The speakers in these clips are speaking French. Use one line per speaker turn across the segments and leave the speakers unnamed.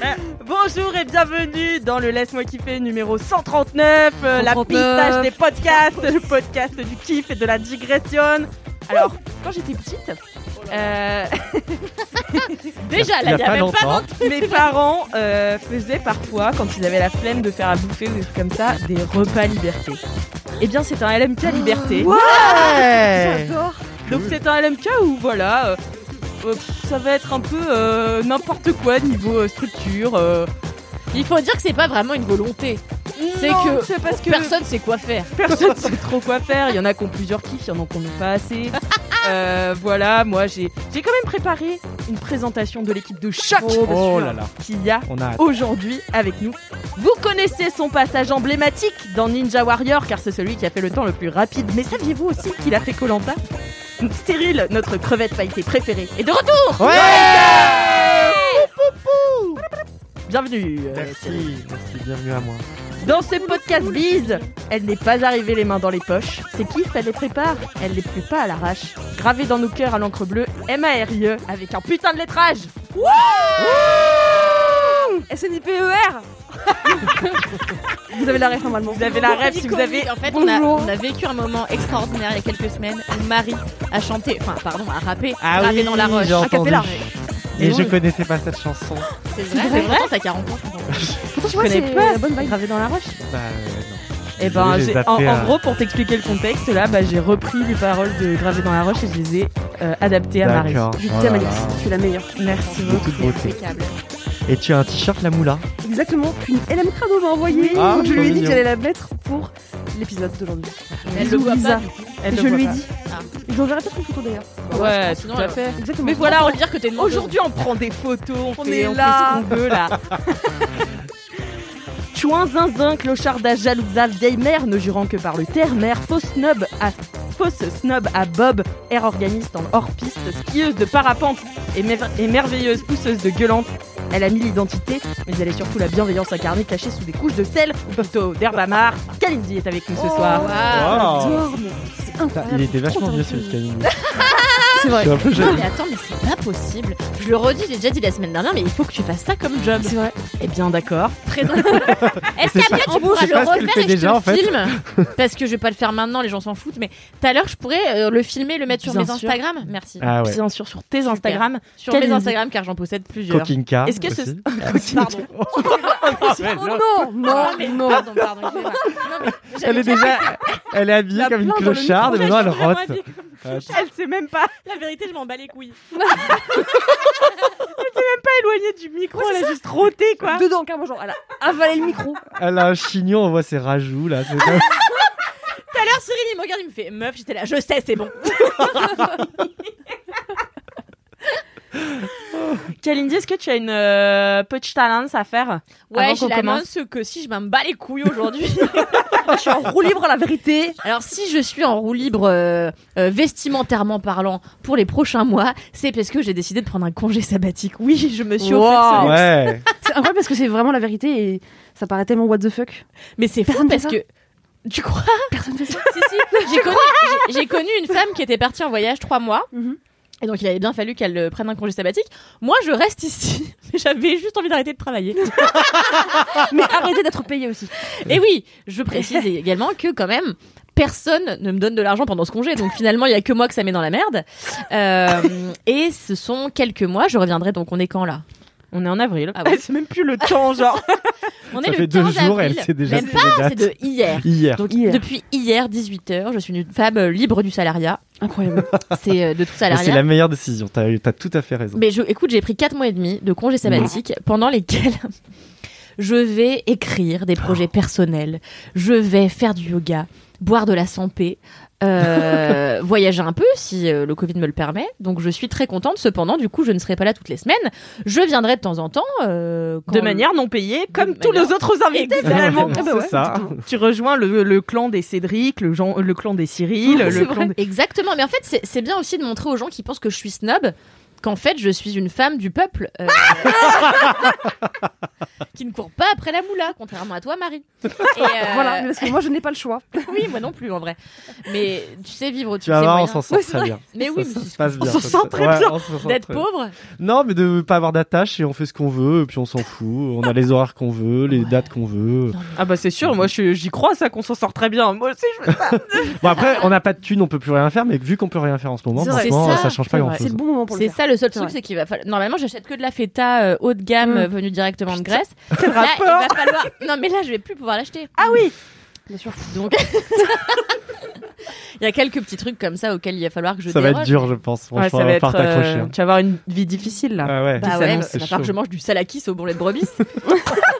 Eh, Bonjour et bienvenue dans le Laisse-moi kiffer numéro 139, euh, la
139.
pistache des podcasts, le podcast du kiff et de la digression. Alors, quand j'étais petite, euh,
Déjà, là, il y avait pas longtemps.
mes parents euh, faisaient parfois, quand ils avaient la flemme de faire à bouffer ou des trucs comme ça, des repas liberté. Eh bien, c'est un LMK liberté.
Ah,
J'adore. Donc c'est un LMK où voilà, euh, euh, ça va être un peu euh, n'importe quoi niveau euh, structure. euh.
Il faut dire que c'est pas vraiment une volonté. C'est
Non,
que
c'est parce que
personne sait quoi faire.
personne sait trop quoi faire. Il y en a qui ont plusieurs kiffs, il y en a qui n'en ont pas assez. Euh, voilà, moi j'ai j'ai quand même préparé une présentation de l'équipe de choc
Oh là là,
qu'il y a
on a hâte.
aujourd'hui avec nous. Vous connaissez son passage emblématique dans Ninja Warrior car c'est celui qui a fait le temps le plus rapide. Mais saviez-vous aussi qu'il a fait Colanta Cyril, notre crevette pailletée préférée, est de retour
Ouais
Bienvenue euh, Cyril.
Merci, merci, bienvenue à moi.
Dans ce podcast bise, elle n'est pas arrivée les mains dans les poches. Ses pifs, elle les prépare, elle les prépare à l'arrache. Gravée dans nos cœurs à l'encre bleue, M-A-R-I-E, E, avec un putain de lettrage E
SNIPER Vous avez la ref normalement.
Vous avez la rêve si vous avez...
En fait, on a,
Bonjour.
on a vécu un moment extraordinaire il y a quelques semaines où Marie a chanté, enfin, pardon, a rappé,
Ah
gravé
oui,
dans la roche.
j'ai entendu.
Acapella.
Et je connaissais pas cette chanson. Bah,
C'est vrai, c'est vrai, t'as 40 ans. je crois.
Pourtant,
Je
tu vois,
connais
c'est
pas
la bonne vibe.
Gravée dans la roche
Bah euh, non.
Eh
Désolé,
ben,
j'ai
j'ai-
zappé
en, en
à-
gros, pour t'expliquer le contexte, là, bah, j'ai repris les paroles de Gravé dans la roche et je les ai euh, adaptées à Marie.
D'accord.
Je
Oh
t'aime,
là
Alex.
là.
Tu es la meilleure.
Merci beaucoup.
Beaucoup de beauté.
Impeccable.
Et tu as un t-shirt la moula
Exactement. Qu'une LM Crado m'a envoyé.
Oui. Ah,
Donc, je lui
trop
ai dit
mignon.
qu'elle allait la mettre pour l'épisode d'aujourd'hui.
Mais Elle le voit pas.
Lisa.
du coup.
Elle le
je
voit
lui ai
pas.
dit.
Ah.
Je lui enverrai peut-être une photo d'ailleurs.
Ouais,
sinon,
tout à
elle-
fait.
Exactement.
Mais voilà, on va dire que t'es demandeuse.
Aujourd'hui, on prend des photos, on,
On
fait,
est
on fait
là.
ce qu'on veut là. Chouin zinzin, clocharda, jalousa, vieille mère, ne jurant que par le terre-mère, fausse snob à fausse snob à Bob, air organiste en hors-piste, skieuse de parapente et, mer- et merveilleuse pousseuse de gueulante. Elle a mis l'identité, mais elle est surtout la bienveillance incarnée cachée sous des couches de sel, ou plutôt d'herbe amare. Kalindi est avec nous ce soir.
Waouh.
Wow.
J'adore, mais c'est
Putain,
incroyable.
Il était vachement
Trop
mieux
talentueux.
celui de Camille.
C'est
Je
vrai.
suis un peu
Non
jaloux.
mais attends mais c'est pas possible. Je le redis, j'ai déjà dit la semaine dernière mais il faut que tu fasses ça comme job.
C'est vrai.
Eh bien d'accord.
Présente. Est-ce
C'est pas-
qu'à mieux tu
c'est
pourras
pas
le
ce qu'elle fait
refaire et que je te
déjà,
le
en fait.
filme Parce que je vais pas le faire maintenant, les gens s'en foutent. Mais tout à l'heure, je pourrais euh, le filmer, le mettre sur
Bien
mes
sûr.
Instagram. Merci.
Ah ouais.
Bien sûr sur tes
Super.
Instagram.
Sur
Quelle
mes
musique
Instagram car j'en possède plusieurs.
Coquinka.
Est-ce que ce-
aussi.
Pardon.
Oh non,
Ah,
non,
mais-
non.
Pardon, pardon. excusez-moi. Non, mais
Elle
j'avais-
est déjà, elle est habillée comme une
plein dans le
clocharde, et maintenant elle rote. Ah, tu-
Elle sait même pas.
La vérité, je m'en bats les couilles.
éloignée du micro, elle a juste roté
Ah.
quoi.
Dedans, carrément, genre, elle a avalé le micro.
Elle a un chignon, on voit ses rajouts là. c'est comme-
Tout à l'heure, Cyril, il me regarde, il me fait meuf, j'étais là, je sais, c'est bon.
Kalindi, est-ce que tu as une euh, petite annonce à faire
Ouais,
Avant
je
qu'on
l'annonce que si je m'en bats les couilles aujourd'hui.
Je suis en roue libre à la vérité.
Alors si je suis en roue libre euh, euh, vestimentairement parlant pour les prochains mois, c'est parce que j'ai décidé de prendre un congé sabbatique. Oui, je me suis offert
Wow.
ça.
Ah,
Ouais.
C'est incroyable parce que c'est vraiment la vérité et ça paraît tellement what the fuck.
Mais c'est fou
Personne
parce
fait
que tu crois
Personne fait ça.
Si, si. J'ai connu, j'ai- j'ai connu une femme qui était partie en voyage trois mois.
Mhm.
Et donc, il avait bien fallu qu'elle euh, prenne un congé sabbatique. Moi, je reste ici. mais J'avais juste envie d'arrêter de travailler.
Mais arrêtez d'être payé aussi.
Et oui, je précise également que quand même, personne ne me donne de l'argent pendant ce congé. Donc finalement, il y a que moi que ça met dans la merde. Euh, et ce sont quelques mois. Je reviendrai. Donc, on est quand là
On est en avril.
Ah ouais.
c'est même plus le temps, genre.
On
Ça
est
fait
le
deux
15
jours,
avril.
elle sait déjà
Même
ses
pas, c'est
dates.
de hier.
Hier.
Donc
Hier.
depuis hier 18h, je suis une femme euh, libre du salariat,
Incroyable.
c'est euh, de tout
Mais
salariat.
C'est la meilleure décision, t'as as tout à fait raison.
Mais je, écoute, j'ai pris 4 mois et demi de congé sabbatique pendant lesquels je vais écrire des projets
Oh.
personnels, je vais faire du yoga, boire de la santé, euh, voyager un peu si euh, le Covid me le permet. Donc je suis très contente. Cependant, du coup, je ne serai pas là toutes les semaines. Je viendrai de temps en temps. euh, quand-
De Ah manière non payée, comme tous
manière-
nos autres invités, finalement.
c'est ça.
Tu rejoins le, le clan des Cédric, le, Jean- le clan des Cyril,
Ouais,
le
c'est
clan
vrai.
des...
Exactement. Mais en fait, c'est- c'est bien aussi de montrer aux gens qui pensent que je suis snob qu'en fait, je suis une femme du peuple. euh, qui ne court pas après la moula, contrairement à toi, Marie. Et, euh,
Voilà, mais parce que moi, je n'ai pas le choix.
Oui, moi non plus, en vrai. Mais tu sais vivre
Tu vas voir, on
moyens.
s'en sort
Ouais, c'est
très
vrai.
bien.
Mais
Ça,
oui,
ça
mais
se passe bien.
s'en
ça.
sort très
Ouais,
bien.
on s'en sort
d'être
très-
pauvre.
Non, mais de pas avoir d'attache et on fait ce qu'on veut, et puis on s'en fout. On a les horaires qu'on veut, les dates qu'on veut.
Ah bah c'est sûr, moi je- j'y crois ça qu'on s'en sort très bien. Moi aussi je veux ça.
Bon, après, on n'a pas de thunes, on peut plus rien faire, mais vu qu'on peut rien faire en ce moment,
C'est vrai.
franchement,
C'est
ça.
ça.
change pas
C'est
grand
vrai.
C'est
chose.
le bon moment pour le
C'est
faire.
ça le seul
C'est
truc,
vrai.
c'est qu'il va falloir. Normalement, j'achète que de la feta euh, haut de gamme
Hum.
Mm.
euh, venue directement de Grèce. là, il va falloir. Non, mais là, je vais plus pouvoir l'acheter.
Ah oui
Bien sûr.
Donc. il y a quelques petits trucs comme ça auxquels il va falloir que je
Ça va être
déroge.
dur, je pense.
Ouais,
Franchement, à part t'accrocher.
euh,
hein.
Tu vas avoir une vie difficile là.
Ah ouais.
Bah
Ça
ouais,
annonce,
il va
c'est
falloir que
chaud.
je mange du salakis au bourrelet de brebis.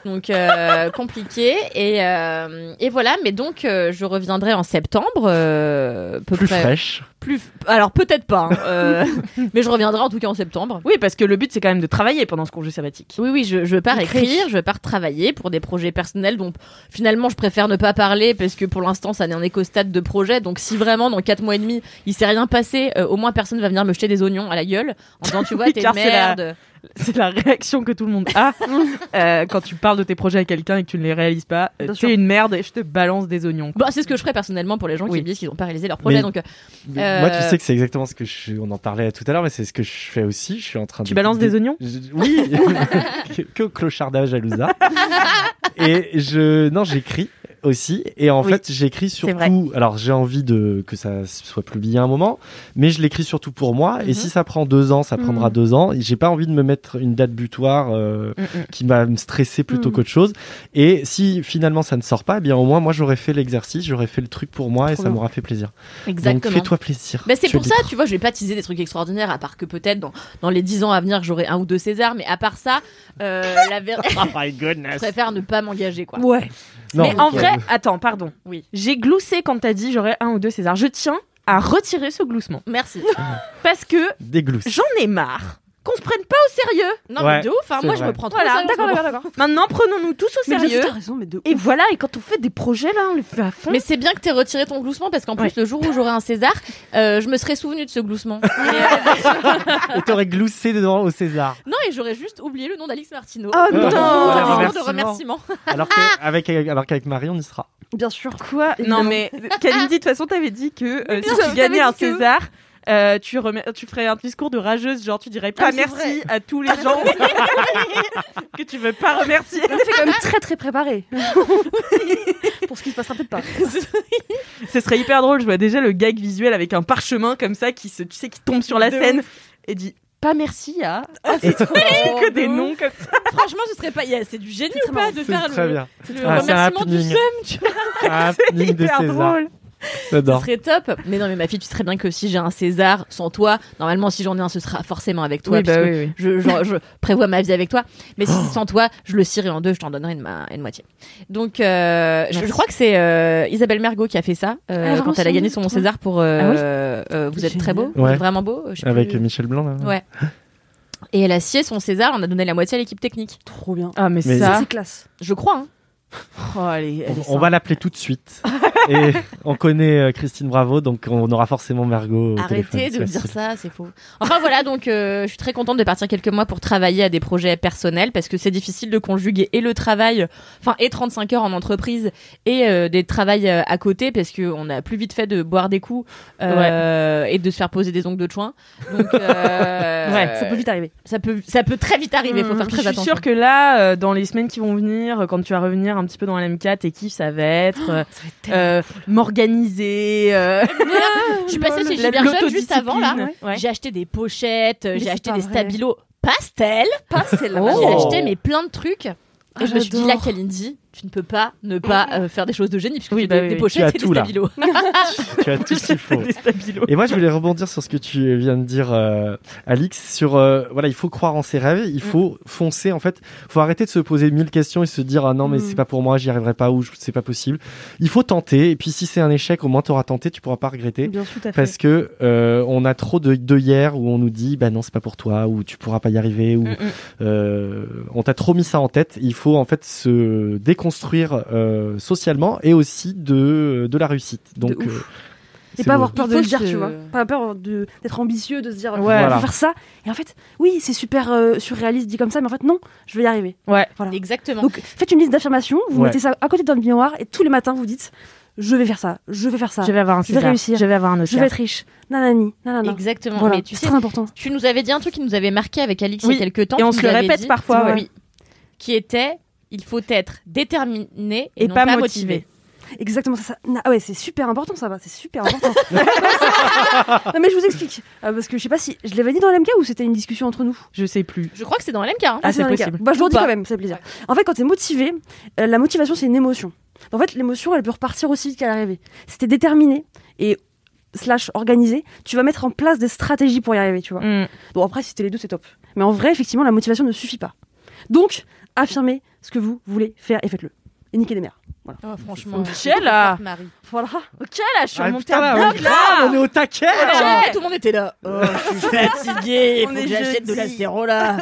donc euh, compliqué et, euh, et voilà. Mais donc euh, je reviendrai en septembre, euh, peu
Plus
près-
fraîche.
plus. Alors peut-être pas, hein, euh, mais je reviendrai en tout cas en septembre.
Oui parce que le but c'est quand même de travailler pendant ce congé sabbatique.
Oui, oui, je, je pars
Écrire.
écrire, je pars travailler pour des projets personnels dont finalement je préfère ne pas parler parce que pour l'instant ça n'en est qu'au stade de projet. Donc si vraiment dans 4 mois et demi il s'est rien passé, euh, au moins personne va venir me jeter des oignons à la gueule en disant tu vois
Oui,
t'es
car
une
c'est la-
merde.
C'est la réaction que tout le monde a euh, quand tu parles de tes projets à quelqu'un et que tu ne les réalises pas. Euh,
Bien sûr.
T'es une merde et je te balance des oignons.
Bon, Bah, c'est ce que je ferais personnellement pour les gens qui
Oui.
me disent qu'ils n'ont pas réalisé leur projet.
Mais-
Donc, euh,
Mais Moi, tu
Euh,
sais que c'est exactement ce que je. On en parlait tout à l'heure, mais c'est ce que je fais aussi. Je suis en train de.
Tu balances des oignons
Je- Oui, que, que clochardage à Louza. et je, non, j'écris aussi. Et en
Oui,
fait, j'écris
vrai.
surtout. Alors, j'ai envie de que ça soit publié un moment, mais je l'écris surtout pour moi. Et
Mhm.
si ça prend deux ans, ça prendra
Mhm.
deux ans. Et J'ai pas envie de me mettre une date butoir euh, qui va me stresser
Mm.
plutôt
Mhm.
qu'autre chose. Et si finalement ça ne sort pas, eh bien au moins moi j'aurais fait l'exercice, j'aurais fait le truc pour moi et
Trop
ça
bien.
m'aura fait plaisir. Donc
exactement.
fais-toi plaisir.
Bah,
Tu
c'est
es
pour ça,
libre.
tu vois, je vais pas teaser des trucs extraordinaires, à part que peut-être dans, dans les 10 ans à venir, j'aurai un ou deux Césars, mais à part ça, euh, la ver-
Oh my
je
goodness.
préfère ne pas m'engager, quoi.
Ouais.
Non,
Mais en
ok.
vrai, attends, pardon.
Oui.
J'ai gloussé quand t'as dit j'aurais un ou deux César. Je tiens à retirer ce gloussement
Merci.
parce que
déglousse.
j'en ai marre qu'on se prenne pas au sérieux.
Non,
Ouais,
mais de ouf, hein,
c'est
moi je
vrai.
me prends trop
Voilà,
au sérieux en ce
D'accord,
moment.
d'accord, d'accord.
Maintenant, prenons-nous tous au
Mais bien sûr,
sérieux.
t'as raison, mais de
Et voilà, et quand on fait des projets là, on les fait à fond.
Mais c'est bien que t'aies retiré ton gloussement parce qu'en plus, le jour où j'aurai un César, euh, je me serais souvenu de ce gloussement. Et, euh,
Et t'aurais gloussé dedans au César.
non, et j'aurais juste oublié le nom d'Alix Martineau.
Oh
non.
Dans
Ah,
un discours de
remerciement.
remerciement.
Alors que- avec- alors qu'avec Marie, on y sera.
Bien sûr.
Quoi Non, mais Kalindi, de toute façon, t'avais dit que euh, si
sûr,
tu gagnais
t'avais
un
dit que-
César, euh, tu, remer- tu ferais un discours de rageuse, genre tu dirais pas
mais c'est
merci à tous les gens que tu veux pas remercier.
C'est quand même très très préparé. Pour ce qui se passera peut-être pas.
Ce serait hyper drôle, je vois déjà le gag visuel avec un parchemin comme ça qui se, tu sais, qui tombe sur la
De
scène et dit pas merci à
Ah,
Et-
que des noms comme ça.
Oh, Franchement, ce serait pas. Yeah, C'est du génie ou pas de
C'est
faire
très
le,
bien.
le
Ah, c'est un
remerciement du
happening.
seum, tu vois
Un happening de
Hyper
César.
drôle.
Ce
J'adore.
serait top. Mais non, mais ma fille, tu sais très bien que si j'ai un César sans toi, normalement, si j'en ai un, ce sera forcément avec toi.
bah
puisque Je, genre, je prévois ma vie avec toi. Mais si
Oh.
c'est sans toi, je le cirerai en deux, je t'en donnerai une, ma- une moitié. Donc, euh, je, je crois que c'est euh, Isabelle Mergot qui a fait ça euh,
Ah, vraiment,
quand elle a
c'est
gagné
une
son
autre.
César pour euh,
Ah oui.
euh, Vous êtes très beau, vous
Ouais.
êtes vraiment beau. je sais
Avec
plus.
Michel Blanc, là.
Ouais. Et elle a scié son César, on a donné la moitié à l'équipe technique.
Trop bien.
Ah, mais,
Mais-
Ça,
ça.
c'est classe.
Je crois. Hein.
Oh, elle est- elle est
On, on va l'appeler tout de suite. Et on connaît euh, Christine Bravo, donc on aura forcément Margot. au
Arrêtez
téléphone,
de
c'est
me
facile.
dire ça, c'est faux. Enfin voilà, donc euh, je suis très contente de partir quelques mois pour travailler à des projets personnels parce que c'est difficile de conjuguer et le travail, enfin et 35 heures en entreprise et euh, des travails euh, à côté parce que on a plus vite fait de boire des coups euh, et de se faire poser des ongles de chouin. Donc euh,
Ouais,
Ça peut vite arriver.
ça peut ça peut très vite arriver, faut
Mmh,
faire
Puis
très
je suis
attention.
sûre que là, euh, dans les semaines qui vont venir, euh, quand tu vas revenir un petit peu dans la M4 et kiff, ça va être euh, euh, m'organiser. euh,
Je suis passée chez
la-
Gilbert Jeune juste avant là.
l'autodiscipline. Ouais.
J'ai acheté des pochettes,
c'est
j'ai acheté
pas
des
vrai.
stabilos pastel.
Pastel.
Oh.
J'ai acheté mes plein de trucs. Et
Ah,
je me suis dit, là,
j'adore.
Kalindi, tu ne peux pas ne pas euh, faire des choses de génie, puisque
Oui,
tu
bah
fais des,
oui,
des
oui.
Tu as
pochettes et des
tout, là.
stabilos.
tu as tout ce qu'il faut.
Des stabilos.
Et moi, je voulais rebondir sur ce que tu viens de dire, euh, Alix, sur euh, voilà, il faut croire en ses rêves,
Mm.
il faut foncer. En fait, faut arrêter de se poser mille questions et se dire ah non mais
Mm.
c'est pas pour moi, j'y arriverai pas ou je- c'est pas possible. Il faut tenter. Et puis si c'est un échec, au moins t'auras tenté, tu pourras pas regretter.
Bien sûr, tout à fait.
Parce que euh, on a trop de, de hier où on nous dit bah non c'est pas pour toi ou tu pourras pas y arriver ou
Mm,
euh, on t'a trop mis ça en tête. Il faut en fait se déconstruire euh, socialement et aussi de de la réussite. Donc
ouf.
euh,
Et
c'est
pas
beau.
avoir peur
Il
de
faut
le dire,
se-
tu vois. Pas peur de- d'être ambitieux, de se dire,
Ouais.
je
Voilà.
vais faire ça. Et en fait, oui, c'est super euh, surréaliste dit comme ça, mais en fait, non, je vais y arriver.
Ouais.
Voilà.
Exactement.
Donc, faites une liste d'affirmations, vous
Ouais.
mettez ça à côté d'un miroir et tous les matins, vous dites, je vais faire ça, je vais faire ça,
Je vais avoir un
Je vais
César.
réussir.
Je vais avoir un
je
Oscar.
vais être riche. Nanani, nanana.
Exactement.
Voilà,
Mais tu
c'est
sais,
très important.
tu nous avais dit un truc qui nous avait marqué avec Alix
Oui.
il y a quelques temps.
Et on
tu
se
nous
le
avais
répète
dit-
parfois, ouais.
Oui. Qui était, il faut être déterminé et,
Et
non
pas
pas,
motivé.
motivé.
Exactement, ça, ça- na- ah ouais, c'est super important, ça va, c'est super important. non, mais je vous explique, Euh, parce que je sais pas si je l'avais dit dans LMK ou c'était une discussion entre nous.
Je sais plus.
Je crois que c'est dans LMK. hein.
Ah, c'est
dans LMK.
possible.
Bah, je vous
Ou
le dis
pas.
quand même, c'est plaisir. En fait, quand t'es motivé, euh, la motivation c'est une émotion. En fait, l'émotion, elle peut repartir aussi vite qu'elle est arrivée. Si t'es déterminé et slash organisé, tu vas mettre en place des stratégies pour y arriver, tu vois.
Mm.
Bon, après, si c'était les deux, c'est top. Mais en vrai, effectivement, la motivation ne suffit pas. Donc, affirmez ce que vous voulez faire et faites-le. Et niquez des mères.
Oh, franchement.
Michel, là.
Marie.
Voilà.
Ok, là, je suis
Ah,
remontée
putain,
à
là,
bloc,
on-
là.
on est au taquet.
Ouais, Ah, tout le monde était là. Oh, je suis fatigué.
On
Faut que
est
j'achète de
jeudi.
l'acérola.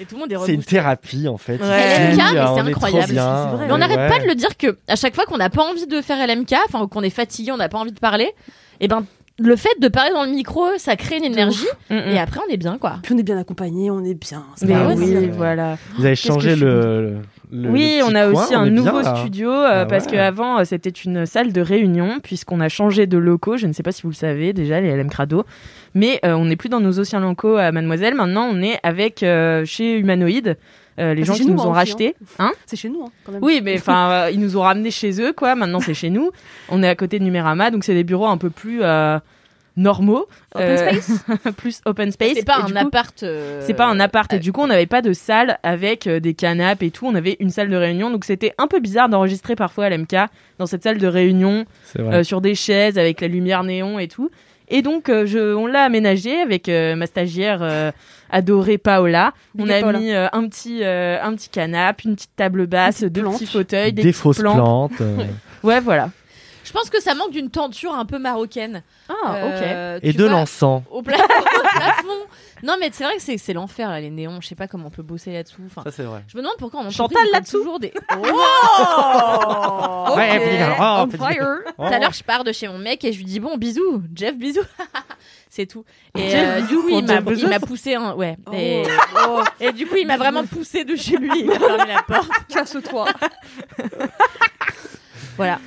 Et tout le monde est
C'est une
reboosté.
thérapie en fait.
Ouais. LMK,
mais c'est
on est trop
incroyable.
bien.
C'est vrai.
Mais on
Ouais,
n'arrête
Ouais.
pas de le dire que à chaque fois qu'on n'a pas envie de faire LMK, enfin ou qu'on est fatigué, on n'a pas envie de parler, et ben le fait de parler dans le micro, ça crée une énergie
Mm, mm.
et après on est bien quoi.
Puis on est bien accompagné, on est bien. c'est
Mais
Ah,
pas
ouais,
possible.
oui,
c'est-
voilà.
Vous avez changé
que je
le, le-
oui,
le
on
petit
a
coin,
aussi
on
un
est bien,
nouveau
là.
studio euh,
Ah
parce
ouais.
qu'avant c'était une salle de réunion puisqu'on a changé de locaux. Je ne sais pas si vous le savez déjà les LM Crado, mais euh, on n'est plus dans nos anciens locaux à Mademoiselle. Maintenant on est avec euh, chez Humanoïde, euh, les
Bah,
gens
c'est
qui
chez
nous,
nous, hein,
ont
aussi,
racheté. Hein
C'est chez nous, hein, quand même.
oui, mais enfin euh, ils nous ont ramené chez eux quoi. Maintenant c'est chez nous. On est à côté de Numérama, donc c'est des bureaux un peu plus euh, normaux,
Open
Euh,
space,
plus open space.
c'est pas
Et
un
du coup,
appart.
c'est pas un appart et
euh,
du coup on n'avait pas de salle avec euh, des canapes et tout, on avait une salle de réunion donc c'était un peu bizarre d'enregistrer parfois à l'MK dans cette salle de réunion
C'est vrai.
euh, sur des chaises avec la lumière néon et tout. Et donc euh, je, on l'a aménagé avec euh, ma stagiaire euh, adorée Paola.
Big
on a
up, Paola.
mis euh, un petit euh, un petit canapé, une petite table basse,
Une petite
deux
plante.
petits fauteuils, des,
des,
petites
fausses
plantes.
plantes. euh,
Ouais voilà.
Je pense que ça manque d'une tenture un peu marocaine.
Ah
Euh,
et
tu
de
vois,
l'encens.
Au, pla- au plafond. Non mais c'est vrai que c'est c'est l'enfer là, les néons. Je sais pas comment on peut bosser là-dessous. Enfin,
c'est vrai.
je me demande pourquoi on
Chantal, là-dessous
toujours des.
ok.
Ouais, puis là, oh,
On
puis-
fire.
Oh.
Tout à l'heure, je pars de chez mon mec et je lui dis bon bisous, Jeff bisous, c'est tout. Et
Jeff,
euh, du coup, il
pour
m'a
Jeff Bezos
il m'a poussé un ouais.
Oh.
Et, et du coup, il m'a vraiment poussé de chez lui. Il m'a fermé la porte.
Casse-toi.
Voilà.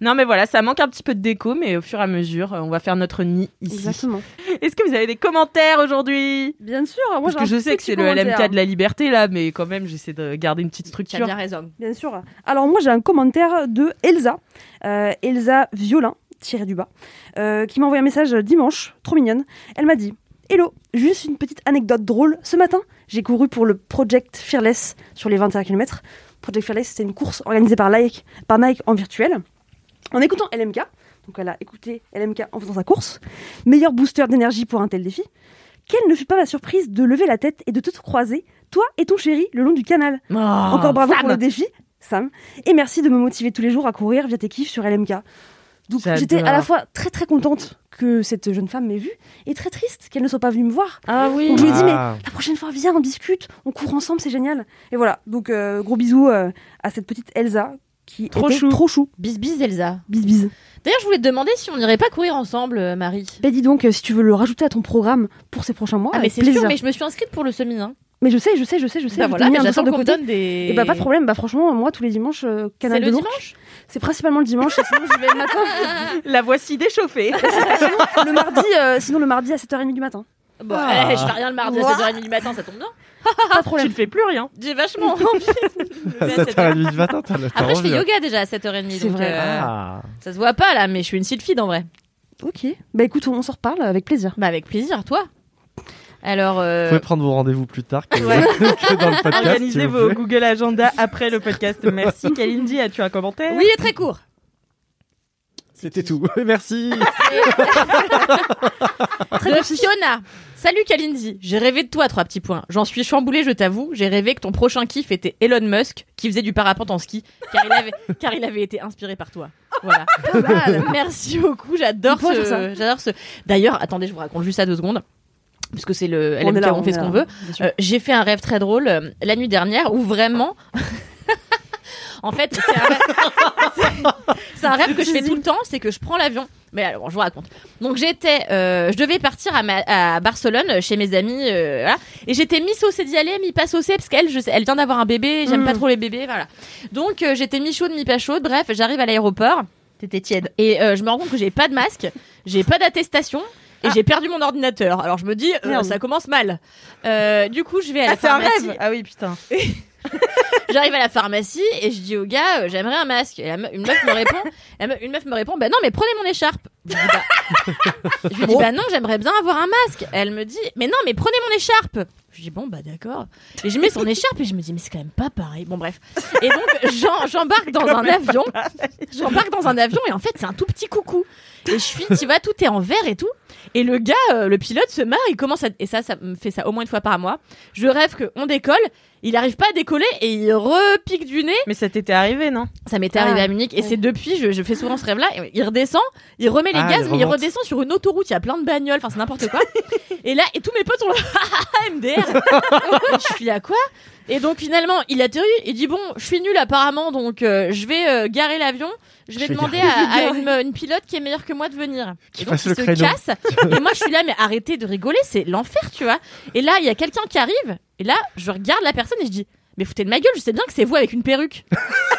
Non mais voilà, ça manque un petit peu de déco mais au fur et à mesure euh, on va faire notre nid ici.
Exactement.
Est-ce que vous avez des commentaires aujourd'hui
Bien sûr, moi
Parce
j'ai
que
un
je
petit
sais que c'est le
commentaire.
LMK de la liberté là, mais quand même j'essaie de garder une petite
Tu
structure.
as bien raison.
Bien sûr. Alors moi j'ai un commentaire de Elsa, Euh, Elsa Violin, tirée du bas, euh, qui m'a envoyé un message dimanche, trop mignonne. Elle m'a dit Hello, juste une petite anecdote drôle. Ce matin, j'ai couru pour le Project Fearless sur les 21 km. Project Fearless, c'était une course organisée par Nike, par Nike en virtuel. En écoutant LMK, donc elle a écouté LMK en faisant sa course, meilleur booster d'énergie pour un tel défi. Quelle ne fut pas la surprise de lever la tête et de te croiser, toi et ton chéri, le long du canal
Oh, Ah,
encore bravo pour le défi, Sam. Et merci de me motiver tous les jours à courir via tes kiffs sur LMK. Donc
J'adore.
j'étais à la fois très très contente que cette jeune femme m'ait vue et très triste qu'elle ne soit pas venue me voir.
Ah oui
Donc je lui ai dit mais
Ah.
la prochaine fois viens on discute, on court ensemble c'est génial. Et voilà donc euh, gros bisous euh, à cette petite Elsa qui
Trop
était
chou.
trop chou.
Bis bis Elsa.
Bis bis.
D'ailleurs, je voulais te demander si on n'irait pas courir ensemble, euh, Marie.
Ben dis donc euh, si tu veux le rajouter à ton programme pour ces prochains mois.
Ah mais
avec
c'est sûr,
plaisir.
mais je me suis inscrite pour le semi. Hein.
Mais je sais je sais je sais je sais.
Bah
je
voilà,
t'ai mis
mais
un
j'attends
dossard de
qu'on me
côté.
donne des.
Et bah pas de problème bah franchement moi tous les dimanches euh,
C'est
canal
le
de l'Ourcq.
dimanche.
C'est principalement le dimanche et sinon je vais le matin.
La voici déchauffée
le mardi, euh, sinon le mardi à 7h30 du matin.
Bon,
Ah.
eh, je fais rien le mardi à 7h30 du matin, ça tombe bien.
Pas de
Tu
problème.
ne fais plus rien
J'ai vachement envie.
À
de me lever à 7h30.
7h30 du matin, t'as le
Après, je fais
t'as envie.
yoga déjà à 7h30.
C'est
donc,
vrai.
euh,
Ah.
Ça se voit pas là, mais je suis une sylphide en vrai.
Ok. Bah écoute, on s'en reparle avec plaisir.
Bah avec plaisir, toi. Alors, euh,
Vous pouvez prendre vos rendez-vous plus tard que,
Ouais.
que dans le
Ah,
podcast.
Organisez
s'il vous
vos
plaît.
Google Agenda après le podcast. Merci. Kalindi, as-tu un commentaire
oui, il est très court.
C'était tout. Merci.
de Fiona. Salut Kalindi, j'ai rêvé de toi, trois petits points. J'en suis chamboulée, je t'avoue. J'ai rêvé que ton prochain kiff était Elon Musk, qui faisait du parapente en ski, car il avait, car il avait été inspiré par toi. Voilà. Merci beaucoup, j'adore
Il faut faire
ce,
ça.
j'adore ce. D'ailleurs, attendez, je vous raconte juste ça deux secondes. Parce que c'est le
On est
LMK,
là,
on,
on
fait
est
ce
là,
qu'on veut.
bien sûr.
Euh, J'ai fait un rêve très drôle euh, la nuit dernière où vraiment. en fait, c'est un rêve, c'est- c'est un rêve que je fais tout le temps, c'est que je prends l'avion. Mais alors, bon, je vous raconte. Donc j'étais, euh, je devais partir à, ma- à Barcelone chez mes amis, euh, voilà. Et j'étais mi-saucée d'y aller, mi-pas saucée, parce qu'elle, je sais- elle vient d'avoir un bébé, j'aime
Mm.
pas trop les bébés, voilà. Donc euh, j'étais mi-chaude, mi-pas chaude, bref, j'arrive à l'aéroport. T'étais tiède. Et euh, je me rends compte que j'ai pas de masque, j'ai pas d'attestation.
Ah.
Et j'ai perdu mon ordinateur. Alors je me dis, euh,
Merde.
ça commence mal. Euh, du coup, je vais à la
Ah, c'est un
pharmacie.
rêve Ah oui, putain.
J'arrive à la pharmacie et je dis au gars, euh, j'aimerais un masque. Et la me- une meuf me répond, la me- une meuf me répond, bah non, mais prenez mon écharpe. Je lui dis, bah- je lui dis, bah non, j'aimerais bien avoir un masque. Elle me dit, mais non, mais prenez mon écharpe. Je dis, bon, bah d'accord. Et je mets son écharpe et je me dis, mais c'est quand même pas pareil. Bon, bref. Et donc, j'en- j'embarque dans un avion. J'embarque dans un avion et en fait, c'est un tout petit coucou. Et je suis, tu vois, tout est en vert et tout. Et le gars, euh, le pilote se marre, il commence à. Et ça, ça me fait ça au moins une fois par mois. Je rêve qu'on décolle, il arrive pas à décoller et il repique du nez.
Mais ça t'était arrivé, non
Ça m'était
Ah,
arrivé à Munich et
ouais.
c'est depuis, je, je fais souvent ce rêve-là. et Il redescend, il remet les
Ah,
gaz,
il
mais il
remonte.
redescend sur une autoroute, il y a plein de bagnoles, enfin c'est n'importe quoi. et là, et tous mes potes sont là, Ah, MDR Et Je suis à quoi Et donc finalement, il atterrit, il dit Bon, je suis nul apparemment, donc euh, je vais euh, garer l'avion, je vais
Je vais
demander
garer.
à, à une, une pilote qui est meilleure que moi de venir. Et donc
fasse
il
le
se
créneau.
casse, et moi je suis là, mais arrêtez de rigoler, c'est l'enfer, tu vois. Et là, il y a quelqu'un qui arrive, et là, je regarde la personne et je dis Mais foutez de ma gueule, je sais bien que c'est vous avec une perruque.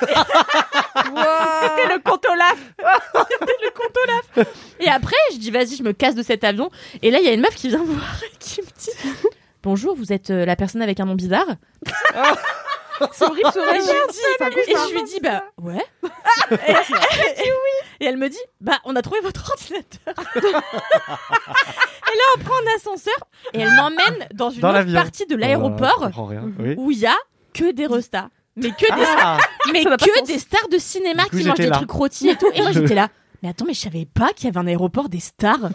C'était le compte Olaf
Et après, je dis vas-y, je me casse de cet avion. Et là, il y a une meuf qui vient me voir et qui me dit Bonjour, vous êtes euh, la personne avec un nom bizarre
Son rire, son
Et je lui
rire.
dis, et je lui dis bah ouais. et, ah, et elle me dit bah on a trouvé votre ordinateur. et là, on prend un ascenseur et elle m'emmène dans une
Dans
autre
l'avion. Ah,
partie de
Voilà, je
l'aéroport
comprends rien. Oui.
où il y a que des restas. Mais que des,
Ah
mais
Ça n'a pas de
que
sens.
des stars de cinéma
Du coup,
qui mangent
j'étais
des
là.
trucs rôtis et tout. Et moi, j'étais là. Mais attends, mais je savais pas qu'il y avait un aéroport des stars.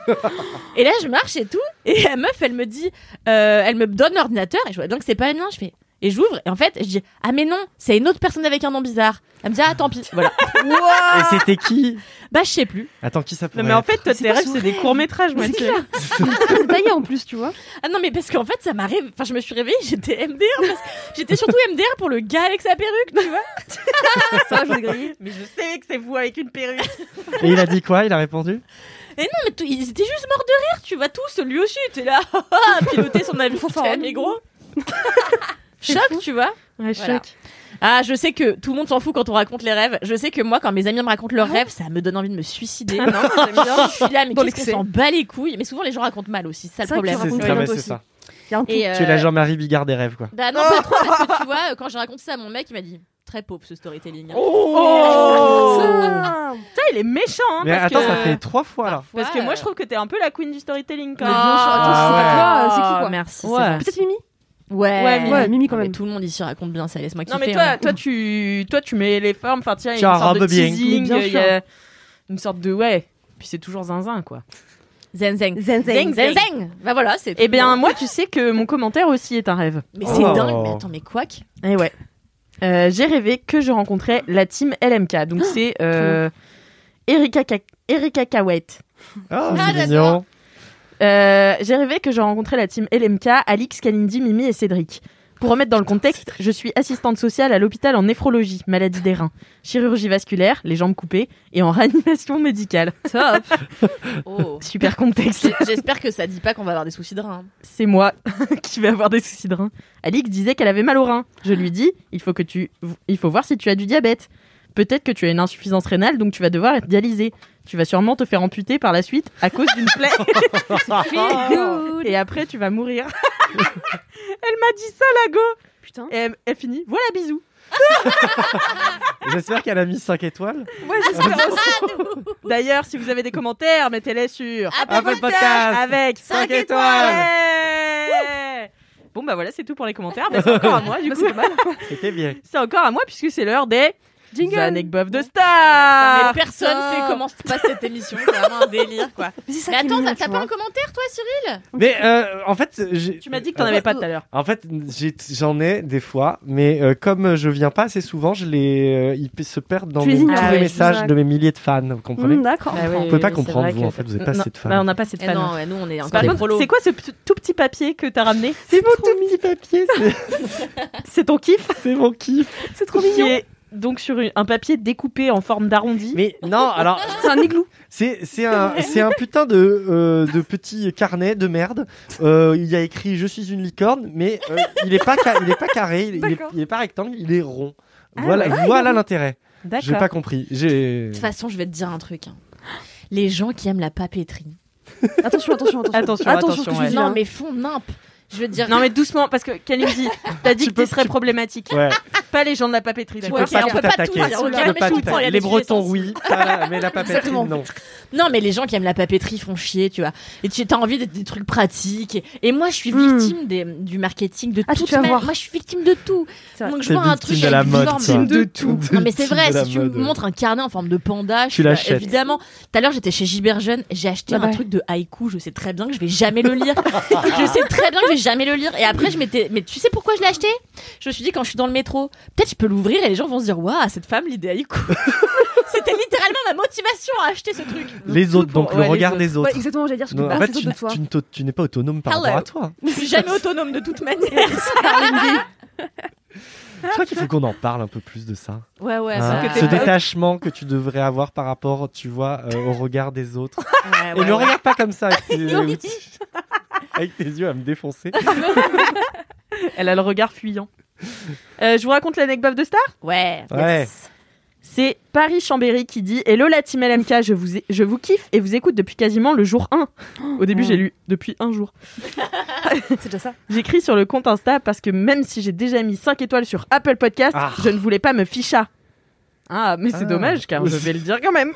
et là, je marche et tout. Et la meuf, elle me dit, euh, elle me donne l'ordinateur et je vois bien que c'est pas le mien. Je fais. Et j'ouvre et en fait, je dis ah mais non, c'est une autre personne avec un nom bizarre. Elle me dit ah tant pis. Voilà.
Et c'était qui
Bah je sais plus.
Attends, qui ça pourrait
Non, mais en
être
fait, toi,
C'est
tes
pas
rêves,
son
c'est des courts-métrages, moi,
C'est
tu-
clair.
Taillé en plus, tu vois.
Ah non mais parce qu'en fait ça m'arrive. Enfin je me suis réveillée, j'étais MDR. parce que J'étais surtout MDR pour le gars avec sa perruque, tu vois.
Ça, je l'ai grillé.
Mais je savais que c'est vous avec une perruque.
Et il a dit quoi Il a répondu
Mais tout- ils étaient juste morts de rire, tu vois tous. Lui aussi était là à piloter son avion.
Faut faire
T'es
un
un gros. Choc, tu vois.
Ouais,
Voilà. Ah, je sais que tout le monde s'en fout quand on raconte les rêves. Je sais que moi, quand mes amis me racontent leurs rêves, ça me donne envie de me suicider.
Ah non, j'aime bien.
je suis là,
Dans
mais qu'est-ce qu'on
l'excès.
s'en bat les couilles Mais souvent, les gens racontent mal aussi, c'est ça le
C'est vrai
problème.
qu'ils racontent
Ah, bah,
toi
c'est
aussi.
ça.
Il y a un
Et, euh,
Tu es la Jean-Marie Bigard des rêves, quoi.
Bah non, pas trop, parce que tu vois, euh, quand j'ai raconté ça à mon mec, il m'a dit très pauvre ce storytelling. hein.
euh,
Oh
Ah,
Putain, il est méchant, hein,
Mais
parce
attends,
que...
ça fait trois fois là.
Parce que moi, je trouve que t'es un peu la queen du storytelling, quand
Mais
même.
bien sûr, attends,
Ah
c'est
ouais.
pas toi,
Ah,
c'est qui
ouais.
quoi Merci.
Ouais.
c'est
Peut-être Mimi
gentil. Ouais.
Ouais, Mimi.
Ouais, Mimi quand
Non, mais
même.
Tout le monde ici raconte bien ça, laisse-moi kiffer.
Non, mais
hein.
toi, toi, tu, toi, tu mets les formes. Enfin, tiens, il y
Tu as
a
un
une sorte de
rebobbying.
teasing,
Mais bien
il y a une sorte de ouais. Puis c'est toujours zinzin, quoi.
Zen zen.
Zen,
Zen
zen.
zen. Bah voilà, c'est.
Eh bien, moi, tu sais que mon commentaire aussi est un rêve.
Mais c'est
Oh.
dingue, mais attends, mais quoi que-
Eh ouais. Euh, J'ai rêvé que je rencontrais la team LMK. Donc, c'est euh, Erika, Ka- Erika Kawait.
Ah,
Ah,
c'est
j'adore.
mignon.
Euh, j'ai rêvé que je rencontrais la team LMK, Alix, Kalindi, Mimi et Cédric. Pour remettre dans le contexte, je suis assistante sociale à l'hôpital en néphrologie, maladie des reins, chirurgie vasculaire, les jambes coupées et en réanimation médicale.
Top. Oh.
Super contexte.
J- J'espère que ça dit pas qu'on va avoir des soucis de reins.
C'est moi qui vais avoir des soucis de reins. Alix disait qu'elle avait mal au rein. Je lui dis, il faut que tu il faut voir si tu as du diabète. Peut-être que tu as une insuffisance rénale donc tu vas devoir être dialysé. Tu vas sûrement te faire amputer par la suite à cause d'une plaie.
good.
Et après tu vas mourir. elle m'a dit ça la go.
Putain.
Et elle, elle finit, voilà bisous.
J'espère qu'elle a mis 5 étoiles.
Ouais, j'espère aussi. D'ailleurs, si vous avez des commentaires, mettez-les sur
Apple
Podcast.
avec 5
Cinq
étoiles. Ouais. Bon, bah voilà, c'est tout pour les commentaires. Bah, c'est encore à moi, du coup.
C'était bien.
C'est encore à moi, puisque c'est l'heure des
Jingle
anecdotes de stars.
mais personne
putain.
sait comment se passe cette émission, c'est vraiment un délire quoi.
Mais c'est ça
Mais
qui est
attends,
mignon,
t'as-
tu
t'as
vois.
pas un commentaire toi Cyril
Mais euh, en fait, j'ai- euh,
Tu m'as dit que t'en avais pas tout à l'heure.
En fait, j'ai- j'en ai des fois, mais euh, comme je viens pas assez souvent, je les, euh, ils p- se perdent dans
Tu les
mes-
ignores.
tous
Ah
les
ouais,
messages
exact.
de mes milliers de fans. Vous comprenez
Mmh, D'accord.
Vous pouvez pas comprendre vous. En fait, vous êtes pas assez de fans.
Ah Bah, on n'a pas assez de
Eh
fans.
Non, ouais, nous on est encore
Par
des
contre,
prolos.
c'est quoi ce p- tout petit papier que t'as ramené
C'est mon tout petit papier, c'est-
C'est ton kiff
c'est mon kiff.
C'est trop mignon. Qui est donc sur une- un papier découpé en forme d'arrondi.
Mais non, alors
C'est un igloo.
c'est c'est un c'est un putain de euh, de petit carnet de merde. Euh, il y a écrit je suis une licorne, mais euh, il est pas ca- il est pas carré, il, il est,
D'accord.
il est pas rectangle, il est rond.
Ah
voilà
ouais,
voilà l'intérêt. J'ai
D'accord.
pas compris. J'ai
De toute façon, je vais te dire un truc. hein. Les gens qui aiment la papeterie.
Attention, attention, attention.
Attention,
ce que
attention,
tu
ouais.
dis là.
non, mais font nimpe. Je veux dire.
Non mais doucement parce que Kalindi, t'as dit
Tu
que
peux-
tu serais
tu-
problématique.
ouais.
Pas les gens de la papeterie.
Tu
d'accord
peux
Ouais,
pas
on
tout
peut pas tout
attaquer.
dire,
Tu
on
peux
calme et
pas
tout,
tout
on prend, il y a
attaquer.
des
Les Bretons,
sujets
oui, pas- mais la papeterie,
Exactement.
non.
Non, mais les gens qui aiment la papeterie font chier, tu vois. Et tu as envie d'être des trucs pratiques. Et, et moi, je suis
Hmm.
victime des- du marketing de
Ah,
tout.
tu vas voir.
Moi, je suis victime de tout.
C'est vrai.
Donc, je
T'es
vois un
victime
truc
de la
avec une
mode,
forme.
toi.
de tout.
Non, mais c'est
Victime
vrai,
de la
si tu
mode.
me montres un carnet en forme de panda, je
Tu
suis là,
l'achètes.
Évidemment. Tout à l'heure, j'étais chez Giberjeune, j'ai acheté
Ah
un
bah.
truc de haïku, je sais très bien que je vais jamais le lire. je sais très bien que je vais jamais le lire. Et après, je m'étais. Mais tu sais pourquoi je l'ai acheté Je me suis dit, quand je suis dans le métro, peut-être je peux l'ouvrir et les gens vont se dire, waouh, cette femme lit des haïkus. C'était littéralement ma motivation à acheter ce truc.
Les
tout
autres,
pour-
donc
ouais,
le
les
regard
autres.
des
Ouais,
autres.
exactement, Bah, j'allais dire, tu
Non,
peux
en
pas
fait,
faire
tu,
de toi.
tu ne t'au- tu n'es pas autonome par
Hello.
rapport à toi.
Je suis jamais autonome de toute manière.
Je crois qu'il faut qu'on en parle un peu plus de ça.
ouais, ouais,
Hein,
que t'es
Ce
pas-
détachement que tu devrais avoir par rapport, tu vois, euh, au regard des autres.
Ah
Et ne regarde pas comme ça avec tes, euh,
Oui.
avec tes yeux à me défoncer.
Elle a le regard fuyant. Euh, je vous raconte l'anecdote de Star.
Ouais.
Ouais.
C'est Paris Chambéry qui dit Hello la team LMK, je vous, je vous kiffe et vous écoute depuis quasiment le jour 1. Au début, j'ai lu depuis un jour.
C'est déjà ça.
J'écris sur le compte Insta parce que même si j'ai déjà mis 5 étoiles sur Apple Podcast,
Ah.
je ne voulais pas me ficha. Ah, mais c'est
Ah.
dommage car je vais le dire quand même.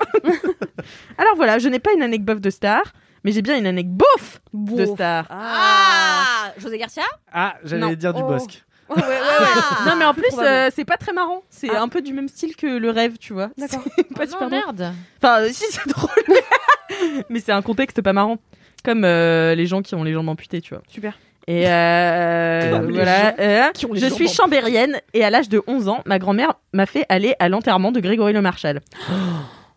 Alors voilà, je n'ai pas une anecdote de star, mais j'ai bien une anecdote bof de star.
Ah José Garcia
Ah, j'allais
Non.
dire du
Oh.
bosque.
Ouais, ouais, ouais.
Ah.
non mais en plus
probablement.
euh, c'est pas très marrant, c'est
Ah.
un peu du même style que le rêve, tu vois.
D'accord.
C'est pas
Ah non,
super drôle.
merde.
Enfin euh, si c'est drôle, mais c'est un contexte pas marrant. Comme euh, les gens qui ont les jambes amputées, tu vois.
Super.
Et euh,
Comme les
voilà. euh,
qui ont les
je
jambes
suis
en-
chambérienne et à l'âge de 11 ans, ma grand-mère m'a fait aller à l'enterrement de Grégory Le Marchal.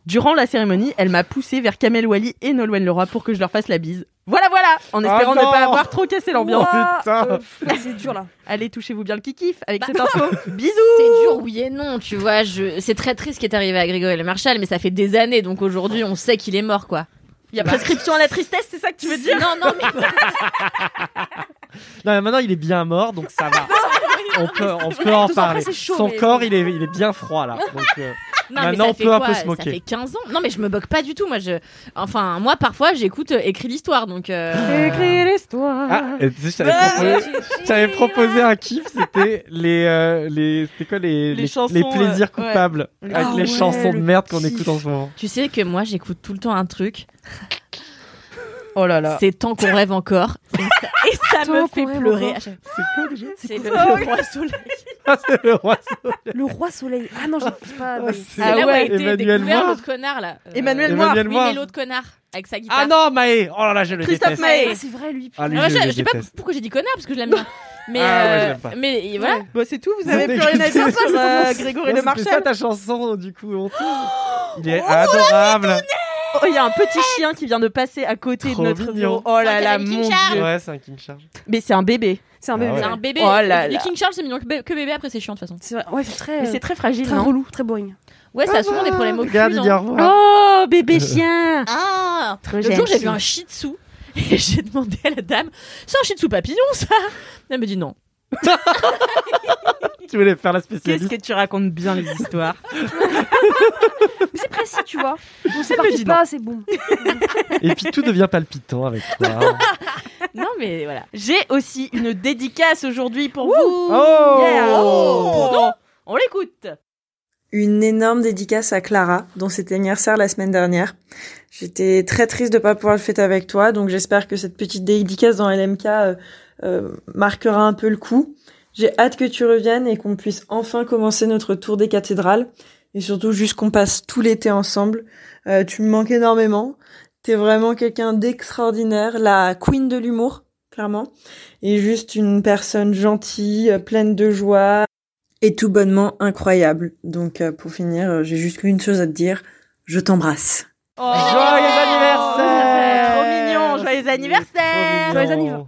Durant la cérémonie, elle m'a poussée vers Kamel Wally et Nolwenn Leroy pour que je leur fasse la bise. Voilà, voilà En espérant
Ah non
ne pas avoir trop cassé l'ambiance.
Oh, putain.
Euh, pff, C'est dur là.
Allez, touchez-vous bien le kikif avec cette info. Bisous
C'est dur, oui et non, tu vois. Je... C'est très triste ce qui est arrivé à Grégory Le Marchal, mais ça fait des années, donc aujourd'hui, on sait qu'il est mort, quoi.
Il y a prescription à la tristesse, c'est ça que tu veux dire
Non, non, mais
Non, mais maintenant il est bien mort, donc ça va. on peut, on peut en
Deux ans
parler.
après, c'est chaud,
Son
mais-
corps, il est, il est bien froid là. Donc, euh,
non, mais
Maintenant,
ça
on
fait
peut un
quoi
peu se
Ça
moquer.
fait 15 ans. Non, mais je me moque pas du tout. Moi, je. Enfin, moi, parfois, j'écoute euh, Écris l'histoire, donc. euh,
Écris l'histoire.
Ah, et tu sais, je t'avais proposé, je t'avais proposé un kiff, c'était les, euh, les, c'était quoi les,
Les chansons,
plaisirs
euh, ouais.
coupables avec
Ah
les
ouais,
chansons de
le
merde qu'on
kiff.
écoute en ce moment.
Tu sais que moi, j'écoute tout le temps un truc.
Oh là là.
C'est tant qu'on rêve encore. Et ça, et ça
Tant
me
qu'on
fait
rêve
pleurer.
encore.
C'est quoi déjà
C'est le, le roi soleil.
Ah, c'est le roi.
Le roi soleil. Ah non, je ne pas. mais-
c'est-
C'est Ah, là où a
Ah ouais,
été
Emmanuel
découvert
Moir.
l'autre connard là. Euh,
Emmanuel Moir.
Emmanuel
Oui,
Moir.
mais l'autre connard avec sa guitare.
Ah non, Maé. Oh là là, je le
Christophe
déteste.
Maé.
Ah, C'est vrai lui.
Ah, lui,
Ah,
je,
je,
le
je sais pas
déteste.
pourquoi j'ai dit connard parce que je l'aime bien. Mais,
Ah ouais,
euh,
j'aime pas.
mais et voilà.
Bon, c'est tout, vous
Vous
avez
avez
plus rien à
écouté-
dire sur euh, Grégory
Non,
Le
c'était ça
Marchal.
ta chanson du coup honteuse. Il est adorable.
Oh, il y a un petit chien qui vient de passer à côté
Trop
de notre
mignon.
bureau. Oh là
Ok,
là,
le King
mon
Charles.
dieu.
Ouais, c'est un King Charles.
Mais c'est un bébé.
C'est un
Ah
bébé.
ouais.
C'est un bébé.
Oh là
Le
là.
King Charles c'est mignon que bé- que bébé après c'est chiant de toute façon.
C'est vrai. Ouais, c'est très.
Mais
euh,
c'est très fragile,
Très
non
relou, très boring.
Ouais, ça a souvent des problèmes au cul.
Regarde, il
non
dit au revoir.
Oh,
Euh.
bébé chien
Ah
Trop
L'autre jour j'ai
gentil.
vu un shih tzu et j'ai demandé à la dame c'est un shih tzu papillon ça Elle me dit non.
Tu voulais faire la
Qu'est-ce
spécialiste.
que tu racontes bien les histoires
Mais c'est précis, tu vois. On sait
me
par
dit
qui pas, c'est bon.
Et puis tout devient palpitant avec toi.
Non mais voilà.
J'ai aussi une dédicace aujourd'hui pour vous.
Oh.
Yeah. Oh. On l'écoute
Une énorme dédicace à Clara, dont c'était anniversaire la semaine dernière. J'étais très triste de pas pouvoir le fêter avec toi, donc j'espère que cette petite dédicace dans LMK euh, euh, marquera un peu le coup. J'ai hâte que tu reviennes et qu'on puisse enfin commencer notre tour des cathédrales et surtout juste qu'on passe tout l'été ensemble. Euh, tu me manques énormément. T'es vraiment quelqu'un d'extraordinaire, la queen de l'humour, clairement, et juste une personne gentille, euh, pleine de joie et tout bonnement incroyable. Donc euh, pour finir, euh, j'ai juste qu'une chose à te dire, je t'embrasse.
Oh,
Joyeux anniversaire
Trop mignon, oh,
Ah,
joyeux anniversaire
Joyeux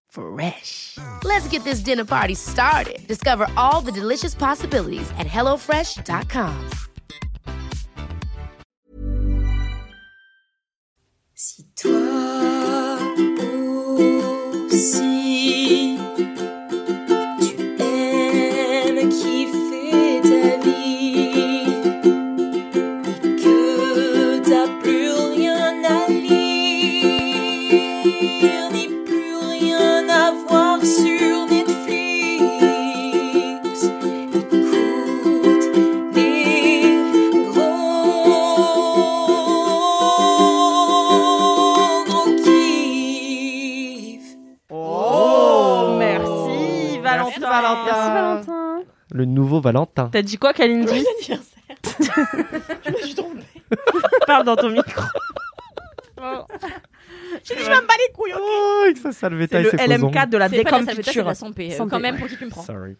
Fresh. Let's get this dinner party started. Discover all the delicious possibilities at hellofresh.com.
Si toi aussi tu aimes kiffer ta vie et que t'as plus rien à lire ni plus rien à voir sur Netflix, écoute les gros gros kiffs.
Oh, merci Valentin Merci,
Merci
Valentin.
Valentin.
Le nouveau Valentin.
T'as dit quoi, Kalindi Parle dans ton micro. J'ai dit, je vais me battre les couilles, ok
Oh, avec sa sale
C'est
vétaille,
le
c'est posant.
LMK de la
C'est pas de la salvetat, c'est de
décompiture.
la santé, euh,
Santé,
quand même, pour qui tu me prends.
Sorry.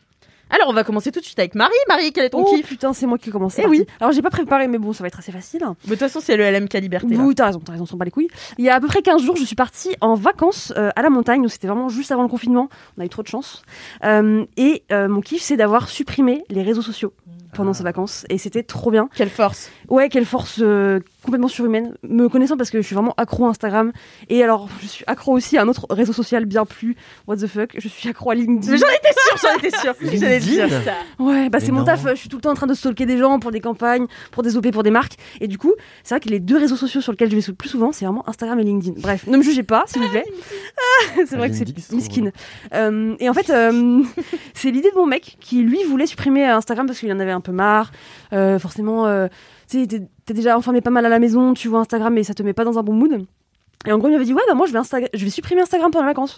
Alors, on va commencer tout de suite avec Marie. Marie, quel est ton
Oh
kiff
putain, c'est moi qui commence. c'est
Eh oui.
parti. Alors j'ai pas préparé, mais bon, ça va être assez facile.
Mais De toute façon, c'est le LMK Liberté. là.
Oui, t'as raison, t'as raison, on s'en bat les couilles. Il y a à peu près 15 jours, je suis partie en vacances euh, à la montagne, donc c'était vraiment juste avant le confinement. On a eu trop de chance. Euh, et euh, mon kiff, c'est d'avoir supprimé les réseaux sociaux
Ah.
pendant ces vacances, et c'était trop bien.
Quelle force
Ouais, quelle force euh, complètement surhumaine. Me connaissant parce que je suis vraiment accro à Instagram, et alors je suis accro aussi à un autre réseau social bien plus what the fuck. Je suis accro à LinkedIn.
Mais J'en étais sûre, j'en étais sûre J'allais le dire.
LinkedIn
Ouais, bah
Mais
c'est mon
non.
taf, je suis tout le temps en train de stalker des gens pour des campagnes, pour des OP, pour des marques. Et du coup, c'est vrai que les deux réseaux sociaux sur lesquels je vais le plus souvent, c'est vraiment Instagram et LinkedIn. Bref, ne me jugez pas, s'il vous plaît. Ah, c'est vrai que
LinkedIn,
c'est
c'est trop
miskin. Euh, et en fait, euh, c'est l'idée de mon mec qui, lui, voulait supprimer euh, Instagram parce qu'il en avait un peu marre. Euh, forcément, euh, tu sais, t'es t'es déjà enfermé pas mal à la maison, tu vois Instagram mais ça te met pas dans un bon mood. Et en gros, il m'avait dit Ouais, bah moi, je vais, Insta- je vais supprimer Instagram pendant les vacances.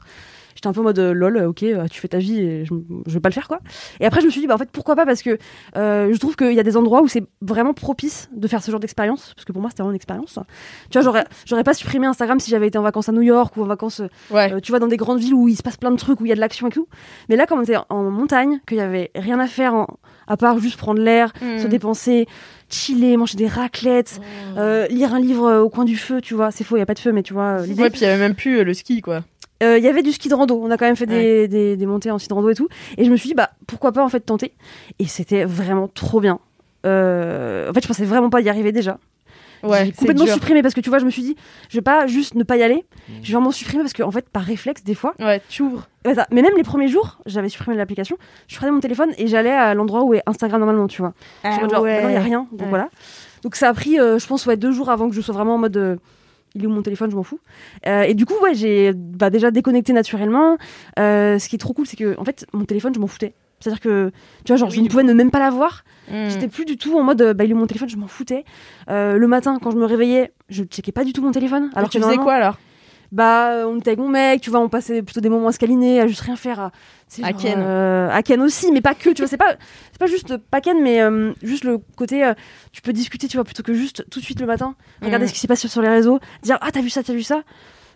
J'étais un peu en mode euh, lol, euh, ok, euh, tu fais ta vie, et je, je vais pas le faire quoi. Et après, je me suis dit, bah en fait, pourquoi pas Parce que euh, je trouve qu'il y a des endroits où c'est vraiment propice de faire ce genre d'expérience. Parce que pour moi, c'était vraiment une expérience. Tu vois, j'aurais, j'aurais pas supprimé Instagram si j'avais été en vacances à New York ou en vacances, euh,
Ouais.
euh, tu vois, dans des grandes villes où il se passe plein de trucs, où il y a de l'action et tout. Mais là, quand on était en montagne, qu'il y avait rien à faire en- à part juste prendre l'air,
Hmm.
se dépenser, chiller, manger des raclettes,
Oh.
euh, lire un livre euh, au coin du feu, tu vois. C'est faux, il y a pas de feu, mais tu vois, euh, l'idée.
Ouais, puis il y avait même plus euh, le ski, quoi.
Euh, il y avait du ski de rando. On a quand même fait des, des- des montées en ski de rando et tout. Et je me suis dit, bah, pourquoi pas en fait tenter. Et c'était vraiment trop bien. Euh, en fait, je pensais vraiment pas y arriver déjà.
Ouais,
J'ai
c'est
complètement
dur.
supprimé parce que tu vois, je me suis dit, je vais pas juste ne pas y aller. Je vais vraiment supprimer parce que, en fait, par réflexe, des fois.
Ouais, tu ouvres.
ouais, ça- Mais même les premiers jours, j'avais supprimé l'application. Je prenais mon téléphone et j'allais à l'endroit où est Instagram normalement, tu vois. Genre, genre, bah non, y a rien. Donc
Ah Ouais.
voilà. Donc ça a pris, euh, je pense, ouais, deux jours avant que je sois vraiment en mode. euh, il est où mon téléphone, je m'en fous. Euh, et du coup, ouais, j'ai bah, déjà déconnecté naturellement. Euh, ce qui est trop cool, c'est que en fait, mon téléphone, je m'en foutais. C'est-à-dire que, tu vois, genre, je ne pouvais ne même pas l'avoir.
Mm. Hmm.
J'étais plus du tout en mode, euh, bah, il est où mon téléphone, je m'en foutais. Euh, le matin, quand je me réveillais, je checkais pas du tout mon téléphone. Alors
Alors tu
que
faisais
normalement,
quoi alors
bah, euh, on était avec mon mec, tu vois, on passait plutôt des moments à se câliner, à juste rien faire. À, tu sais,
À
genre,
Ken.
euh, à Ken aussi, mais pas que, tu vois, c'est pas, c'est pas juste euh, pas Ken, mais euh, juste le côté, euh, tu peux discuter, tu vois, plutôt que juste tout de suite le matin, regarder
Mhm.
ce qui s'est passé sur les réseaux, dire, ah, t'as vu ça, t'as vu ça.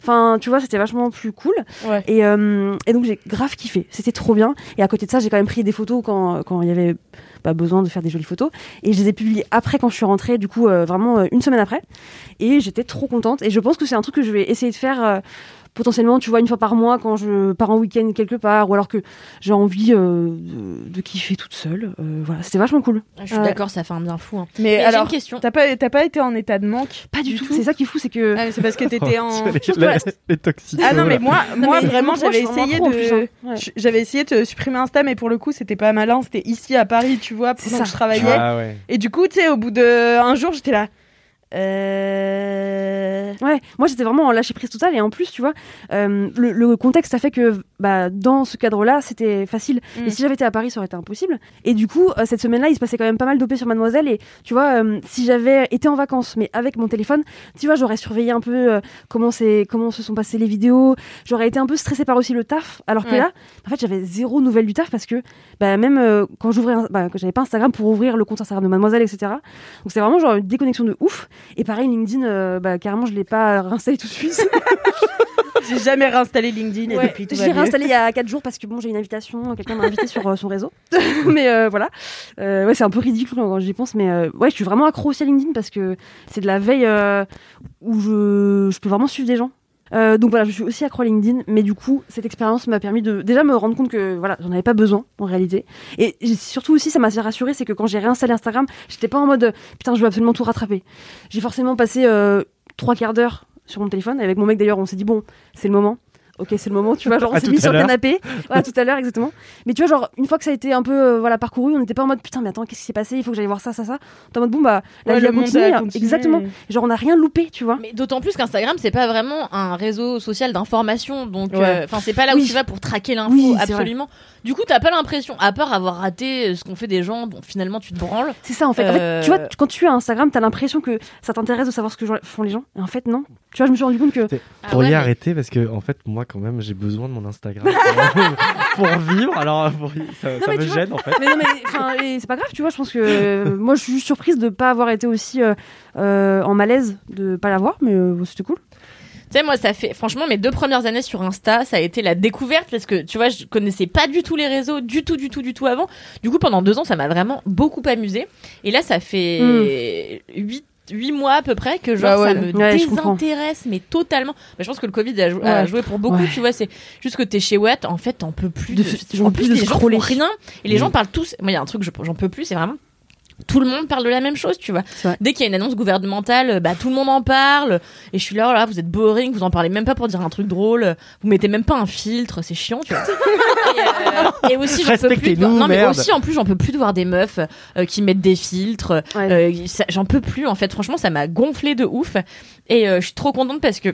Enfin, tu vois, c'était vachement plus cool.
Ouais.
Et, euh, et donc, j'ai grave kiffé. C'était trop bien. Et à côté de ça, j'ai quand même pris des photos quand quand il y avait pas besoin de faire des jolies photos. Et je les ai publiées après quand je suis rentrée, du coup, euh, vraiment euh, une semaine après. Et j'étais trop contente. Et je pense que c'est un truc que je vais essayer de faire euh, potentiellement, tu vois, une fois par mois quand je pars en week-end quelque part, ou alors que j'ai envie euh, de, de kiffer toute seule. Euh, voilà, c'était vachement cool.
Je suis
Ouais.
d'accord, ça fait un bien fou. hein.
Mais,
j'ai
alors,
une question.
t'as pas, t'as pas été en état de manque
Pas du, tout. C'est ça qui est fou, c'est que.
Ah, mais C'est parce que t'étais en.
les, les, les toxiques.
Ah non, mais
voilà.
moi, moi vraiment,
moi, je
j'avais
suis vraiment
essayé
pro, en
de.
plus, hein. Ouais.
j- J'avais essayé de supprimer Insta, mais pour le coup, c'était pas malin. C'était ici à Paris, tu vois,
C'est
pendant
ça.
que je travaillais.
Ah ouais.
Et du coup, tu sais, au bout de un jour, j'étais là. Euh...
Ouais, moi j'étais vraiment en lâcher prise totale et en plus, tu vois, euh, le, le contexte a fait que bah, dans ce cadre-là, c'était facile.
Mm.
Et si j'avais été à Paris, ça aurait été impossible. Et du coup, euh, cette semaine-là, il se passait quand même pas mal d'OP sur Mademoiselle. Et tu vois, euh, si j'avais été en vacances, mais avec mon téléphone, tu vois, j'aurais surveillé un peu euh, comment, c'est- comment se sont passées les vidéos. J'aurais été un peu stressée par aussi le taf. Alors que
Ouais.
là, en fait, j'avais zéro nouvelle du taf parce que bah, même euh, quand j'ouvrais, un- bah, que j'avais pas Instagram pour ouvrir le compte Instagram de Mademoiselle, etc. Donc c'est vraiment genre une déconnexion de ouf. Et pareil, LinkedIn, euh, bah, carrément, je l'ai pas réinstallé tout de suite.
J'ai jamais réinstallé LinkedIn et depuis tout va
J'ai
mieux.
réinstallé il y a 4 jours parce que bon, j'ai une invitation, quelqu'un m'a invité sur euh, son réseau. mais euh, voilà. Euh, ouais, c'est un peu ridicule quand quand j'y pense, mais euh, ouais, je suis vraiment accro aussi à LinkedIn parce que c'est de la veille euh, où je, je peux vraiment suivre des gens. Euh, donc voilà, je suis aussi accro à LinkedIn, mais du coup, cette expérience m'a permis de déjà me rendre compte que voilà, j'en avais pas besoin en réalité. Et j'ai- surtout aussi, ça m'a rassurée, c'est que quand j'ai réinstallé Instagram, j'étais pas en mode putain, je veux absolument tout rattraper. J'ai forcément passé euh, trois quarts d'heure sur mon téléphone. Avec mon mec d'ailleurs, on s'est dit bon, c'est le moment. Ok, c'est le moment, tu vois, genre on
À
s'est
tout
mis
à
sur le
l'heure.
canapé. Voilà, tout à l'heure, exactement. Mais tu vois, genre, une fois que ça a été un peu euh, voilà, parcouru, on n'était pas en mode putain, mais attends, qu'est-ce qui s'est passé Il faut que j'aille voir ça, ça, ça. On était en mode bon, bah, la
Ouais,
vie
le
a
monde
continué.
a continué.
Exactement. Genre, on n'a rien loupé, tu vois.
Mais d'autant plus qu'Instagram, c'est pas vraiment un réseau social d'information. Donc,
Ouais.
euh, enfin, c'est pas là où
Oui.
tu vas pour traquer l'info,
Oui, c'est
absolument. Du coup, t'as pas l'impression, à part avoir raté euh, ce qu'ont fait des gens, bon, finalement, tu te branles.
C'est ça en fait. En fait, tu
Euh.
vois, tu- quand tu as Instagram, t'as l'impression que ça t'intéresse de savoir ce que genre- font les gens. Et en fait, non. Tu vois, je me suis rendu compte que.
Ah
Pour
ouais,
y
mais-
arrêter, parce que en fait, moi quand même, j'ai besoin de mon Instagram pour vivre. Alors, pour y- ça, ça
mais
me
tu vois-
gêne en fait.
Mais non, mais enfin, et c'est pas grave, tu vois. Je pense que euh, moi, je suis juste surprise de pas avoir été aussi euh, euh, en malaise de pas l'avoir, mais euh, c'était cool.
Tu sais, moi, ça fait, franchement, mes deux premières années sur Insta, ça a été la découverte parce que, tu vois, je connaissais pas du tout les réseaux, du tout, du tout, du tout avant. Du coup, pendant deux ans, ça m'a vraiment beaucoup amusé. Et là, ça fait huit, huit mois à peu près que, genre,
Bah ouais.
ça me
Hmm. Ouais, je comprends.
désintéresse, mais totalement. Bah, je pense que le Covid a, jou- a
Ouais.
joué pour beaucoup,
Ouais.
tu vois, c'est juste que t'es chez Watt, en fait, t'en peux plus.
De- j'en
en
peux plus de
les gens
scroller.
font rien. Et les
Mm.
gens parlent tous, moi, il y a un truc, que je- j'en peux plus, c'est vraiment. Tout le monde parle de la même chose, tu vois.
C'est vrai.
Dès qu'il y a une annonce gouvernementale, bah tout le monde en parle. Et je suis là, oh là, vous êtes boring, vous en parlez même pas pour dire un truc drôle, vous mettez même pas un filtre, c'est chiant, tu vois. et, euh, et aussi, j'en peux plus. de voir-
Respectez-nous,
Non, mais
merde.
aussi, en plus, j'en peux plus de voir des meufs euh, qui mettent des filtres.
Ouais.
euh, ça- j'en peux plus, en fait. Franchement, ça m'a gonflé de ouf. Et euh, je suis trop contente parce que.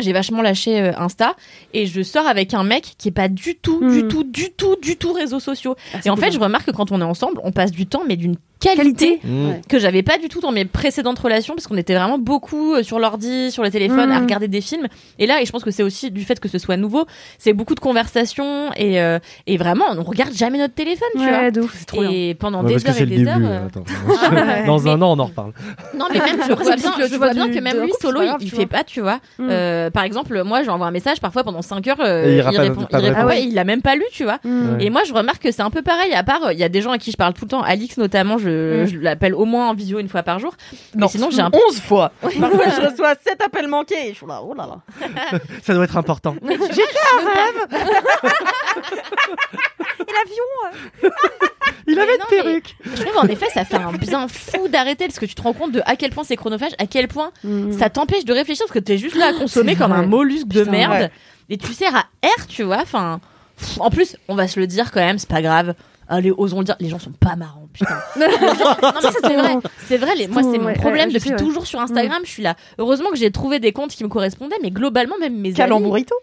J'ai vachement lâché euh, Insta et je sors avec un mec qui est pas du tout, du
Mhm.
tout, du tout, du tout réseaux sociaux.
Ah, c'est
Et en fait,
cool.
je remarque que quand on est ensemble, on passe du temps, mais d'une qualité
qualité.
Mm.
Ouais.
que j'avais pas du tout dans mes précédentes relations parce qu'on était vraiment beaucoup euh, sur l'ordi, sur le téléphone,
Mhm.
à regarder des films. Et là, et je pense que c'est aussi du fait que ce soit nouveau, c'est beaucoup de conversations et, euh, et vraiment, on regarde jamais notre téléphone, tu vois.
Ouais, de ouf, c'est trop bien.
Et pendant
Ouais, parce
des
que
heures
c'est
et
le
des
début.
heures.
euh,
euh,
attends.
Ah
ouais.
Dans un
Mais-
an, on en reparle.
Non, mais même, je vois
C'est
bien,
le
je
cycle, tu
vois
vois,
bien
du-
que
de
même
la
lui,
coupe,
solo,
c'est
il,
pas grave,
il
tu
fait
vois.
pas, tu vois.
Mm.
Euh, par exemple, moi, je lui envoie un message parfois pendant 5 heures, euh,
Et il
il,
rappelle-
répond,
pas
il
de
répond
réponse.
pas, il l'a même pas lu, tu vois.
Ah
Mm.
Ouais.
Et moi, je remarque que c'est un peu pareil. À part, il y a des gens à qui je parle tout le temps. Alix, notamment, je,
Mm.
je l'appelle au moins en visio une fois par jour. Mais sinon, j'ai un
11 fois. Parfois, je reçois 7 appels manqués. Je suis là, oh là
Bah
là.
Ça doit être important. Il
Mais
avait
non,
de perruque.
Je trouve en effet ça fait un bien fou d'arrêter parce que tu te rends compte de à quel point c'est chronophage, à quel point
Mm.
ça t'empêche de réfléchir parce que t'es juste là à consommer
c'est
comme
vrai.
un mollusque de
Putain,
merde
ouais.
et tu sers à air, tu vois. Enfin, pff, en plus, on va se le dire quand même, c'est pas grave. Allez, osons le dire, les gens sont pas marrants, putain. Les gens- non, mais c'est vrai, c'est vrai, les- moi
Tout,
c'est mon
ouais,
problème
ouais, je
depuis
sais, ouais. Mm.
toujours sur Instagram, je suis là. Heureusement que j'ai trouvé des comptes qui me correspondaient, mais globalement, même mes amis.
Calamburrito.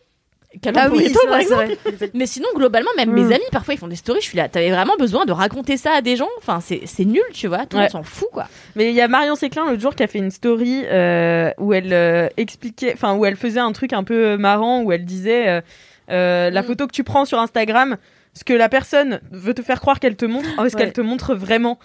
Calembourito,
Ah oui, c'est
par
vrai, c'est
exemple.
vrai.
Mais sinon, globalement, même
Mm.
mes amis, parfois, ils font des stories. Je suis là, t'avais vraiment besoin de raconter ça à des gens Enfin, c'est c'est nul, tu vois. Tout le
Ouais.
monde s'en fout, quoi.
Mais il y a Marion Séclin l'autre jour qui a fait une story euh, où elle euh, expliquait, enfin où elle faisait un truc un peu euh, marrant où elle disait euh, euh, la
Mm.
photo que tu prends sur Instagram, ce que la personne veut te faire croire qu'elle te montre, oh, est-ce
Ouais.
qu'elle te montre vraiment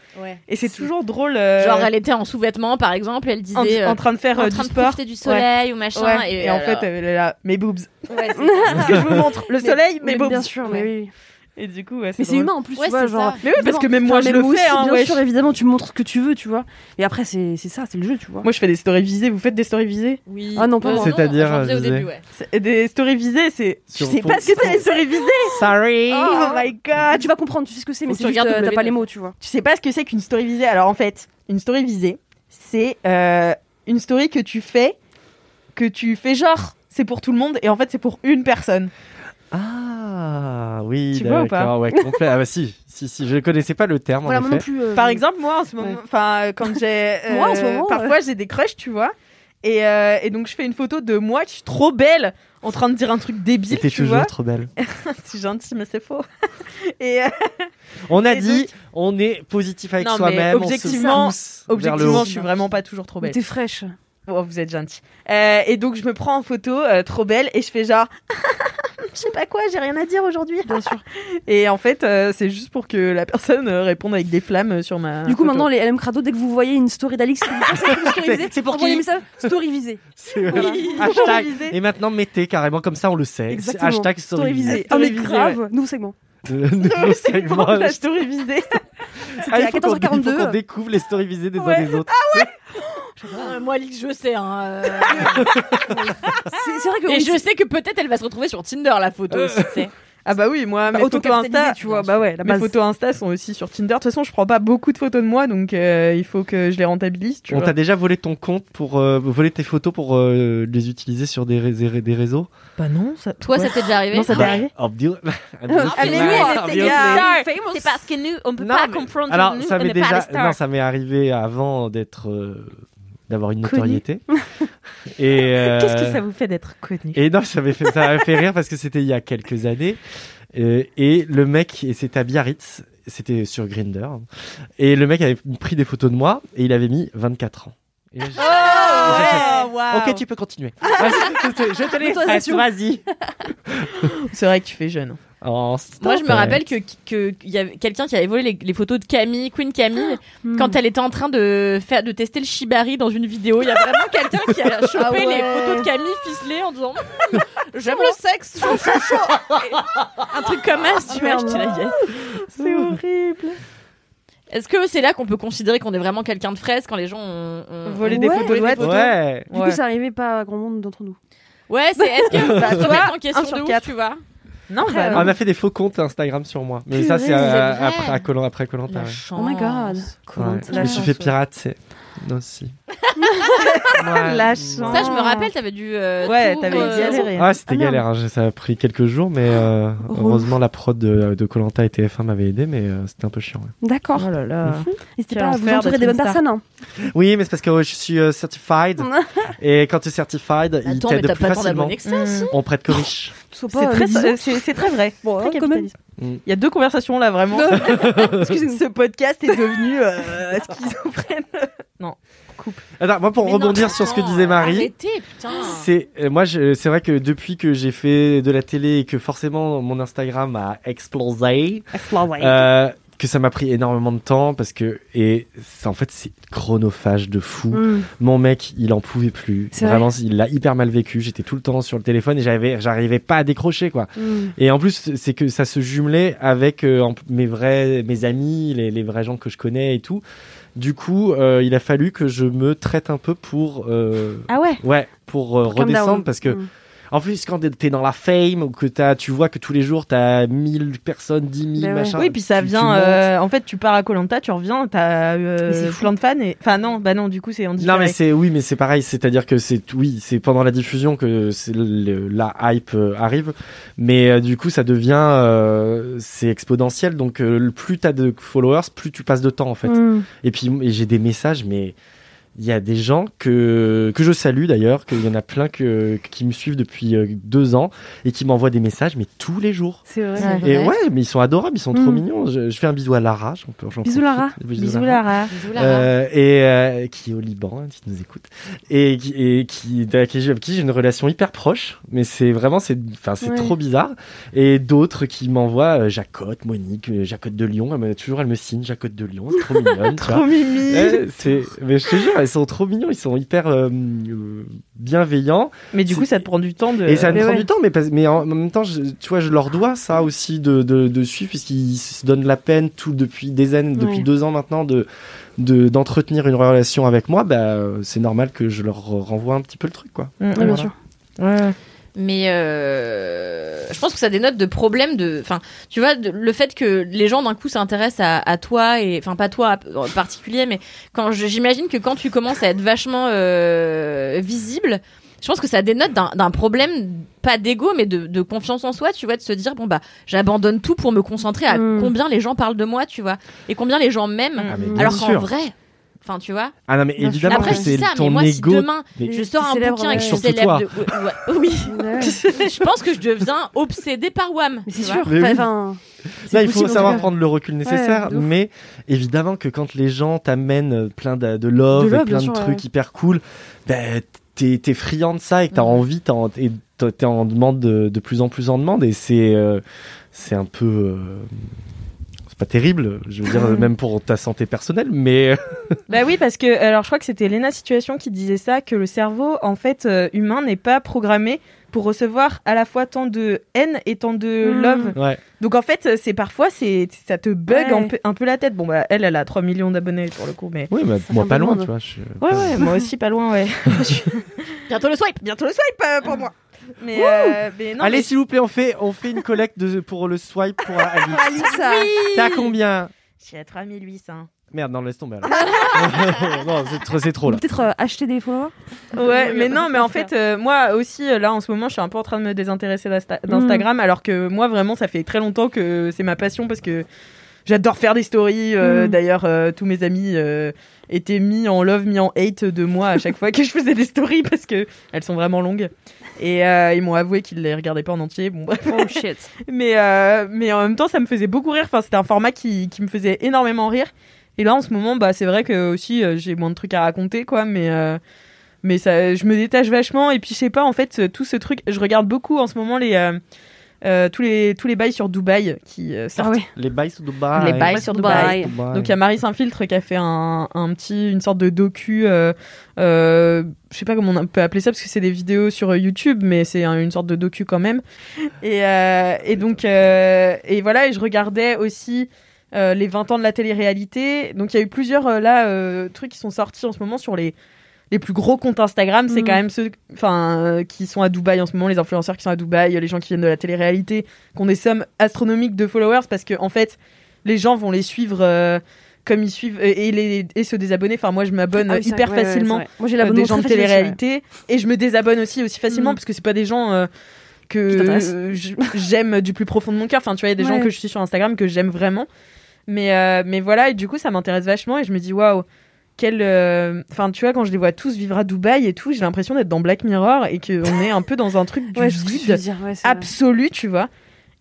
Et c'est toujours drôle. euh,
Genre, elle était en sous-vêtements, par exemple, elle disait.
en,
euh,
en train de faire
en
euh,
train
du
de
sport.
profiter du soleil ou machin.
Ouais. Et, en
alors-
fait, elle est là, mes boobs.
Ouais, c'est ça.
Ce que je vous montre, le soleil, mes
Mais
boobs.
bien sûr, mais oui.
Et du coup, ouais,
Mais c'est
drôle.
humain en plus,
Ouais,
tu vois,
c'est
genre.
ça.
Mais oui, parce que même
Enfin,
moi, je
même
le fais.
aussi,
hein,
bien
wesh.
sûr, évidemment, tu montres ce que tu veux, tu vois. Et après, c'est c'est ça, c'est le jeu, tu vois.
Moi, je fais des stories visées. Vous faites des stories visées
Oui. Bah
Ah non, pas moi.
C'est-à-dire,
j'en faisais au
je
début,
disais-
ouais.
C'est- Des stories visées, c'est. Je
Sur
sais
ton-
pas ce que c'est les stories visées.
Sorry.
Oh my
Ah,
god.
tu vas comprendre, tu sais ce que c'est, mais
Faut
c'est
que tu
juste,
regardes
euh, t'as pas
W9.
les mots, tu vois.
Tu sais pas ce que c'est qu'une story visée. Alors en fait, une story visée, c'est euh, une story que tu fais, que tu fais genre, c'est pour tout le monde et en fait c'est pour une personne.
Ah oui,
Tu vois ou pas
d'accord, ouais, complet. Ah bah si, si, si, je connaissais pas le terme
Voilà,
en
moi
effet.
non plus. euh,
Par
je-
exemple, moi en ce moment,
Ouais.
enfin euh, quand j'ai, euh,
Moi, en ce moment,
parfois j'ai des crushs, tu vois, et, euh, et donc je fais une photo de moi, je suis trop belle, en train de dire un truc débile,
Et t'es
tu vois.
toujours trop belle.
C'est gentil, mais c'est faux. et euh,
On a
Et
dit,
donc-
on est positif avec
Non, mais
soi-même. on se
objectivement-
pousse vers le haut.
objectivement, je suis vraiment pas toujours trop
Mais
belle.
T'es fraîche.
Oh, vous êtes gentil. Euh, et donc, je me prends en photo, euh, trop belle, et je fais genre, je sais pas quoi, j'ai rien à dire aujourd'hui. Bien sûr. Et en fait, euh, c'est juste pour que la personne euh, réponde avec des flammes euh, sur ma.
Du coup,
photo.
maintenant, les LM Crado, dès que vous voyez une story d'Alix, vous pensez que c'est une story visée,
C'est pour
envoyez
qui
un message, story visée.
C'est-
Voilà.
Hashtag.
Storyvisé.
Et maintenant, mettez carrément comme ça, on le sait.
Exactement.
Hashtag
Story
storyvisé.
visée. Ah, mais
Story visée,
grave, nouveau segment.
Le nouveau segment.
la story visée.
Ah, il
à
faut qu'on- il faut
14h42.
qu'on découvre les storyvisés des uns
Ouais.
des autres.
Euh, moi, Alix, je sais. Hein, euh,
C'est c'est vrai que.
Et
oui,
je sais que peut-être elle va se retrouver sur Tinder, la photo aussi, tu sais.
Ah bah oui, moi,
Bah,
mes photos
auto-capitalisé,
Insta,
tu vois, bah ouais, la
mes
base.
photos Insta sont aussi sur Tinder. De toute façon, je prends pas beaucoup de photos de moi, donc euh, il faut que je les rentabilise. Tu
On
vois.
t'a déjà volé ton compte pour euh, voler tes photos pour euh, les utiliser sur des, ré- des ré- des réseaux
Bah non, ça.
Toi, ça t'est déjà arrivé
Non, ça t'est arrivé.
Oh, Dieu.
mais
Ah, Dieu.
C'est parce que nous, on peut
Non,
pas
mais-
comprendre.
Alors,
nous,
ça
on
m'est
n'est pas les
déjà,
stars.
non, ça m'est arrivé avant d'être, euh, d'avoir une
Connu.
notoriété. et euh,
Qu'est-ce que ça vous fait d'être connu
Et non, ça m'avait fait, ça m'avait fait rire parce que c'était il y a quelques années. Euh, et le mec, et c'était à Biarritz, c'était sur Grinder. Et le mec avait pris des photos de moi et il avait mis 24 ans. Et là, j'ai-
Oh,
Ok, tu peux continuer. Vas-y, je te- je te laisse. Vas-y.
C'est vrai que tu fais jeune.
Oh,
Moi, je me
stop.
rappelle que que- qu'il y avait quelqu'un qui avait volé les, les photos de Camille, Queen Camille,
Ah.
Hmm.
quand elle était en train de faire de tester le shibari dans une vidéo. Il y a vraiment quelqu'un qui a chopé
Ah ouais.
les photos de Camille ficelées en disant Hum, j'aime le sexe, chaud, chaud, chaud. Et un truc comme ça, tu vois. j'étais
Ah,
là, yes.
C'est horrible.
Est-ce que c'est là qu'on peut considérer qu'on est vraiment quelqu'un de fraise quand les gens ont, ont-
Voler des
Ouais.
photos de
Voler
Watt.
des photos.
Ouais.
Du coup, ça arrivait pas à grand monde d'entre nous.
Ouais, c'est est-ce que
Bah,
bah,
toi,
en
un sur
question de ouf,
quatre.
tu vois
Non,
bah
On a fait des faux comptes Instagram sur moi. Mais ça, c'est
Purée,
à-
c'est vrai.
après à Colin- après Colin.
La chance.
Oh my god.
Je me suis fait pirate, c'est. Non, si. Ouais.
La chance.
Ça, je me rappelle, t'avais dû. euh,
Ouais,
tout,
t'avais
euh,
galéré.
Ah, c'était
Ah, merde.
galère, hein. ça a pris quelques jours, mais euh, heureusement la prod de Colanta et TF1 m'avait aidé, mais euh, c'était un peu chiant. ouais.
D'accord.
Oh là là.
N'hésitez
Quel
pas à vous
enfer
entourer
d'être
des bonnes hein.
une star.
personnes. hein.
Oui, mais c'est parce que euh, je suis euh, certified, et quand tu es certified, il
Attends, mais
t'aide
t'as
plus
pas tant
facilement.
d'abonnés que ça,
Mmh. Mm.
si.
On prête que riche.
Sois pas,
C'est
euh,
très,
disons.
c'est- c'est très vrai.
Bon,
Très
hein, quand même.
capitaliste.
Mm.
Il y a deux conversations là vraiment.
Excusez-moi.
Ce podcast est devenu euh, schizophrène.
Attends, moi pour
Mais non,
rebondir sur ce que
attends,
disait Marie.
Arrêtez, putain.
C'est euh, moi, je- c'est vrai que depuis que j'ai fait de la télé et que forcément mon Instagram a explosé, euh, que ça m'a pris énormément de temps parce que et c'est- en fait c'est chronophage de fou.
Mm.
Mon mec, il en pouvait plus.
C'est vrai
Vraiment, il l'a hyper mal vécu. J'étais tout le temps sur le téléphone et j'avais, j'arrivais pas à décrocher quoi.
Mm.
Et en plus, c'est que ça se jumelait avec euh, en- mes vrais, mes amis, les, les vrais gens que je connais et tout. Du coup, euh, il a fallu que je me traite un peu pour, euh,
Ah ouais
ouais, pour euh,
calm down.
redescendre parce que.
Mm.
En plus, quand t'es- t'es dans la fame ou que t'as, tu vois que tous les jours t'as 1000 personnes, 10 000
Ben ouais.
machins.
Oui, puis ça
Ah, tu- tu
vient.
montes.
euh, en fait, tu pars à Colanta, tu reviens, t'as
Mais c'est
euh,
fou.
plein de fans. Et... Enfin non, bah non, du coup c'est en
Non
différé.
mais c'est oui mais c'est pareil c'est-à-dire que c'est oui c'est pendant la diffusion que c'est le- la hype euh, arrive mais euh, du coup ça devient euh, c'est exponentiel donc euh, le plus t'as de followers plus tu passes de temps en fait
Mm.
et puis et j'ai des messages mais il y a des gens que que je salue d'ailleurs qu'il y en a plein que qui me suivent depuis euh, deux ans et qui m'envoient des messages mais tous les jours
C'est vrai.
Ouais.
et ouais mais ils sont adorables ils sont trop
Mm.
mignons je, je fais un bisou à Lara j'en peux- j'en
Bisous,
profite.
Lara.
Bisous Lara.
Bisous, Lara.
Euh, et euh, qui est au Liban, hein, qui nous écoute, et, qui- et qui, avec qui j'ai avec qui j'ai une relation hyper proche, mais c'est vraiment, c'est enfin, c'est
Ouais.
trop bizarre. Et d'autres qui m'envoient euh, Jacotte, Monique, euh, Jacotte de Lyon, elle me, toujours elle me signe Jacotte de Lyon, c'est trop mignonne. tu vois.
Trop mimi.
Eh, c'est, mais je te jure, ils sont trop mignons, ils sont hyper euh, euh, bienveillants.
Mais du coup, ça te prend du temps de. Mm,
Et ça me
Euh, Mais
prend
ouais.
du temps, mais, pas- mais en même temps, je, tu vois, je leur dois ça aussi de, de, de suivre, puisqu'ils se donnent la peine tout depuis des années, depuis
Ouais.
deux ans maintenant, de de- d'entretenir une relation avec moi. Bah, euh, c'est normal que je leur renvoie un petit peu le truc, quoi.
Mm, mm,
Ouais, bien
Voilà.
sûr.
ouais.
Mais euh, je pense que ça dénote de problèmes de, enfin, tu vois, de- le fait que les gens d'un coup s'intéressent à, à toi et, enfin, pas toi euh, en particulier, mais quand je- j'imagine que quand tu commences à être vachement euh, visible, je pense que ça dénote d'un d'un problème pas d'ego, mais de, de confiance en soi, tu vois, de se dire bon bah j'abandonne tout pour me concentrer à
Mm.
combien les gens parlent de moi, tu vois, et combien les gens m'aiment,
Ah, mais bien
alors qu'en
sûr.
vrai, enfin, tu vois.
Ah non, mais
Bien sûr.
évidemment
Après
que
je dis
c'est
ça, mais
ton
moi si
ego.
demain
mais-
je sors un
Célèbre,
bouquin et que je suis
ouais. Surtout
célèbre.
toi.
de- ouais, ouais, oui.
Ouais.
je pense que je deviens obsédée par Wham.
Mais
tu
c'est
vois.
sûr.
Mais oui.
Enfin,
Là,
c'est
il faut
possible, en
savoir
tout cas.
prendre le recul nécessaire,
Ouais, de ouf.
mais évidemment que quand les gens t'amènent euh, plein de, de love,
De love,
et plein
bien
de
sûr,
trucs
ouais.
hyper cool, ben t'es t'es friand de ça et que t'as
Mhm.
envie, t'es en, et t'as- t'es en demande de, de plus en plus en demande, et c'est euh, c'est un peu. euh, c'est pas terrible, je veux dire, euh, même pour ta santé personnelle, mais. euh,
Bah oui, parce que alors je crois que c'était Lena Situation qui disait ça, que le cerveau en fait euh, humain n'est pas programmé pour recevoir à la fois tant de haine et tant de
Mm.
love.
Ouais.
Donc en fait, c'est parfois c'est ça te bug
Ouais.
un, peu, un peu la tête. Bon bah elle, elle a 3 millions d'abonnés pour le coup, mais
Oui, mais
Ça
moi
fait
pas
un peu
loin,
monde.
tu vois. je suis- euh,
ouais ouais, moi aussi pas loin ouais.
Bientôt le swipe.
Bientôt le swipe euh, pour moi. Mais, euh, mais non,
Allez,
mais-
s'il vous plaît, on fait, on fait une collecte de, pour le swipe pour Alice.
Alissa.
T'as combien
j'ai à 3800.
Merde, non, laisse tomber alors. non, c'est trop, c'est trop là.
Peut-être euh, acheter des followers.
Ouais, mais non, mais en fait, euh, moi aussi, euh, là, en ce moment, je suis un peu en train de me désintéresser d'Insta- d'Instagram, alors que moi, vraiment, ça fait très longtemps que c'est ma passion parce que j'adore faire des stories. euh,
Mm.
D'ailleurs, euh, tous mes amis euh, étaient mis en love, mis en hate de moi à chaque fois que je faisais des stories parce que elles sont vraiment longues. Et euh, ils m'ont avoué qu'ils les regardaient pas en entier. Bon, bref.
Oh shit.
Mais, euh, mais en même temps, ça me faisait beaucoup rire. Enfin, c'était un format qui, qui me faisait énormément rire. Et là, en ce moment, bah, c'est vrai que aussi euh, j'ai moins de trucs à raconter, quoi. Mais, euh, mais ça, je me détache vachement. Et puis, je sais pas, en fait, euh, tout ce truc, je regarde beaucoup en ce moment les euh, euh, tous les tous les bails sur Dubaï qui euh, sortent.
Les bails sur Dubaï.
Les bails sur
Dubaï.
Dubaï.
Donc il y a Marie Saint-Filtre qui a fait un, un petit, une sorte de docu, euh, euh, je sais pas comment on peut appeler ça parce que c'est des vidéos sur euh, YouTube, mais c'est un- une sorte de docu quand même. Et, euh, et donc euh, et voilà, et je regardais aussi euh, les 20 ans de la télé-réalité. Donc il y a eu plusieurs euh, là euh, trucs qui sont sortis en ce moment sur les les plus gros comptes Instagram, c'est
Mhm.
quand même ceux enfin, euh, qui sont à Dubaï en ce moment, les influenceurs qui sont à Dubaï, les gens qui viennent de la télé-réalité, qui ont des sommes astronomiques de followers parce que, en fait, les gens vont les suivre euh, comme ils suivent et, et les, et se désabonner. Enfin, moi, je m'abonne
Ah oui, ça,
hyper
ouais, ouais,
facilement
c'est vrai. Moi j'ai
euh,
l'abonnement
des gens de
très facile, ouais.
télé-réalité et je me désabonne aussi aussi facilement
Mm.
parce que c'est pas des gens euh,
Qui
que
t'intéressent.
euh, j- j'aime du plus profond de mon cœur. Enfin, tu vois, il y a des gens
Ouais.
que je suis sur Instagram que j'aime vraiment. Mais, euh, mais voilà, et du coup, ça m'intéresse vachement et je me dis, waouh, quel. euh, Enfin, tu vois, quand je les vois tous vivre à Dubaï et tout, j'ai l'impression d'être dans Black Mirror et qu'on est un peu dans un truc du
Ouais, je sais ce que tu veux
vide
dire. Ouais, c'est vrai.
absolu, tu vois.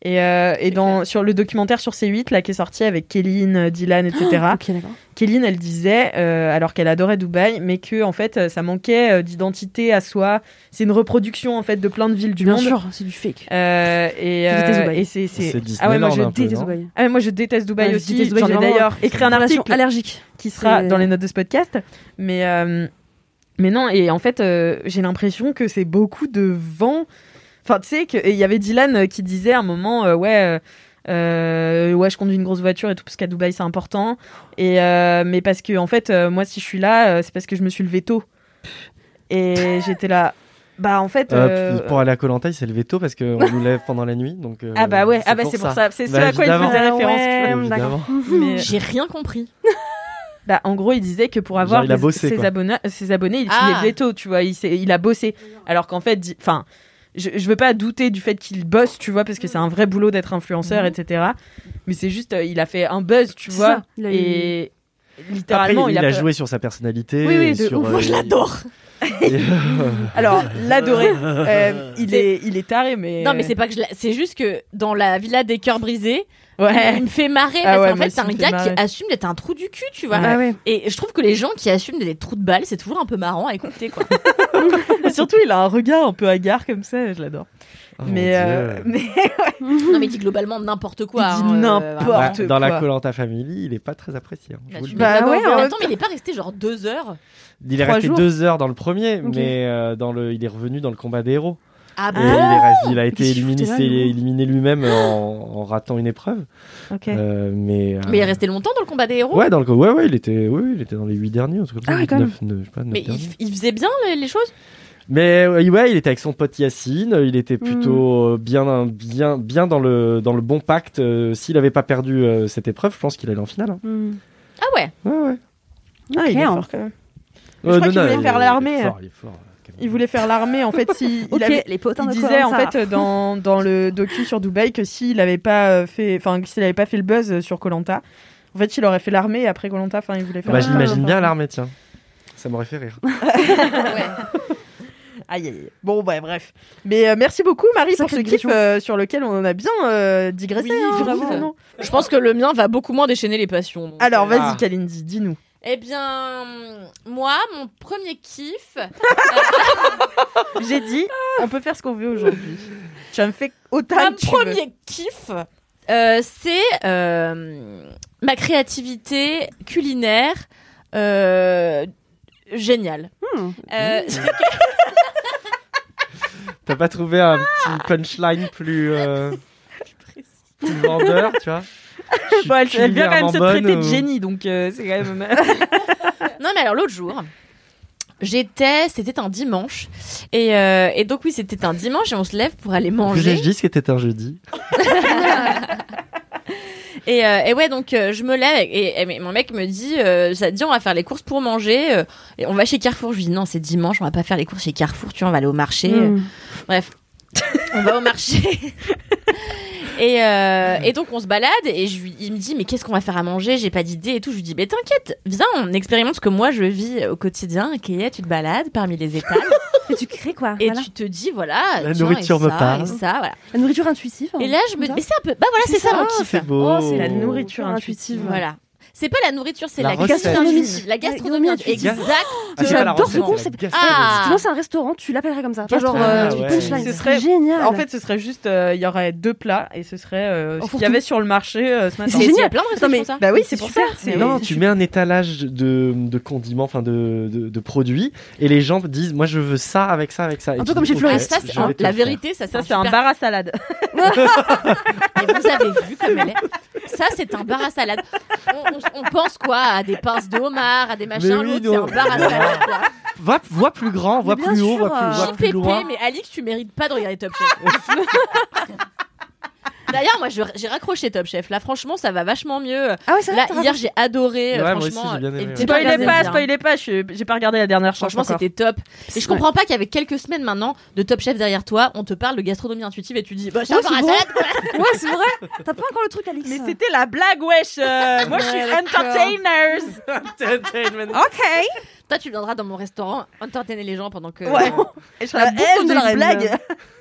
Et, euh, et dans, sur le documentaire sur C8, là, qui est sorti avec Kéline, euh, Dylan, etc.
Ok, d'accord.
Kéline, elle disait, euh, alors qu'elle adorait Dubaï, mais que en fait, euh, ça manquait euh, d'identité à soi. C'est une reproduction en fait de plein de villes du
Bien
monde.
sûr, c'est du fake.
Euh, et
Je déteste
euh,
Dubaï.
et c'est c'est-
C'est
ah ouais moi
Disneyland hein,
je
un peu,
déteste
non
Dubaï.
ah ouais, moi je déteste Dubaï
Ouais, je
aussi.
déteste Dubaï,
J'en ai
j'ai vraiment-
d'ailleurs écrit un
Relation
article
allergique.
qui sera
C'est-
dans les notes de ce podcast. Mais, euh, mais non, et en fait, euh, j'ai l'impression que c'est beaucoup de vent. Enfin, tu sais, que- et il y avait Dylan euh, qui disait à un moment, euh, ouais. euh, euh, ouais, je conduis une grosse voiture et tout parce qu'à Dubaï c'est important. Et euh, mais parce que en fait, euh, moi si je suis là, euh, c'est parce que je me suis levé tôt. Et j'étais là, bah en fait.
Euh,
euh,
puis pour aller à Colantaille, c'est levé tôt parce qu'on nous lève pendant la nuit. Donc, euh,
ah bah ouais, ah bah c'est pour ça. C'est ce
Bah,
à quoi il
évidemment.
faisait référence.
Ah Ouais,
tu vois.
d'accord.
Évidemment.
Mais-
J'ai rien compris.
Bah, en gros, il disait que pour avoir
Genre, il a
les-
bossé,
ses,
quoi.
abonnés, ses abonnés, il
Ah.
il est veto, tu vois, il, s'est- il a bossé. Alors qu'en fait, di- enfin, je, je veux pas douter du fait qu'il bosse, tu vois, parce que c'est un vrai boulot d'être influenceur, etc. Mais c'est juste, euh, il a fait un buzz, tu
C'est
vois,
ça, il a eu-
et
Après,
littéralement,
il,
il,
a,
a,
joué sur sa personnalité.
Oui, oui,
et
de
sur,
ouf.
euh,
Moi, je
l'adore.
et- euh,
Alors, l'adoré, euh, il est, il est taré, mais
Non mais c'est pas que je la- c'est juste que dans la villa des cœurs brisés, il
ouais.
me fait marrer
Ah
parce
ouais,
qu'en
moi
fait
aussi,
c'est
il
un
me fait
gars
marrer.
qui assume d'être un trou du cul, tu vois.
Ah ouais.
Et je trouve que les gens qui assument d'être des trous de balle, c'est toujours un peu marrant à écouter quoi.
Surtout, il a un regard un peu hagard comme ça, je l'adore.
Oh,
mais,
mon
euh,
Dieu.
mais
Non, mais il dit globalement n'importe quoi.
Il dit
hein, euh,
n'importe
vraiment.
Bah,
porte
dans la
quoi.
Colanta Family, il est pas très apprécié. hein, je
Bah,
vous
tu
le dis.
Bah
m'étonnes.
ouais,
Mais
en
en
même
même temps, mais il est pas resté genre deux heures.
il est
trois
resté
jours.
deux heures dans le premier,
Ok.
mais euh, dans le, il est revenu dans le combat des héros.
Ah
Et il, est resté- il a été
Qu'est-ce qu'il
éliminé,
foutait là,
s'est
lui
éliminé lui-même en, en ratant une épreuve.
Ok.
Euh, mais, euh,
Mais il est resté longtemps dans le combat des
Oh.
héros.
Ouais, dans le co- ouais, ouais, il était, ouais, il était dans les 8 derniers, en tout cas.
Ah ouais, quand même.
mais
Mais il, f- il faisait bien les, les choses.
Mais ouais, ouais, il était avec son pote Yacine, il
Mm.
était plutôt euh, bien, bien, bien dans le, dans le bon pacte. euh, S'il avait pas perdu euh, cette épreuve, je pense qu'il allait en finale. hein.
Ah ouais.
Ouais, ouais.
Ah, il est
Claire.
fort quand même.
Euh,
crois qu'il voulait
il-
faire
il est
l'armée.
fort, il est fort, euh, Kevin.
Il voulait faire l'armée en fait. Si, il avait-
les potins
Il disait en fait euh, dans, dans le docu sur Dubaï que s'il n'avait pas euh, fait enfin que s'il avait pas fait le buzz euh, sur Colanta, en fait il aurait fait l'armée et après Colanta enfin il voulait faire.
Bah,
l'armée.
J'imagine bien l'armée, tiens. Ça m'aurait fait rire.
Ah Aïe, aïe, aïe. Bon bah bref. Mais euh, merci beaucoup Marie pour
Sacrée
ce kiff
digression.
euh, sur lequel on en a bien euh, digressé.
Oui,
hein,
grave.
finalement.
Je pense que le mien va beaucoup moins déchaîner les passions. donc,
Alors
euh,
vas-y
Ah.
Kalindi, dis-nous.
Eh bien, euh, moi, mon premier kiff.
J'ai dit, on peut faire ce qu'on veut aujourd'hui. Tu me fais autant
Un
que tu veux.
premier kiff, euh, c'est euh, ma créativité culinaire euh, géniale.
Hmm.
Euh,
T'as pas trouvé un petit punchline plus. euh, plus vendeur, tu vois Je suis
Bon, elle, elle vient quand même se
culinairement
traiter de
bonne ou-
génie, donc euh, c'est quand même.
Non, mais alors l'autre jour, j'étais, c'était un dimanche, et, euh, et donc oui, c'était un dimanche, et on se lève pour aller
En plus,
manger.
je dis ce qui était un jeudi.
Et, euh, et ouais, donc euh, je me lève, et, et mon mec me dit, euh, ça te dit, on va faire les courses pour manger, euh, et on va chez Carrefour. Je lui dis, non, c'est dimanche, on va pas faire les courses chez Carrefour, tu vois, on va aller au marché.
Mm.
euh, Bref, on va au marché. Et, euh, et donc on se balade et je, lui- il me dit mais qu'est-ce qu'on va faire à manger j'ai pas d'idée et tout je lui dis mais t'inquiète viens on expérimente ce que moi je vis au quotidien Kéa tu te balades parmi les étals
Et tu crées quoi
Et
voilà.
tu te dis, voilà,
La
tiens,
nourriture
et
me
ça,
parle.
Et ça, voilà.
La nourriture intuitive. hein.
Et là, je me
Ça.
mais c'est un peu, bah voilà, c'est ça, mon
Ah,
kiff.
c'est beau.
Oh, c'est la nourriture.
intuitive.
Voilà. C'est pas la nourriture, c'est
La
la,
recette.
gastronomie. La gastronomie,
La gastronomie
intuitive.
exact.
Ah, c'est pas la
J'adore
recette, c'est
ce
la
concept.
gastronomie.
Ah.
Tu lances un restaurant, tu l'appellerais comme ça. Pas genre
Ah,
euh, du
ouais.
punchline.
Ce
Ce
serait-
serait génial.
En fait, ce serait juste, euh, il y aurait deux plats et ce serait euh, ce
fourre-tout.
qu'il y avait sur le marché euh, ce matin.
Il y
C'est
a
génial.
plein de
Attends,
recettes
mais-
comme ça.
Bah oui, c'est pour ça.
super.
c'est-
Non, tu mets un étalage de, de condiments, enfin de, de, de produits, et les gens disent Moi, je veux ça avec ça, avec ça. Et
peu
tu
comme
dis,
chez
Ok,
Florence.
Ah, ça,
je
c'est
vais
un-
te
la
le faire.
vérité, ça,
Ça,
ça
c'est un bar à salade.
Et vous avez vu comme elle est. Ça, c'est un bar à salade. On, on- on pense quoi à des pinces de homard, à des machins,
oui,
l'autre, c'est
non.
un bar à salade. quoi.
Va, vois plus grand, vois
Mais
plus
bien
haut,
sûr,
vois plus,
euh,
vois plus loin.
JPP, mais Alix, tu mérites pas de regarder Top Chef. D'ailleurs, moi, je- j'ai raccroché Top Chef. Là, franchement, ça va vachement mieux.
Ah ouais, ça
Là, hier, j'ai adoré. euh,
Ouais, moi aussi,
franchement,
j'ai bien aimé,
et
ouais.
j'ai
Spoilez
regardé
pas,
bien.
spoilez pas. je suis- J'ai pas regardé la dernière chance.
Franchement,
encore.
c'était top. Et je comprends pas qu'il y avait quelques semaines maintenant de Top Chef derrière toi, on te parle de gastronomie intuitive et tu dis, bah, ça
Ouais,
va,
c'est
ça
bon.
va.
Ouais, c'est vrai. T'as pas encore le truc, Alix.
Mais c'était la blague, wesh. euh, moi, je suis entertainers. ok.
Toi, tu viendras dans mon restaurant entertainer les gens pendant que.
Ouais. Et je serai la
bouffonne
haine
de
des
la reine.
blagues.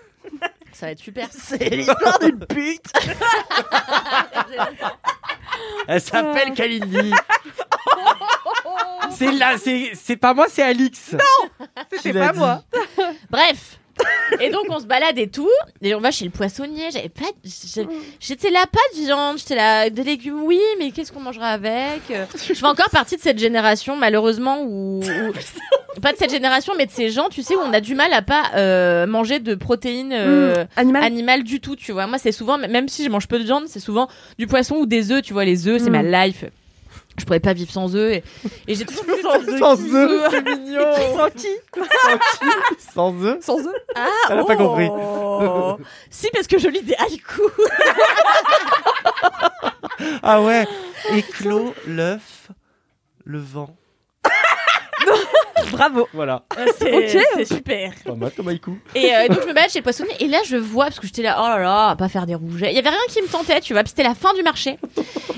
Ça va être super.
C'est l'histoire d'une pute.
Elle s'appelle Kalindi. c'est là, c'est c'est pas moi, c'est Alix. Non,
C'était pas moi.
Bref. Et donc on se balade et tout, et on va chez le poissonnier. J'avais pas, de- j'ai- j'étais là pas de viande, j'étais là des légumes. Oui, mais qu'est-ce qu'on mangera avec Euh, Je fais encore partie de cette génération malheureusement où, où- pas de cette génération, mais de ces gens, tu sais, où on a du mal à pas euh, manger de protéines euh,
Ah.
Animal.
animales du tout. Tu vois, moi c'est souvent, même si je mange peu de viande, c'est souvent du poisson ou des œufs. Tu vois, les œufs, c'est
Mm.
Hmm.
ma life. Je pourrais pas vivre sans eux. Et, et j'ai toujours
Sans eux, c'est mignon.
Sans qui
Sans eux.
Sans eux.
Elle a pas compris.
Oh. si, parce que je lis des haïkus.
Ah ouais. Éclos, l'œuf, le vent.
Bravo.
Voilà.
Euh, C'est c'est super.
Pas mal comme haïku.
Et, euh, donc je me balade chez le poissonnier et là je vois parce que j'étais là oh là là à pas faire des rougets. Il y avait rien qui me tentait, tu vois, puis c'était la fin du marché.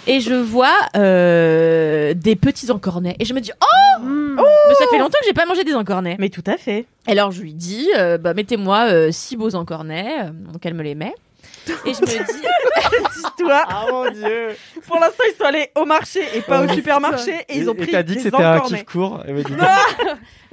Et je vois euh, des petits encornets et je me dis oh, mais ça fait longtemps que j'ai pas mangé des encornets.
Mais tout à fait.
Alors je lui dis euh, bah mettez-moi euh, six beaux encornets, euh, donc elle me les met. Et je me dis,
Histoire.
Ah mon dieu Oh,
Pour l'instant, ils sont allés au marché et pas au supermarché et ils ont pris
t'as dit que
des
c'était un
encornés.
kiff court. Eh ben, dis donc.
Mais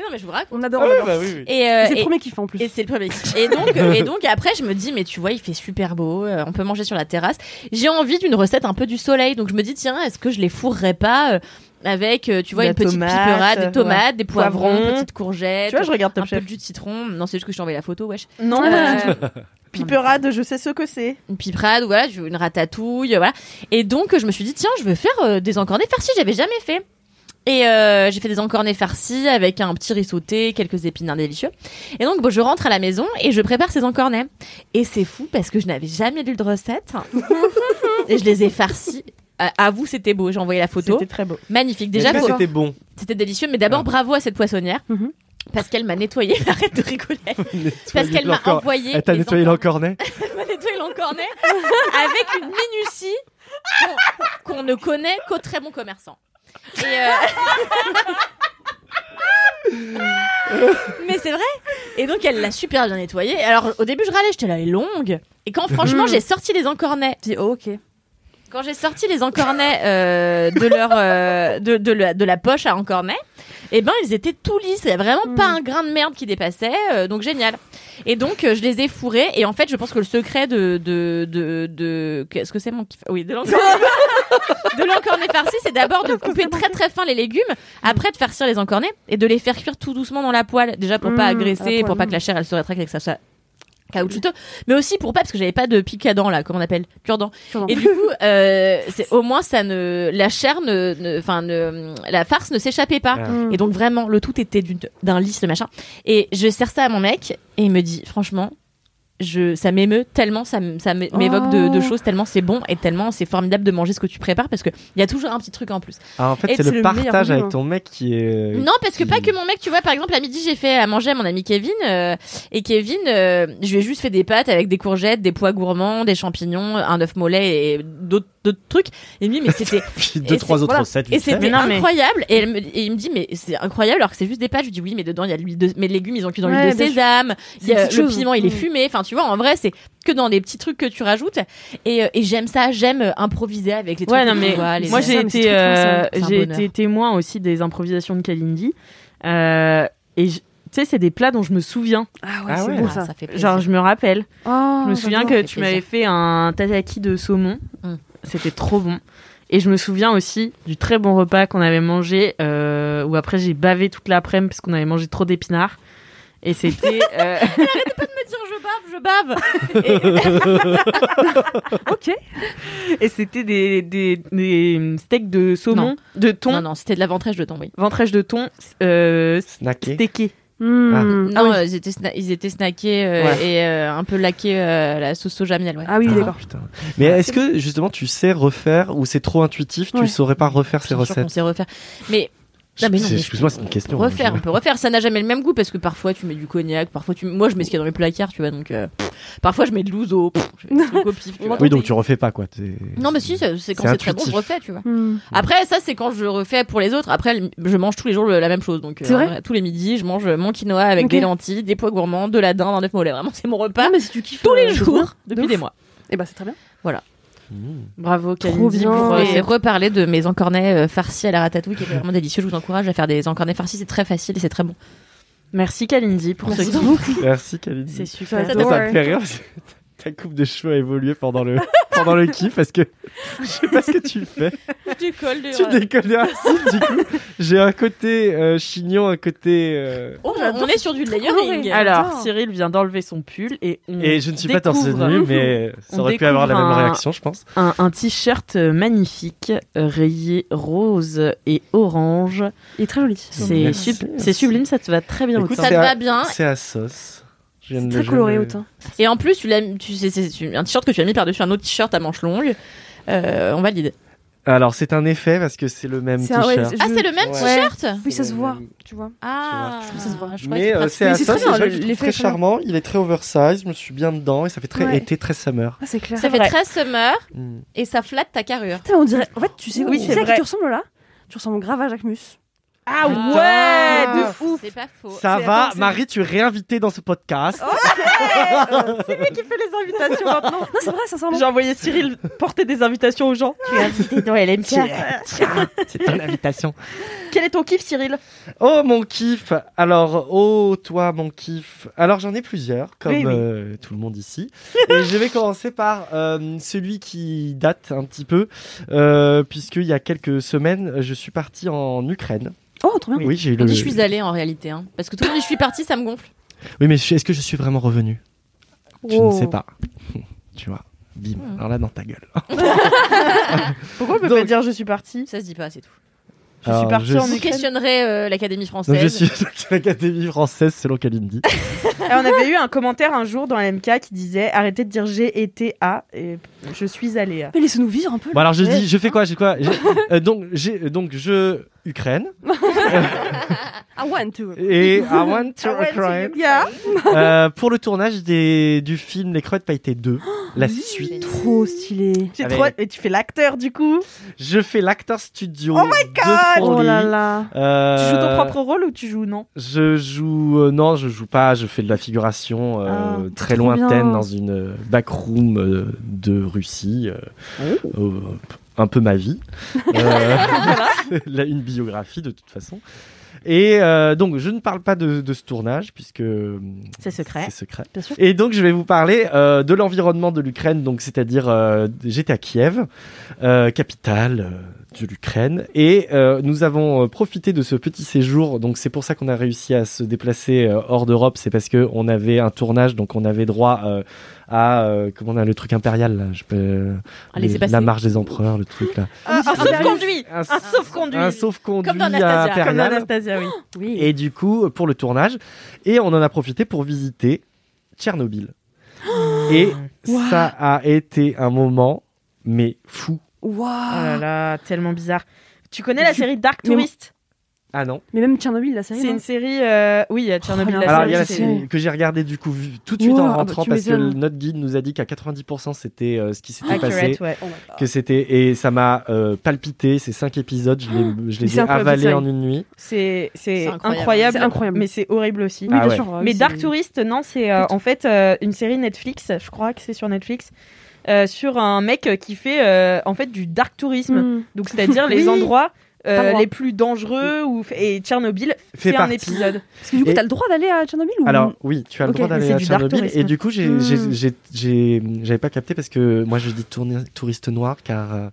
non, mais je vous raconte.
On adore.
Ah
on
oui,
adore.
bah oui, oui.
Et, euh,
C'est le
et-
premier kiff en plus.
Et c'est le premier kiff. Et donc, euh, et donc après, je me dis, mais tu vois, il fait super beau, euh, on peut manger sur la terrasse. J'ai envie d'une recette un peu du soleil, donc je me dis, tiens, est-ce que je les fourrerais pas euh, avec, euh, tu vois,
De la
une petite
tomate, euh,
piperade,
ouais.
des tomates, des poivrons,
Poivrons.
une petite courgette,
Tu vois, je regarde Top
un peu
Chef.
de jus de citron. Non, c'est juste que je t'envoie la photo, wesh.
Non,
Euh,
piperade, je sais ce que c'est.
une piperade, voilà, tu veux une ratatouille, voilà. Et donc, euh, je me suis dit, tiens, je veux faire euh, des encornés farcis, j'avais jamais fait. Et euh, j'ai fait des encornés farcis avec un petit riz sauté, quelques épinards délicieux. Et donc, bon, je rentre à la maison et je prépare ces encornets. Et c'est fou parce que je n'avais jamais lu de recette. et je les ai farcis. Euh, À vous, c'était beau. J'ai envoyé la photo.
C'était très beau.
Magnifique.
Est-ce
Déjà,
que
faut-
c'était Ah. bon.
c'était délicieux. Mais d'abord, bravo à cette poissonnière.
Mhm.
Parce qu'elle m'a nettoyé. Arrête de rigoler. Parce
Nettoyer
qu'elle m'a
l'encornet.
envoyé.
Elle t'a
les
Eh, nettoyé
encornets
l'encornet
m'a nettoyé l'encornet avec une minutie qu'on- qu'on ne connaît qu'aux très bons commerçants. Et euh, Mais c'est vrai. Et donc elle l'a super bien nettoyé. Alors au début je râlais, j'étais là, elle est longue. Et quand franchement j'ai sorti les encornets, j'ai dit oh, ok. Quand j'ai sorti les encornets euh, de leur euh, de, de la, de la poche à encornet, eh ben ils étaient tout lisses, il y a vraiment pas
Mm.
un grain de merde qui dépassait, euh, donc génial. Et donc euh, je les ai fourrés et en fait je pense que le secret de de de, de... qu'est-ce que c'est mon kiff Oui, de l'encornet. de l'encornet farci, c'est d'abord de couper très très fin les légumes, après de farcir les encornets et de les faire cuire tout doucement dans la poêle, déjà pour pas
Mmh, à la
agresser, et pour
poêle,
pas que la chair elle se rétracte et que ça soit caoutchouteux, mais aussi pour pas parce que j'avais pas de pic à dents là, comment on appelle, cure-dents.
Cure-dents.
Et du coup, euh, c'est au moins ça ne la chair ne ne- enfin ne, la farce ne s'échappait pas.
Ah.
Et donc vraiment, le tout était d'une- d'un lisse, le machin. Et je sers ça à mon mec et il me dit, franchement, je, ça m'émeut tellement, ça, m- ça m- m'évoque de, de choses tellement c'est bon et tellement c'est formidable de manger ce que tu prépares parce que il y a toujours un petit truc en plus.
Ah, en fait,
Et
c'est
c'est
le
le meilleur
partage
moment.
avec ton mec qui est.
Non, parce que pas que mon mec, tu vois, par exemple, à midi, j'ai fait à manger à mon ami Kevin. euh, et Kevin, euh, je lui ai juste fait des pâtes avec des courgettes, des pois gourmands, des champignons, un œuf mollet et d'autres d'autres trucs. Et il me dit, mais c'était
Puis
Et
deux,
c'est-
trois autres
voilà.
recettes.
Et
vite fait.
c'était
Mais non, mais-
incroyable. Et, elle me- et il me dit, mais c'est incroyable alors que c'est juste des pâtes. Je lui dis, oui, mais dedans, il y a de l'huile de, mes légumes, ils ont cuit dans
Ouais,
l'huile de
bien sûr.
sésame. Il y
une
a, le
petite chose.
piment, il est
Mm.
fumé. Enfin, tu vois, en vrai, c'est que dans des petits trucs que tu rajoutes. Et, euh, et j'aime ça. J'aime euh, improviser avec les trucs.
Ouais, non,
que
mais
tu vois, les
moi
ailes.
j'ai
Ça, mais
été,
c'est
euh,
trop bien, ça. C'est un
j'ai
bonheur.
été témoin aussi des improvisations de Kalindi. Euh, et je- tu sais, c'est des plats dont je me souviens.
Ah ouais,
Ah
c'est
ouais.
beau
Ah,
ça.
ça fait plaisir.
Genre, je me rappelle.
Oh,
je me souviens
j'adore.
que
fait
tu
plaisir.
m'avais fait un tataki de saumon.
Hum.
C'était trop bon. Et je me souviens aussi du très bon repas qu'on avait mangé, euh, où après j'ai bavé toute l'après-midi parce qu'on avait mangé trop d'épinards. Et c'était. euh,
je bave, euh,
ok. Et c'était des, des, des steaks de saumon, de
je bave.
thon,
Non, non, c'était de la ventrèche de ton, oui.
ventrèche de thon, euh,
Snacker.
steaké.
Hmm.
Non, euh, ils étaient, sna- ils étaient snackés euh,
Ah Ouais.
et euh, un peu laqués euh, la sauce soja miel, ouais.
Ah oui,
Ah,
d'accord.
putain. Mais est-ce que justement tu sais refaire ou c'est trop intuitif, tu
Ouais.
saurais pas refaire ces
Bien sûr qu'on
recettes
sait refaire. Mais Non, mais non,
C'est-
mais
Excuse-moi,
je-
c'est une question.
refaire,
hein,
on peut refaire. Ça n'a jamais le même goût parce que parfois tu mets du cognac, parfois tu. Moi, je mets ce qu'il y a dans les placards, tu vois. Donc, euh, pff, parfois je mets de l'ouzo, pff, je mets des trucs au pif, tu vois.
je- Oui, donc tu refais pas quoi. t'es-
Non, mais si, c'est c'est quand
C'est
c'est très bon, je
intuitif.
refais, tu vois.
Hmm.
Après, ça, c'est quand je refais pour les autres. Après, je mange tous les jours le- la même chose. Donc, euh,
C'est vrai
tous les midis, je mange mon quinoa avec
Ok.
des lentilles, des pois gourmands, de la dinde, un œuf mollet. Vraiment, c'est mon repas
Non, mais si tu kiffes
tous
euh,
les
de
jours
ouf, de
depuis
ouf.
des mois.
Eh ben c'est très bien.
Mmh.
Bravo, Kalindi.
Trop bien.
pour,
Je
euh,
vais
cette-
reparler de mes encornets euh, farcis à la ratatouille qui étaient vraiment délicieux. Je vous encourage à faire des encornets farcis, c'est très facile et c'est très bon.
Merci, Kalindi, pour
Merci
ce
beaucoup.
Merci Khalid.
C'est super.
Ça me fait rire. parce que Ta coupe de cheveux a évolué pendant le pendant le kiff parce que je sais pas ce que tu fais. Tu décolles des racines du coup. J'ai un côté euh, chignon, un côté euh,
Oh, on est sur du layering.
Alors, Cyril vient d'enlever son pull et on
et je ne suis pas torse
découvre
nu mais ça
On
aurait pu avoir la
découvre
même
un-
réaction, je pense.
un, un t-shirt magnifique euh, rayé rose et orange.
Il est très joli.
C'est
Merci,
sub-
merci.
c'est sublime, ça te va très bien.
Écoute,
Autun.
ça te
C'est
va
un-
bien.
C'est à sauce. Je viens
C'est
de
très
le-
coloré
je le-
au teint.
Et en plus, tu l'as, tu sais, c'est un t-shirt que tu as mis par-dessus un autre t-shirt à manches longues. Euh, on valide.
Alors c'est un effet parce que c'est le même
C'est un- ouais,
t-shirt.
je-
Ah, c'est le même
Ouais.
t-shirt
Oui, ça
le
se voit,
même.
tu vois.
Ah,
Tu vois, je
trouve que ça se voit.
je croyais
Mais
que
euh,
tu
c'est à
c'est
ça,
très
c'est
bien,
vrai
le-
que je le trouve
l'effet est
très
très bien.
charmant, il est très oversize, je me suis bien dedans et ça fait très
Ouais.
été, très summer.
Ah, c'est clair.
Ça fait très summer
Mm.
et ça flatte ta carrure.
Putain, on dirait. En fait, tu sais,
Oui,
tu
c'est
sais à qui
vrai.
tu ressembles là Tu ressembles grave à Jacques Mus.
Ah ouais, de fou.
C'est pas faux.
Ça
C'est-
va,
attends, c'est-
Marie, tu es réinvitée dans ce podcast.
C'est lui qui fait les invitations maintenant.
Non, c'est vrai, ça sent bon.
J'ai envoyé Cyril porter des invitations aux gens. Tu es invité dans LMK.
C'est une invitation.
Quel est ton kiff, Cyril
Oh mon kiff Alors, oh toi mon kiff Alors j'en ai plusieurs, comme
Oui, oui.
euh, tout le monde ici. Et je vais commencer par euh, celui qui date un petit peu, euh, puisqu'il y a quelques semaines, je suis parti en Ukraine.
Oh, trop bien.
Oui, j'ai eu
On
le...
dit je suis allée en réalité, hein. parce que tout le monde dit je suis partie, ça me gonfle.
Oui, mais je suis- est-ce que je suis vraiment revenu Je ne
Oh.
sais pas. Tu vois, bim, alors là dans ta gueule.
Pourquoi on peut pas
Donc-
dire je suis partie
Ça se dit pas, c'est tout.
Je
Alors,
suis partie
je
en
suis-
Vous
Ukraine.
questionnerez euh, l'Académie
Donc,
française.
je suis de l'Académie française selon Kalindi.
Et Ah, on avait eu un commentaire un jour dans LMK qui disait arrêtez de dire j'ai été à et je suis allée à.
Mais laissez-nous vivre un peu.
Bon alors je
Ouais.
dis, je fais quoi J'ai quoi J'ai- euh, Donc j'ai donc je Ukraine
Ah, one, two.
et I want to Ukraine.
Yeah.
Euh, pour le tournage des, du film Les Crevettes Pailletées 2, la suite.
Trop stylé.
J'ai
Avec-
trop. Et tu fais l'acteur du coup.
Je fais l'acteur studio. Oh my
Oh là là. Tu joues
Euh,
ton propre rôle ou tu joues non
Je joue. euh, non, je joue pas. Je fais de la figuration euh,
Ah,
très
trop bien.
lointaine dans une backroom euh, de Russie. euh,
Oh.
euh, un peu ma vie. Euh, là, une biographie de toute façon. Et euh, donc, je ne parle pas de, de ce tournage puisque euh,
C'est secret.
c'est secret.
Bien sûr.
Et donc, je vais vous parler euh, de l'environnement de l'Ukraine. Donc, c'est-à-dire, euh, j'étais à Kiev, euh, capitale euh, de l'Ukraine, et euh, nous avons euh, profité de ce petit séjour. Donc, c'est pour ça qu'on a réussi à se déplacer euh, hors d'Europe. C'est parce que on avait un tournage, donc on avait droit euh, à euh, comment on a le truc impérial là, je peux,
Ah, laissez
les-
passer.
la marche des empereurs, le truc là.
Ah, Un sauf-conduit.
Un,
Un sauf-conduit.
un sauf-conduit
Comme dans Anastasia.
Comme
impérial.
Anastasia, oui.
Et du coup, pour le tournage, et on en a profité pour visiter Tchernobyl. Et ça a été un moment, mais fou.
Oh
Ah
Waouh.
là là, tellement bizarre. Tu connais la série Dark
Mais moi-
Tourist
Ah non
Mais même Tchernobyl, la série.
C'est
non
une série. euh, Oui, à Tchernobyl.
Oh,
la
Ah,
Alors,
oui,
il y a la
série,
c'est
série
vrai.
que j'ai regardée du coup vu- tout de suite
Wow, ah
en
bah,
rentrant
tu
parce que
m'étonnes.
notre guide nous a dit qu'à 90% c'était euh, ce qui s'était passé.
Accurate, ouais.
Que c'était et ça m'a euh, palpité ces cinq épisodes, je les, je
Mais
les
c'est
ai
incroyable,
avalés
ça.
en une nuit.
C'est c'est
C'est incroyable.
incroyable.
C'est incroyable.
Mais c'est horrible aussi.
Ah
bien
ouais.
sûr,
Mais
c'est-
Dark Tourist, non, c'est euh, en fait euh, une série Netflix, je crois que c'est sur Netflix, euh, sur un mec euh, qui fait euh, en fait du dark tourisme.
Hmm.
Donc c'est-à-dire les
Oui.
endroits euh,
Pas le droit.
les plus dangereux ou et Tchernobyl, c'est
Fait
un
partie.
épisode.
Parce que du coup,
Et-
t'as le droit d'aller à Tchernobyl ou
Alors oui, tu as le
Ok,
droit
mais
d'aller
c'est
à
du dark
Tchernobyl.
tourisme.
Et du coup, j'ai,
Hmm.
j'ai- j'ai- j'ai- j'avais pas capté parce que moi je dis tourner, touriste noir car euh,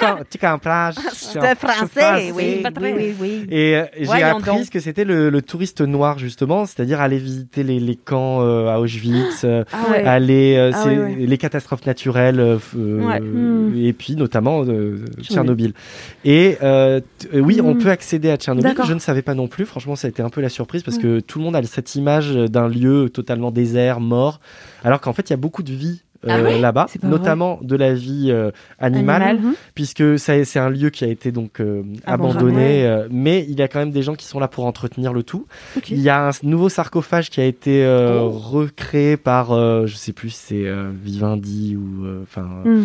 quand tu es en plage, c'est un- français, Ah, oui.
oui, oui.
Et euh, j'ai
Voyons
appris
donc.
ce que c'était le, le touriste noir justement, c'est-à-dire aller visiter les, les camps euh, à Auschwitz, euh,
Ah ouais.
aller euh,
Ah
c'est-
ouais, ouais.
les catastrophes naturelles, euh, f- euh,
Ouais.
Hmm.
et puis notamment euh, Tchernobyl. Et euh, t- euh, oui, on
Hmm.
peut accéder à Tchernobyl.
D'accord.
Je ne savais pas non plus. Franchement, ça a été un peu la surprise parce que tout le monde a cette image d'un lieu totalement désert, mort, alors qu'en fait il y a beaucoup de vie. euh,
Ah ouais
là-bas,
C'est pas vrai.
notamment de la vie euh, animale,
Animal.
Mhm.
puisque ça- c'est un lieu qui a été donc euh,
Abandonné.
abandonné, euh, mais il y a quand même des gens qui sont là pour entretenir le tout.
Ok. Oh.
Il y a un s- nouveau sarcophage qui a été euh, recréé par, euh, je sais plus, si c'est euh, Vivendi ou euh, enfin
Hmm.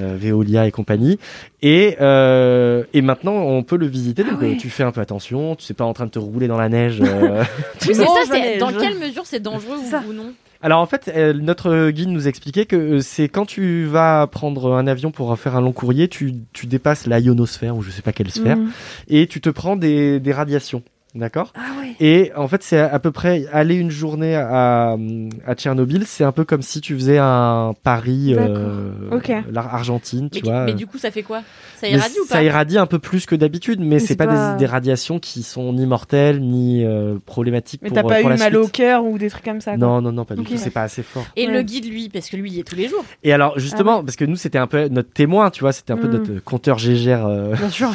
euh, Veolia et compagnie. Et euh, et maintenant on peut le visiter,
Ah
donc euh, tu fais un peu attention, tu sais pas en train de te rouler dans la neige. euh.
Oui, c'est
Non,
ça, c'est-
jamais,
dans
je-
quelle mesure c'est dangereux
C'est
ou-
ça.
ou, non
Alors en fait, euh, notre guide nous expliquait que euh, c'est quand tu vas prendre un avion pour faire un long courrier, tu tu dépasses la ionosphère ou je sais pas quelle sphère.
Hmm.
et tu te prends des, des radiations. D'accord
Ah ouais.
Et en fait, c'est à à peu près aller une journée à, à Tchernobyl, c'est un peu comme si tu faisais un Paris, euh,
Ok.
l'Ar- Argentine, tu
mais,
vois.
mais du coup, ça fait quoi euh. Ça
Mais
irradie ou
ça
pas
irradie un peu plus que d'habitude, mais, c'est
c'est
pas,
pas-
Des, des radiations qui sont ni mortelles ni euh, problématiques
Mais
pour,
t'as
euh,
pas eu
pour la
mal au
suite.
cœur ou des trucs comme ça. quoi.
Non, non, non, pas du
Ok.
tout. C'est pas assez fort.
Et
Ouais.
le guide, lui, parce que lui, il y est tous les jours.
Et alors, justement, parce que nous, c'était un peu notre témoin, tu vois, c'était un peu
Ah Mm.
notre euh, compteur gégère. euh,
Bien sûr.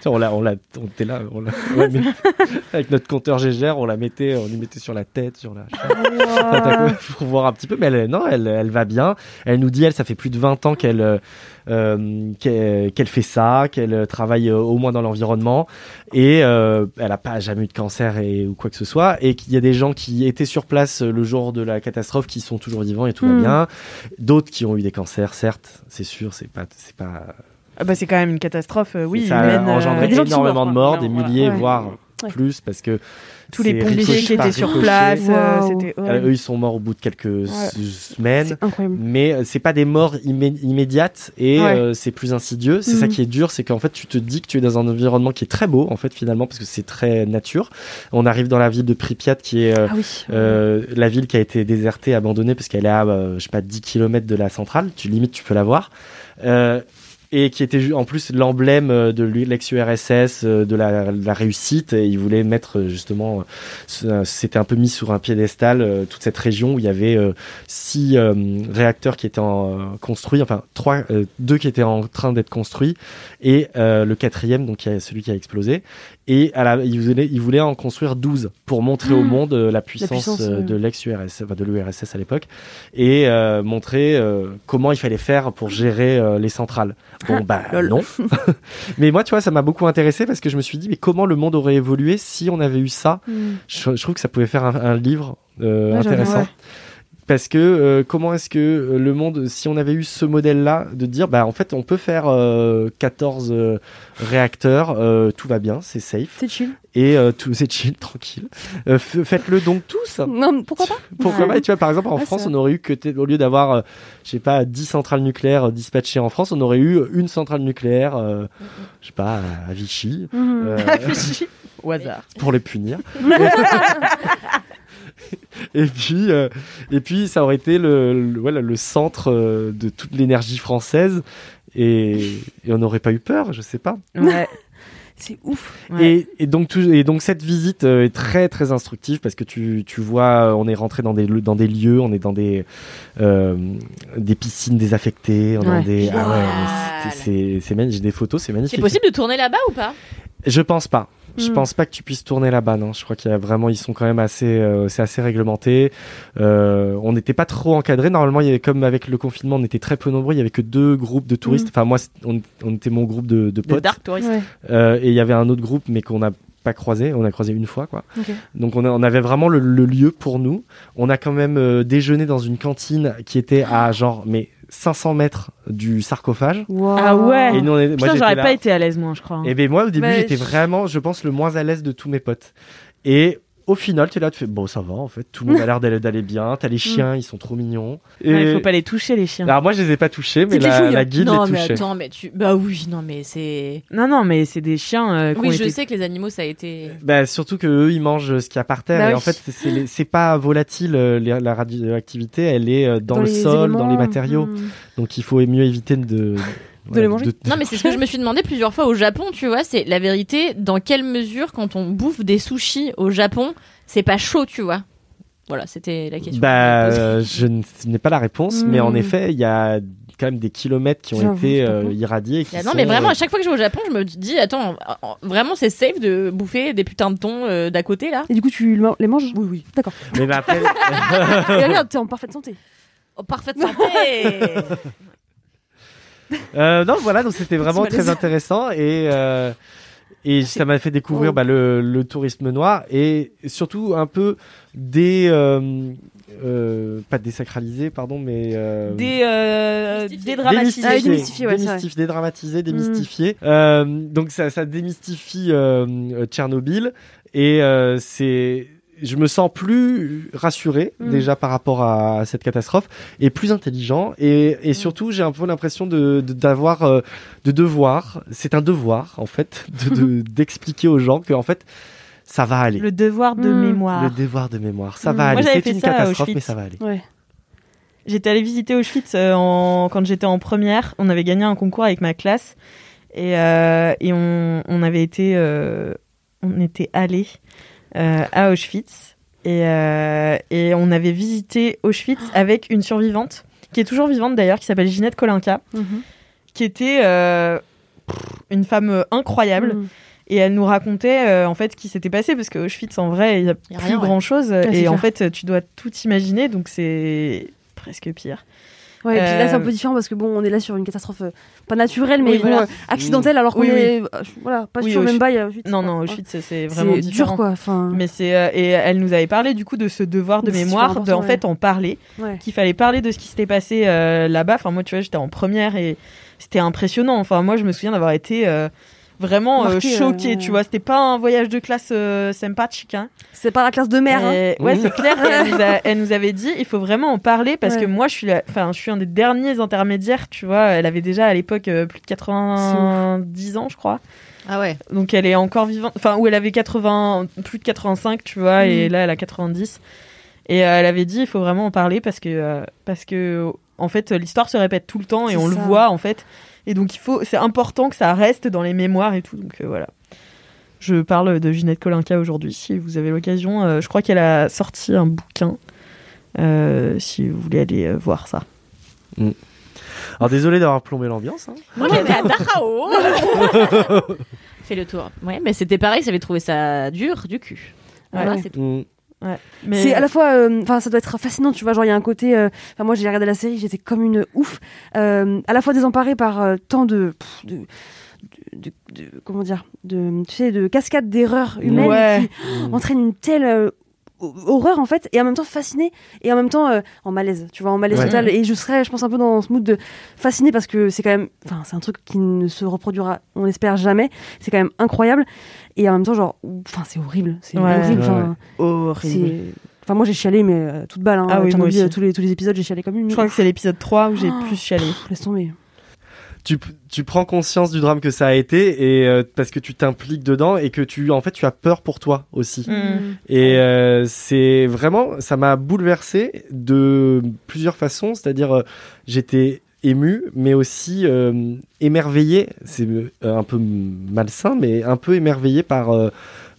Tiens, On l'a, on l'a, on était là, on l'a- on la mettait- avec notre compteur Gégère, on la mettait, on lui mettait sur la tête, sur la,
Ah,
Euh.
pour voir un petit peu. Mais elle, non, elle, elle va bien. Elle nous dit, elle, ça fait plus de 20 ans qu'elle, euh, euh, qu'elle, qu'elle fait ça, qu'elle euh, travaille euh, au moins dans l'environnement et euh, elle a pas jamais eu de cancer et ou quoi que ce soit. Et qu'il y a des gens qui étaient sur place euh, le jour de la catastrophe qui sont
Hmm.
toujours vivants et tout
Mm.
va bien. D'autres qui ont eu des cancers, certes, c'est sûr, c'est pas, c'est pas.
Ah bah, c'est quand même une catastrophe, euh, oui.
ça a
humaine, euh,
engendré
des gens qui sont
énormément de morts,
quoi.
des
Non, voilà.
milliers,
Ouais.
voire
Ouais.
plus, parce que
Tous les
c'est
pompiers
ricochet
qui étaient
par
sur
ricochet.
place, euh,
Waouh.
c'était
Euh,
horrible.
eux, ils sont morts au bout de quelques s- semaines.
C'est incroyable.
Mais euh, c'est pas des morts immé- immédiates et
Ouais.
euh, c'est plus insidieux. C'est ça
Mhm.
qui est dur, c'est qu'en fait tu te dis que tu es dans un environnement qui est très beau en fait finalement parce que c'est très nature. On arrive dans la ville de Pripyat qui est euh,
Ah oui.
euh, la ville qui a été désertée, abandonnée parce qu'elle est à euh, je sais pas 10 km de la centrale. Tu limite tu peux la voir. Euh, et qui était ju- en plus l'emblème euh, de l'u- l'ex-URSS, euh, de la, la réussite. Et ils voulaient mettre euh, justement, euh, ce- euh, c'était un peu mis sur un piédestal euh, toute cette région où il y avait euh, six euh, réacteurs qui étaient en, euh, construits, enfin trois, euh, deux qui étaient en train d'être construits et euh, le quatrième, donc qui a- celui qui a explosé. Et à la, ils, voulaient, ils voulaient en construire 12 pour montrer au monde euh, la puissance,
puissance,
euh,
ouais.
de l'ex-URSS, enfin, de l'URSS à l'époque, et euh, montrer euh, comment il fallait faire pour gérer euh, les centrales. Bon, bah
lol.
non. mais moi, tu vois, ça m'a beaucoup intéressé parce que je me suis dit, mais comment le monde aurait évolué si on avait eu ça je, je trouve que ça pouvait faire un, un livre euh,
Ouais, j'avoue,
intéressant.
ouais.
Parce que euh, comment est-ce que euh, le monde, si on avait eu ce modèle-là, de dire, bah en fait, on peut faire euh, 14 euh, réacteurs, euh, tout va bien, c'est safe,
C'est chill.
et euh, tout c'est chill, tranquille. Euh, f- Faites-le donc tous.
Non, mais Hmm, pourquoi pas
Pourquoi
Ouais.
pas Et tu vois, par exemple, en
Ouais,
France,
c'est
on aurait eu que, t- au lieu d'avoir, euh, je sais pas, 10 centrales nucléaires euh, dispatchées en France, on aurait eu une centrale nucléaire, euh, je sais pas, à Vichy.
Mhm.
euh,
Au hasard.
pour les punir. et puis, euh, et puis, ça aurait été le, le- voilà, le centre euh, de toute l'énergie française. Et, et on n'aurait pas eu peur, je sais pas.
Ouais.
C'est ouf.
Ouais.
Et, et donc, tout- et donc cette visite euh, est très très instructive parce que tu, tu vois, euh, on est rentré dans des lieux- dans des lieux, on est dans des euh, des piscines désaffectées, on est dans
Ouais.
des ah ouais, mais
Génial.
c'est- c'est c'est magnifique. J'ai des photos, c'est magnifique.
C'est possible de tourner là-bas ou pas
Je pense pas. Je
Mm.
Hmm.
pense pas que tu puisses tourner là-bas, non. Je crois qu'il y a vraiment, ils sont quand même assez, euh, c'est assez réglementé. Euh, on n'était pas trop encadré. Normalement, il y avait, comme avec le confinement, on était très peu nombreux. Il y avait que deux groupes de touristes.
Mm.
Enfin, moi, c'est- on, on était mon groupe de,
Des
de potes.
dark tourists.
Euh, et il y avait un autre groupe, mais qu'on n'a pas croisé. On a croisé une fois, quoi.
Ok.
Donc, on, a- on avait vraiment le, le lieu pour nous. On a quand même euh, déjeuné dans une cantine qui était à genre, mais 500 mètres du sarcophage.
Ah ouais.
Et nous, on est- moi,
Putain,
j'étais
j'aurais
là.
pas été à l'aise, moi, je crois. hein.
Et ben moi au début
Bah,
j'étais
je-
vraiment, je pense, le moins à l'aise de tous mes potes. Et au final, tu es là, tu fais bon, ça va en fait, tout le monde a l'air d'aller, d'aller bien. T'as les chiens, ils sont trop mignons. Et...
Ouais, Il faut pas les toucher, les chiens.
Alors moi, je les ai pas touchés, mais
Tu te les
la,
joues,
la guide
Non,
les
mais
touchait.
attends, mais tu. Bah oui, non, mais c'est.
Non, non, mais c'est des chiens euh, qui ont
Oui, je
été-
sais que les animaux, ça a été.
Bah, surtout que eux, ils mangent ce qu'il y a par terre.
Bah
et
oui.
en fait, c'est- c'est les- c'est pas volatile. euh, les- la radioactivité, elle est euh, dans, le
les
sol, dans les
éléments.
matériaux.
Mhm.
Donc il faut mieux éviter de.
les manger.
Non, mais c'est ce que je me suis demandé plusieurs fois au Japon, tu vois. C'est la vérité, dans quelle mesure, quand on bouffe des sushis au Japon, c'est pas chaud, tu vois Voilà, c'était la question.
Bah,
que je me posais.
euh, je n- je n'ai pas la réponse, mais en
Mm.
effet, il y a quand même des kilomètres qui ont
J'avoue,
été
c'est pas
euh,
bon.
irradiés. et qui
Ah non,
sont,
mais vraiment,
euh,
à chaque fois que je vais au Japon, je me dis, attends, en- en- vraiment, c'est safe de bouffer des putains de thon euh, d'à côté, là
Et du coup, tu le- les manges Oui, oui. D'accord.
mais bah, après,
Et regarde, t'es en parfaite santé.
Oh, parfaite santé
euh, non, voilà, donc c'était vraiment
malaise.
très intéressant et. euh, Et ça m'a fait découvrir bah, le, le tourisme noir et surtout un peu des euh, euh, pas désacralisé pardon mais euh,
Des, euh,
Mystifié.
des dramatisés.
Ah oui, démystifié, ouais, c'est vrai.
démystifié, dédramatisé, démystifié. Euh, donc ça, ça démystifie euh, euh, Tchernobyl et euh, c'est, je me sens plus rassuré
Mm.
déjà par rapport à, cette catastrophe et plus intelligent et, et surtout j'ai un peu l'impression de de- d'avoir euh, de devoir, c'est un devoir en fait, de- de- d'expliquer aux gens que en fait ça va aller. Le,
Le devoir de
Mm.
mémoire.
devoir de mémoire, ça
Mm.
va
Moi,
aller.
j'avais
C'est
fait
une
ça à
catastrophe mais
Auschwitz.
ça va aller.
Ouais.
J'étais allée visiter Auschwitz euh, en... quand j'étais en première. On avait gagné un concours avec ma classe et, euh, et on, on avait été, euh, on était allé à Auschwitz et, euh, et on avait visité Auschwitz avec une survivante qui est toujours vivante d'ailleurs, qui s'appelle Ginette Kolinka,
Hmm.
qui était euh, une femme euh, incroyable.
Mhm.
Et elle nous racontait euh, en fait ce qui s'était passé parce que Auschwitz en vrai il n'y a,
Y a
plus
rien, ouais.
grand chose
c'est
et en
clair.
fait tu dois tout imaginer donc c'est presque pire.
Ouais, et puis là, c'est un
Euh,
peu différent parce que bon, on est là sur une catastrophe euh, pas naturelle, mais
Oui,
bon,
voilà.
euh, accidentelle, alors qu'on
Oui, oui.
est euh, voilà, pas
Oui,
sur
au
le même
chute.
bail. euh, chute,
Non,
quoi.
non, au
Ouais.
chute, c'est- c'est vraiment
C'est
différent.
dur, quoi. Enfin,
Mais c'est euh, et elle nous avait parlé du coup de ce devoir de
C'est super
mémoire, de
important,
en
ouais.
fait en parler,
ouais.
qu'il fallait parler de ce qui s'était passé euh, là-bas. Enfin moi tu vois j'étais en première et c'était impressionnant. Enfin moi je me souviens d'avoir été euh, vraiment euh,
Marquée,
choquée.
euh,
Tu
ouais.
vois c'était pas un voyage de classe euh, sympathique. Hein.
C'est pas la classe de mère. hein.
Et- Ouais, c'est clair. Elle nous, a- elle nous avait dit, il faut vraiment en parler parce
Ouais.
que moi, je suis, la- enfin, je suis un des derniers intermédiaires. Tu vois, elle avait déjà à l'époque euh, plus de 90 ans, je crois.
Ah ouais.
Donc elle est encore vivante. Enfin, où elle avait 80, plus de 85, tu vois, et
Mhm.
là, elle a 90. Et euh, elle avait dit, il faut vraiment en parler parce que, euh, parce que, en fait, l'histoire se répète tout le temps et
C'est
on le
ça.
voit, en fait. Et donc, il faut, c'est important que ça reste dans les mémoires et tout. Donc, euh, voilà. Je parle de Ginette Kolinka aujourd'hui, si vous avez l'occasion. Euh, je crois qu'elle a sorti un bouquin, euh, si vous voulez aller euh, voir ça.
Alors désolé d'avoir plombé l'ambiance. hein.
Moi, j'étais à Tarao. Fais le tour. Ouais, mais c'était pareil, j'avais trouvé ça dur du cul.
Ouais.
Voilà, c'est tout.
Mm.
Mais-
C'est à la fois, euh, enfin, ça doit être fascinant, tu vois. Genre, il y a un côté. euh, Enfin, moi, j'ai regardé la série, j'étais comme une ouf. euh, à la fois désemparée par euh, tant de, pff, de, de- de- de- comment dire, de, tu sais, de cascades d'erreurs humaines
Ouais.
qui
Mm.
entraînent une telle euh, ho- horreur en fait, et en même temps fascinée, et en même temps euh, en malaise. Tu vois, en malaise
Ouais.
total. Et je serais, je pense, un peu dans ce mood de fascinée parce que c'est quand même, enfin, c'est un truc qui ne se reproduira, on espère jamais. C'est quand même incroyable. Et en même temps, genre, ou- enfin, c'est horrible. C'est
Ouais.
horrible.
Ouais,
enfin,
ouais.
Horrible.
c'est- Enfin, moi j'ai chialé, mais euh, toute balle. Hein.
Ah oui,
T'as
moi
oublié,
aussi.
euh, Tous les, tous les épisodes, j'ai chialé comme une.
Je crois Mm. que c'est l'épisode 3 où j'ai
Oh.
plus chialé.
Pff, Laisse tomber.
tu, p- tu prends conscience du drame que ça a été et euh, parce que tu t'impliques dedans et que tu en fait tu as peur pour toi aussi.
Mm.
Et euh, c'est vraiment ça m'a bouleversé de plusieurs façons, c'est-à-dire euh, j'étais ému mais aussi euh, émerveillé, c'est euh, un peu malsain mais un peu émerveillé par euh,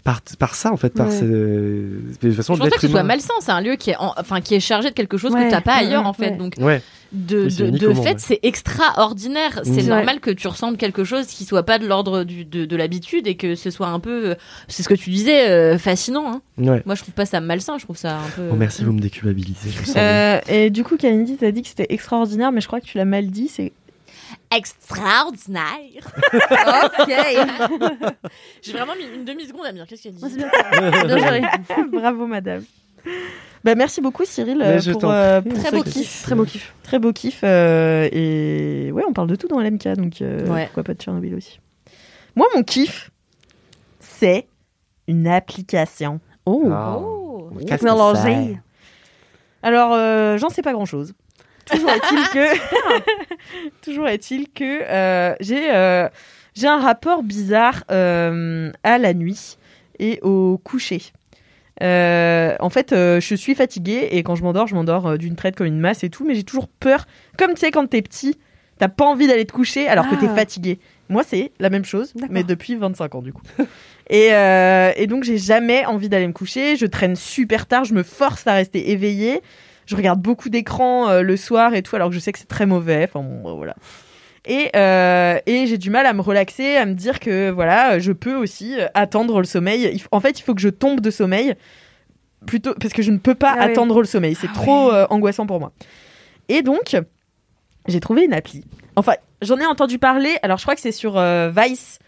par, par ça en fait par
Ouais.
ce- de toute façon
Je pense pas
l'être
que ce soit
humain.
malsain, c'est un lieu qui est, en- enfin, qui est chargé de quelque chose
Ouais.
que t'as pas ailleurs,
Mmh,
en fait.
ouais.
Donc,
Ouais.
de,
Oui, c'est
de-
unique
de
au monde,
fait,
ouais.
c'est extraordinaire. C'est
Mmh.
normal que tu ressentes quelque chose qui soit pas de l'ordre du- de, de l'habitude et que ce soit un peu, euh, c'est ce que tu disais, euh, fascinant. hein.
Ouais.
Moi, je trouve pas ça malsain, je trouve ça un peu.
Oh, merci, vous me déculpabilisez. je me sens bien.
Euh, et du coup, Kalindi, t'as dit que c'était extraordinaire, mais je crois que tu l'as mal dit. C'est
Extraordinaire. J'ai vraiment mis une demi-seconde à me dire qu'est-ce qu'elle dit.
bravo, madame. Bah, merci beaucoup, Cyril,
Mais
euh,
je
pour,
t'en
euh,
prie,
pour
on
ce
sait que-
kiff.
Très beau kiff.
Très beau kiff. euh, et ouais, on parle de tout dans LMK, donc euh,
Ouais.
pourquoi pas de Tchernobyl aussi. Moi, mon kiff, c'est une application. Oh.
Ah.
Oh.
Qu'est-ce que
Technologie.
Alors, euh, j'en sais pas grand-chose. Toujours est-il que, toujours est-il que euh, j'ai euh, j'ai un rapport bizarre euh, à la nuit et au coucher. Euh, en fait, euh, je suis fatiguée et quand je m'endors, je m'endors euh, d'une traite comme une masse et tout, mais j'ai toujours peur. Comme tu sais, quand t'es petit, t'as pas envie d'aller te coucher alors que
Ah.
t'es fatigué. Moi, c'est la même chose,
D'accord.
mais depuis 25 ans du coup. Et, euh, et donc, j'ai jamais envie d'aller me coucher. Je traîne super tard, je me force à rester éveillée. Je regarde beaucoup d'écrans euh, le soir et tout, alors que je sais que c'est très mauvais. Enfin, bon, euh, voilà. Et, euh, et j'ai du mal à me relaxer, à me dire que voilà, euh, je peux aussi euh, attendre le sommeil. Il f- en fait, il faut que je tombe de sommeil plutôt parce que je ne peux pas
Ah oui.
attendre le sommeil. C'est trop euh, angoissant pour moi. Et donc, j'ai trouvé une appli. Enfin, j'en ai entendu parler. Alors, je crois que c'est sur euh, Vice.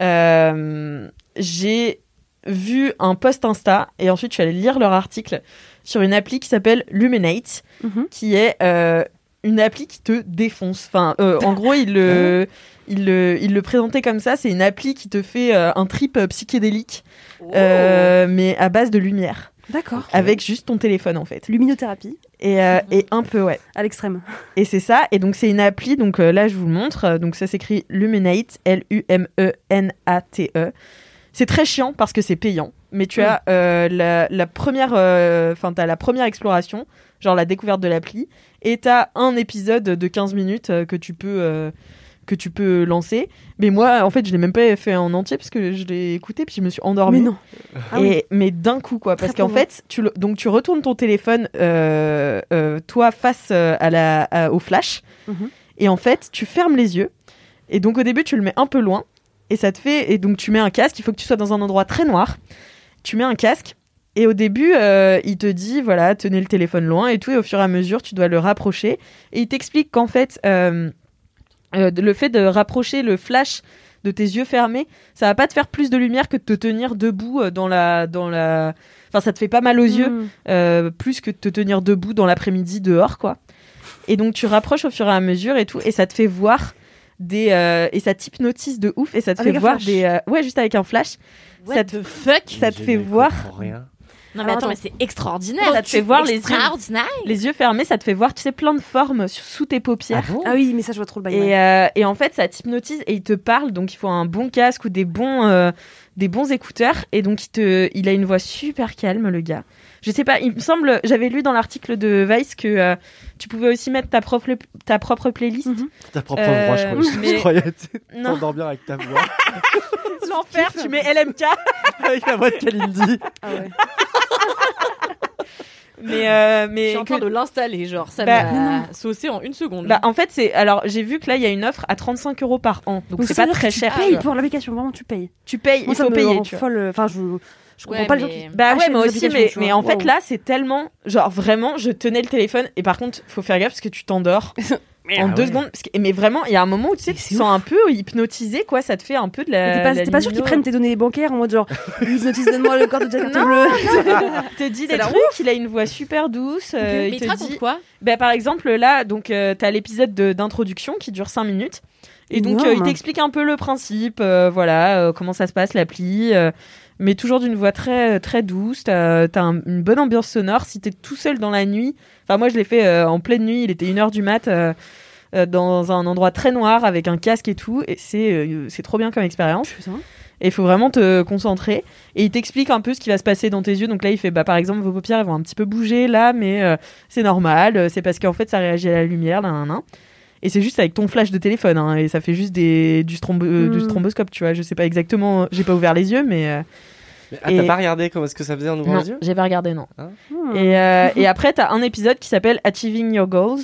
Euh, j'ai vu un post Insta et ensuite je suis allée lire leur article sur une appli qui s'appelle Luminate,
Mhm.
qui est euh, une appli qui te défonce. Enfin, euh, en gros, il le, il, le, il le présentait comme ça. C'est une appli qui te fait euh, un trip euh, psychédélique, euh, mais à base de lumière,
D'accord.
avec juste ton téléphone en fait.
Luminothérapie
Et, euh, et un peu, ouais.
à l'extrême.
Et c'est ça. Et donc, c'est une appli. Donc euh, là, je vous le montre. Euh, Donc ça s'écrit Luminate, E L-U-M-E-N-A-T-E. E. C'est très chiant parce que c'est payant. Mais
Mm.
tu as euh, la, la première, euh, enfin, t'as la première exploration, genre la découverte de l'appli, et t'as un épisode de 15 minutes euh, que tu peux, euh, que tu peux lancer. Mais moi, en fait, je l'ai même pas fait en entier parce que je l'ai écouté puis je me suis endormie.
mais non. Ah
Et-
oui.
Mais d'un coup, quoi. Parce
Très
qu'en
pauvre.
fait, tu, le- donc, tu retournes ton téléphone, euh, euh, toi, face euh, à la, à- au flash.
Mhm.
Et en fait, tu fermes les yeux. Et donc, au début, tu le mets un peu loin. Et ça te fait. Et donc, tu mets un casque. Il faut que tu sois dans un endroit très noir. Tu mets un casque. Et au début, euh, il te dit, voilà, tenez le téléphone loin et tout. Et au fur et à mesure, tu dois le rapprocher. Et il t'explique qu'en fait, euh, euh, le fait de rapprocher le flash de tes yeux fermés, ça va pas te faire plus de lumière que de te tenir debout euh, dans la, dans la. Enfin, ça te fait pas mal aux yeux euh, plus que de te tenir debout dans l'après-midi dehors, quoi. Et donc tu rapproches au fur et à mesure et tout, et ça te fait voir des euh, et ça t'hypnotise de ouf et ça te
Avec
fait
un
voir
flash.
des euh, ouais juste avec un flash. ça te fuck, ça te fait voir
Rien.
Non, mais
Alors,
attends,
attends.
mais c'est extraordinaire.
Ça te fait voir les yeux.
Extraordinaire.
les yeux fermés, ça te fait voir tu sais plein de formes sur- sous tes paupières.
Ah oui, mais ça, je vois trop le bail. ouais.
Et, euh, et en fait, ça t'hypnotise et il te parle. Donc, il faut un bon casque ou des bons, euh, des bons écouteurs. Et donc, il, te, il a une voix super calme, le gars. Je sais pas, il me semble, j'avais lu dans l'article de Vice que euh, tu pouvais aussi mettre ta propre, ta propre playlist.
Mhm.
Ta propre
Euh,
voix, je croyais. Je
mais-
croyais tu
Non,
t'endors bien avec ta voix.
l'enfer, tu mets LMK.
avec la voix de Kalindi.
Ah ouais.
Mais, euh,
Je
mais
suis en train
que-
de l'installer, genre, ça
Bah,
m'a saucé en une seconde.
bah, en fait, c'est alors j'ai vu que là, il y a une offre à 35 euros par an. Donc,
Donc,
c'est
ça
pas
veut dire
très
que
cher.
Tu
tu
payes
vois.
pour l'application, vraiment, tu payes.
Tu payes,
Moi,
il
ça
faut
me
payer.
rend
Tu vois.
folle. Enfin, je, Ah, je comprends
Ouais,
pas les gens
mais-
qui.
Bah ouais,
achètent
moi
des
aussi, mais,
applications, tu
mais
vois.
en fait,
Waouh.
là, c'est tellement. Genre, vraiment, je tenais le téléphone. Et par contre, faut faire gaffe parce que tu t'endors en
ah
deux secondes. parce que- mais vraiment, il y a un moment où tu sais que tu te sens un peu hypnotisé, quoi. Ça te fait un peu de
Mais
la.
T'es pas,
la
t'es pas sûr qu'ils
lino.
prennent tes données bancaires en mode genre, ils noticent donne-moi le corps de Jack
Non,
Bleu.
te dit
C'est
des
la
trucs. Il a une voix super douce. euh,
mais
il
il
te
te
dit.
raconte quoi
Bah, par exemple, là, donc, euh, t'as l'épisode de- d'introduction qui dure 5 minutes. Et donc,
Énorme.
euh, il t'explique un peu le principe, euh, voilà, euh, comment ça se passe, l'appli. euh, mais toujours d'une voix très, très douce. T'as t'as un- une bonne ambiance sonore. Si t'es tout seul dans la nuit, enfin, moi, je l'ai fait euh, en pleine nuit, il était 1h du mat. euh, euh, dans un endroit très noir avec un casque et tout, et c'est euh, c'est trop bien comme expérience.
Putain.
Et il faut vraiment te concentrer. Et il t'explique un peu ce qui va se passer dans tes yeux. Donc là, il fait, bah, par exemple, vos paupières elles vont un petit peu bouger là, mais euh, c'est normal. euh, C'est parce qu'en fait, ça réagit à la lumière, là, nan, nan. Et c'est juste avec ton flash de téléphone. hein, et ça fait juste des, du, strombo- euh, du
Hmm.
stromboscope, tu vois. Je sais pas exactement. J'ai pas ouvert les yeux, mais. euh,
Ah,
Et-
t'as pas regardé comment est-ce que ça faisait en ouvrant
non,
les yeux
j'ai pas regardé, non.
Hmm.
Et, euh, et après, t'as un épisode qui s'appelle Achieving Your Goals.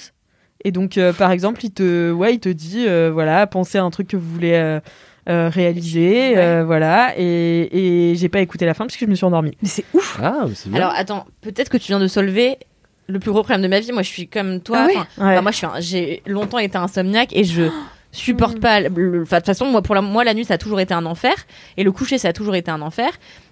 Et donc, euh, par exemple, il te, ouais, il te dit, euh, voilà, pensez à un truc que vous voulez euh, euh, réaliser, euh, voilà. Et, et j'ai pas écouté la fin parce que je me suis endormie.
Mais c'est ouf.
Ah, mais c'est bien.
Alors attends, peut-être que tu viens de solver le plus gros problème de ma vie. Moi, je suis comme toi.
Ah ouais
enfin,
Ouais.
bah, moi, je suis un- j'ai longtemps été insomniaque et je
Hmm.
supporte pas. le- le- enfin, De toute façon, moi, pour la, moi, la nuit, ça a toujours été un enfer. Et le coucher, ça a toujours été un enfer.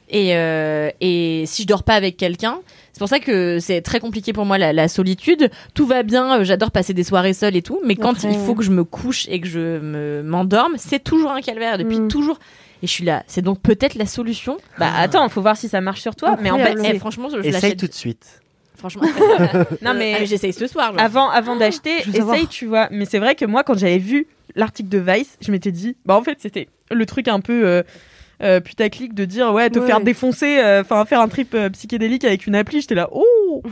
Et, euh, et si je dors pas avec quelqu'un, c'est pour ça que c'est très compliqué pour moi la, la solitude. Tout va bien, euh, j'adore passer des soirées seules et tout, mais quand
Après,
il faut
ouais.
que je me couche et que je me m'endorme, c'est toujours un calvaire depuis
Mm.
toujours. Et je suis là, c'est donc peut-être la solution.
Bah attends, faut voir si ça marche sur toi. Mais en fait,
Ah. Incroyable.
Eh, franchement, je, je
Essaye
l'achète.
tout de suite.
Franchement,
non
Ah, mais
mais
j'essaye ce soir. genre.
avant, avant d'acheter,
Ah, Je veux
essaye,
savoir.
tu vois. Mais c'est vrai que moi, quand j'avais vu l'article de Vice, je m'étais dit, bah en fait, c'était le truc un peu euh, euh, putaclic de dire, ouais, te
Ouais,
faire
ouais.
défoncer, euh, enfin faire un trip euh, psychédélique avec une appli. J'étais là, oh.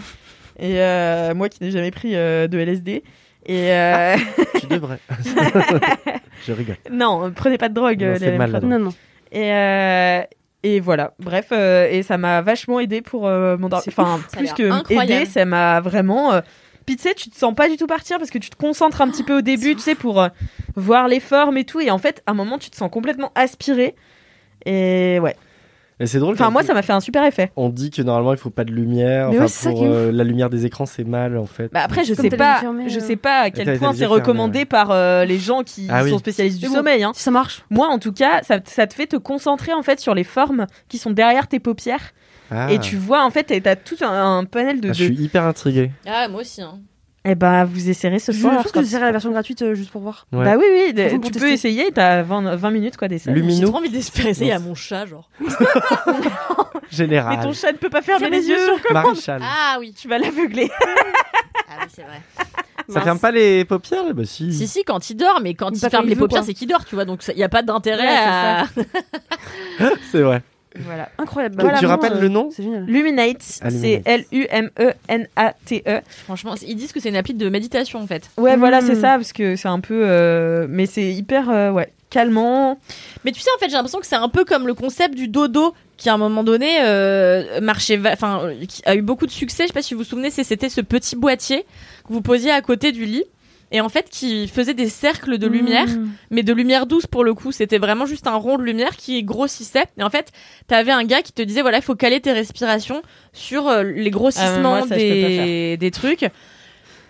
Et euh, moi, qui n'ai jamais pris euh, de LSD. Et euh,
Ah.
tu devrais. je rigole.
non, prenez pas de drogue.
Non,
euh,
c'est
les-
mal, là.
Non, non.
Et euh, et voilà, bref, euh, et ça m'a vachement aidé pour euh, mon
C'est
Enfin,
ça a
plus
l'air
que
incroyable.
aidé, ça m'a vraiment. euh, Puis tu sais, tu te sens pas du tout partir parce que tu te concentres un petit peu au début, tu sais, pour euh, voir les formes et tout. Et en fait, à un moment, tu te sens complètement aspiré. Et ouais.
Et c'est drôle.
Enfin,
parce
moi,
que
ça m'a fait un super effet.
On dit que normalement il faut pas de lumière.
Mais
enfin,
ouais, c'est ça
pour
qui est ouf.
euh, la lumière des écrans, c'est mal en fait.
Bah après, je
Comme
sais
t'as les
pas,
yeux fermés,
je
euh.
sais pas à
T'as
quel
les
point
yeux
c'est
fermés,
recommandé
ouais.
par euh, les gens qui
Ah oui.
sont spécialistes du
Mais bon,
sommeil. hein.
Si ça marche.
Moi, en tout cas, ça, ça te fait te concentrer en fait sur les formes qui sont derrière tes paupières.
Ah.
Bah, Et tu vois, en fait, t'as- t'as tout un, un panel de.
Ah,
de-
je suis hyper intrigué.
Ah, moi aussi. hein.
Eh ben, vous essayerez ce
Je
soir.
pense que je serai la version gratuite euh, juste pour voir.
Ouais.
Bah oui, oui, de-
Façon
tu
pour
peux
tester.
essayer, t'as 20, 20 minutes quoi d'essai.
J'ai
Lumino
trop envie d'espérer essayer à mon chat, genre.
Mais
général.
ton chat ne peut pas fermer les yeux, sur-
Maréchal.
Ah oui.
tu vas l'aveugler.
Ah oui, c'est vrai.
ça ferme pas les paupières là Bah si.
Si, si, quand il dort, mais quand
Pas
il
comme
ferme
il
les
veut,
paupières,
quoi.
c'est qu'il dort, tu vois. Donc, il n'y a pas d'intérêt
Ouais, c'est
à.
C'est vrai.
Voilà.
Incroyable.
Donc, tu
Voilà,
rappelles
bon,
le
euh,
nom
C'est génial.
Luminate,
Ah,
c'est
Luminate.
E L-U-M-E-N-A-T-E.
Franchement, ils disent que c'est une appli de méditation, en fait.
E. Ouais,
Mm.
voilà, c'est ça, parce que c'est un peu. euh, mais c'est hyper euh, ouais, calmant.
Mais tu sais, en fait, j'ai l'impression que c'est un peu comme le concept du dodo qui, à un moment donné, euh, marchait va- enfin, euh, qui a eu beaucoup de succès. Je sais pas si vous vous souvenez, c'est- c'était ce petit boîtier que vous posiez à côté du lit. et en fait qui faisait des cercles de lumière, mais de lumière douce pour le coup. C'était vraiment juste un rond de lumière qui grossissait. Et en fait, t'avais un gars qui te disait voilà, il faut caler tes respirations sur euh, les grossissements
Ah, moi, ça, je peux pas Bah,
des... des trucs.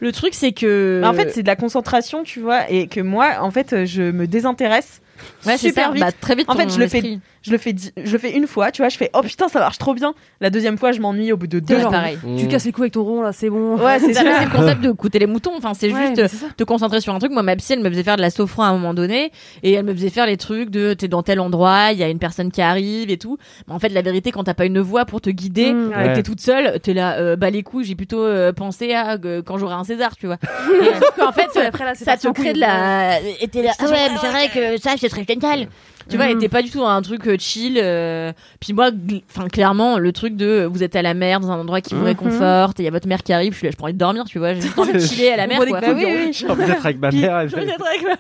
Le truc, c'est que.
En fait, c'est de la concentration, tu vois, et que moi, en fait, euh, je me désintéresse
Ouais, c'est
super
ça.
vite.
Bah, très vite.
En fait,
ton
je le fais-
esprit.
Je le fais, di- je le fais une fois, tu vois, je fais oh putain, ça marche trop bien. La deuxième fois, je m'ennuie au bout de deux
Ouais,
jours.
pareil.
Tu casses les couilles avec ton rond là, c'est bon.
Ouais, c'est
C'est ça,
ça.
mais c'est le concept de coûter les moutons. Enfin, c'est
Ouais,
juste
mais
euh,
c'est ça.
te concentrer sur un truc. Moi, ma psy, elle me faisait faire de la sophro à un moment donné, et elle me faisait faire les trucs de t'es dans tel endroit, il y a une personne qui arrive et tout. Mais en fait, la vérité, quand t'as pas une voix pour te guider,
Mmh,
et que
ouais.
t'es toute seule, t'es là, euh, bah les couilles, j'ai plutôt euh, pensé à euh, quand j'aurai un César, tu vois. Et sauf qu'en fait, euh,
après là, c'est
ça
parti
te
en
crée de
couille.
la. Et t'es là, ah ouais, mais c'est vrai que ça, ce serait génial. Tu vois, et t'es pas du tout dans un truc euh, chill. euh, Puis moi, gl- enfin, clairement, le truc de euh, vous êtes à la mer, dans un endroit qui vous réconforte, et il y a votre mère qui arrive, je suis là, je prends envie de dormir, tu vois, j'ai juste envie de chiller à la mer. quoi.
Bah
J'ai envie d'être avec ma mère. et-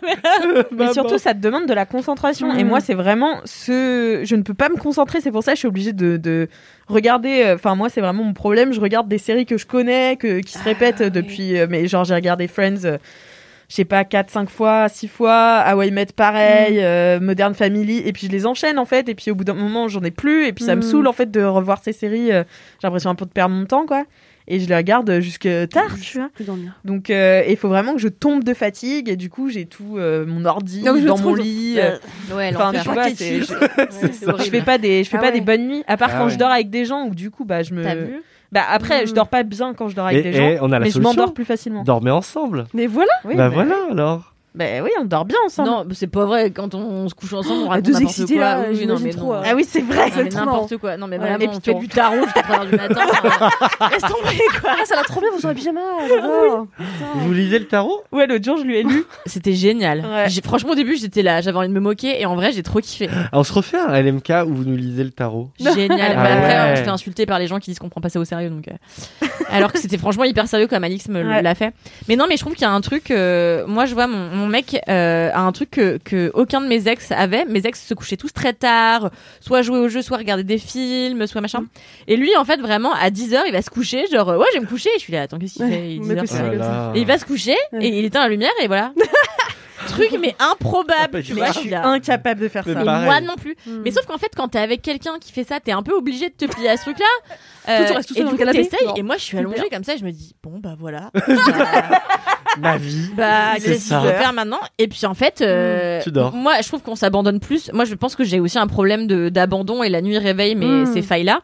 Mais
Maman.
surtout, ça te demande de la concentration. Et moi, c'est vraiment ce. Je ne peux pas me concentrer. C'est pour ça que je suis obligée de, de regarder. euh, Enfin, moi, c'est vraiment mon problème. Je regarde des séries que je connais, que, qui se répètent euh, depuis. euh, Mais genre, j'ai regardé Friends. euh, je sais pas, 4, 5 fois, 6 fois, Hawaii Met pareil, euh, Modern Family, et puis je les enchaîne en fait, et puis au bout d'un moment j'en ai plus, et puis ça me saoule en fait de revoir ces séries, euh, j'ai l'impression un peu de perdre mon temps quoi, et je les regarde euh, jusque tard, tu vois.
Plus dormir.
Donc euh, il faut vraiment que je tombe de fatigue et du coup j'ai tout euh, mon ordi
Donc, je
dans
trouve-
mon lit. euh,
Ouais,
Enfin
l'enfer.
tu vois, c'est- je,
c'est
je
horrible.
fais pas des je fais
Ah
pas
ouais.
des bonnes nuits à part
Ah
quand
ouais.
je dors avec des gens ou du coup bah je me
T'as vu
bah après je
Mm.
dors pas bien quand je dors avec
Et,
des gens
et on a eh, la
mais je m'endors
solution.
plus facilement.
Dormez ensemble.
Mais voilà,
Hein. Oui,
bah
mais-
voilà alors.
bah oui, on dort bien ensemble.
Non, c'est pas vrai, quand on se couche ensemble, on raconte
deux
n'importe
excités,
quoi.
là,
Oui, oui, non,
j'imagine
mais
trop,
non.
hein.
Ah oui, c'est vrai.
Non, mais
trop
n'importe quoi. Non, mais
Voilà,
vraiment,
et puis
on fait
tu-
du tarot jusqu'à 3h du matin. hein. Laisse tomber, quoi.
ça va trop bien, vous serez en pyjama. j'adore.
Vous lisez le tarot
Ouais, l'autre jour je lui ai lu.
C'était génial.
Ouais.
J'ai- Franchement, au début, j'étais là, j'avais envie de me moquer, et en vrai, j'ai trop kiffé.
Ah, On se refait un LMK où vous nous lisez le tarot.
Génial.
Ah
Mais après,
ouais.
on se fait insulter par les gens qui disent qu'on prend pas ça au sérieux. Donc, euh, alors que c'était franchement hyper sérieux comme Alix me
Ouais.
l'a fait. Mais non, mais je trouve qu'il y a un truc. euh, moi, je vois mon, mon mec euh, a un truc que, que aucun de mes ex avait. Mes ex se couchaient tous très tard, soit jouer au jeu, soit regarder des films, soit machin. Et lui, en fait, vraiment à 10 heures, il va se coucher. Genre, euh, ouais, je vais me coucher. Je suis là, attends, qu'est-ce qu'il
Ouais,
fait Il est
me
10 heures,
couche
quoi.
Oh là là.
Et il va se coucher
Ouais.
et il éteint la lumière et voilà. Truc mais improbable. tu
Mais
vois,
je
je suis là.
Incapable de faire
Mais
ça.
Et
Pareil.
moi non plus.
Hmm.
Mais sauf qu'en fait, quand t'es avec quelqu'un qui fait ça, t'es un peu obligé de te plier à ce truc-là. Euh,
Toi, tu restes tout
et
seul
du
dans
coup,
le canapé
t'essayes.
Non.
Et moi, je suis
Super.
allongée comme ça. et Je me dis, bon, bah voilà. bah,
Ma vie.
bah,
C'est
qu'est-ce qu'il
ça.
faut faire maintenant Et puis en fait, euh,
Tu dors.
moi, je trouve qu'on s'abandonne plus. Moi, je pense que j'ai aussi un problème de- d'abandon et la nuit réveille mes
Mm.
ces failles-là.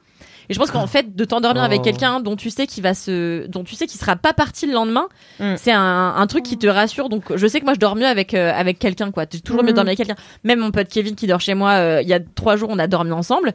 Et je pense qu'en fait, de t'endormir avec
Oh.
quelqu'un dont tu sais qu'il va se, dont tu sais qu'il sera pas parti le lendemain,
Mm.
c'est un, un truc qui te rassure. Donc, je sais que moi, je dors mieux avec euh, avec quelqu'un, quoi. J'ai toujours mieux
Mm.
dormi avec quelqu'un. Même mon pote Kevin qui dort chez moi, euh, il y a trois jours, on a dormi ensemble.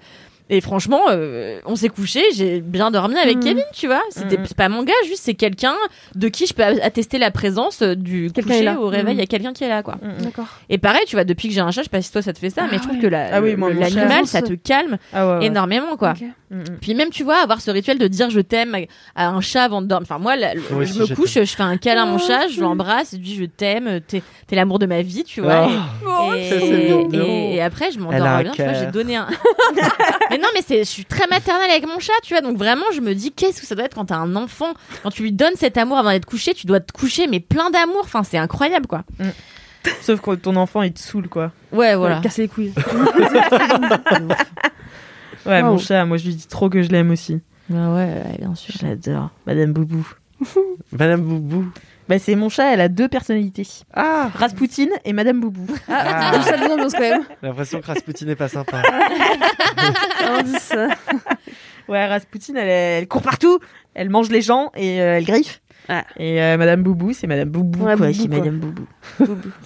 Et franchement, euh, on s'est couché, j'ai bien dormi avec
Mm.
Kevin, tu vois. C'était
Mm, mm.
c'est pas mon gars, juste c'est quelqu'un de qui je peux attester la présence euh, du
Quelqu'un est
coucher
là.
au réveil, il
Mm.
y a quelqu'un qui est là, quoi.
Mm, mm.
D'accord.
Et pareil, tu vois, depuis que j'ai un chat, je sais pas si toi ça te fait ça, mais je trouve que la-
Ah oui, moi,
le-
mon
l'animal,
chat.
ça te calme
Ah ouais, ouais.
énormément, quoi.
Ok.
Mm, mm.
Puis même, tu vois, avoir ce rituel de dire je t'aime à- à un chat avant de dormir. Enfin, moi, la- le-
Oui,
je
si,
me
je
couche, je fais un câlin à mon chat, je l'embrasse, je dis je t'aime, t'es t'es l'amour de ma vie, tu vois.
Ah.
Et,
ça, c'est
et-
mignon.
et- et après, je
Elle a
m'endors
un
bien, tu vois, j'ai
cœur.
donné un. mais non, mais c'est, je suis très maternelle avec mon chat, tu vois, donc vraiment, je me dis, qu'est-ce que ça doit être quand t'as un enfant, quand tu lui donnes cet amour avant d'être couché, tu dois te coucher, mais plein d'amour, enfin, c'est incroyable, quoi.
Sauf que ton enfant il te saoule quoi.
Ouais, voilà.
Casser les couilles.
Ah
Ouais,
Wow.
mon chat, moi je lui dis trop que je l'aime aussi.
Ouais, ouais, ouais, bien sûr.
Je l'adore, Madame Boubou.
Madame Boubou.
Bah c'est mon chat, elle a deux personnalités.
Ah
Raspoutine et Madame Boubou.
Ah.
Ça devient ambiance quand même.
J'ai L'impression que Rasputin n'est pas sympa.
Indice.
Ouais, Raspoutine, elle, elle court partout, elle mange les gens et euh, elle griffe.
Ah.
Et euh, Madame Boubou, c'est Madame Boubou
Ouais,
quoi,
Boubou,
c'est
quoi.
Madame Boubou.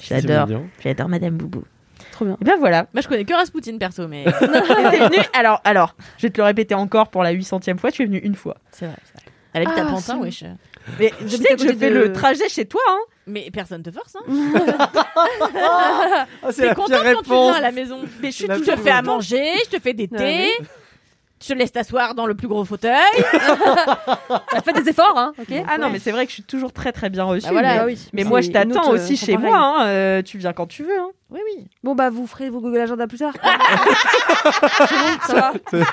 C'est
J'adore,
mignon.
j'adore Madame Boubou.
Trop bien.
Et ben voilà.
Moi, je connais que Rasputin perso, mais.
T'es venue- alors, alors, je vais te le répéter encore pour la 800ème fois, tu es venu une fois.
c'est vrai, c'est vrai. Elle habite
Ah,
à
c'est
Pantin,
bon.
wesh.
Mais je
J'habite à
sais que je
côté
fais
de-
le trajet chez toi, hein.
Mais personne te force, hein.
Ah, c'est
T'es
la pire
contente quand tu viens
réponse.
à la maison. Mais je, suis
La
toujours- je te
pire
fais à
réponse.
manger, je te fais des
Ah
thés. Je te laisse t'asseoir dans le plus gros fauteuil.
Faites des efforts, hein, ok
Ah non, mais c'est vrai que je suis toujours très très bien reçue.
Bah voilà,
mais-
Ah oui.
Mais moi, je
Et nous
t'attends
autres,
aussi
euh, sont
chez
pareils.
moi. hein, euh, tu viens quand tu veux. hein.
Oui, oui.
Bon, bah, vous ferez vos Google Agenda plus tard.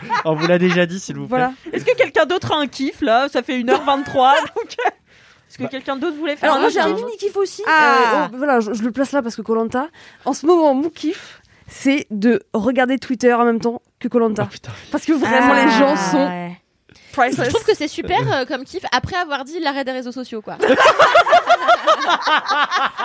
On vous l'a déjà dit, s'il vous plaît. Oh,
Voilà.
Est-ce que quelqu'un d'autre a un kiff là Ça fait 1h23. donc, euh, Est-ce
Parce que quelqu'un d'autre voulait faire
Bah. Alors
un
moi Ah, j'ai un
autre.
mini kiff aussi.
Ah.
Euh, oh, voilà, je, je le place là parce que Colanta. En ce moment, mon kiff, c'est de regarder Twitter en même temps que Colanta.
Ah.
parce que vraiment
Ah.
les gens sont priceless.
Je trouve que c'est super euh, comme kiff après avoir dit l'arrêt des réseaux sociaux quoi.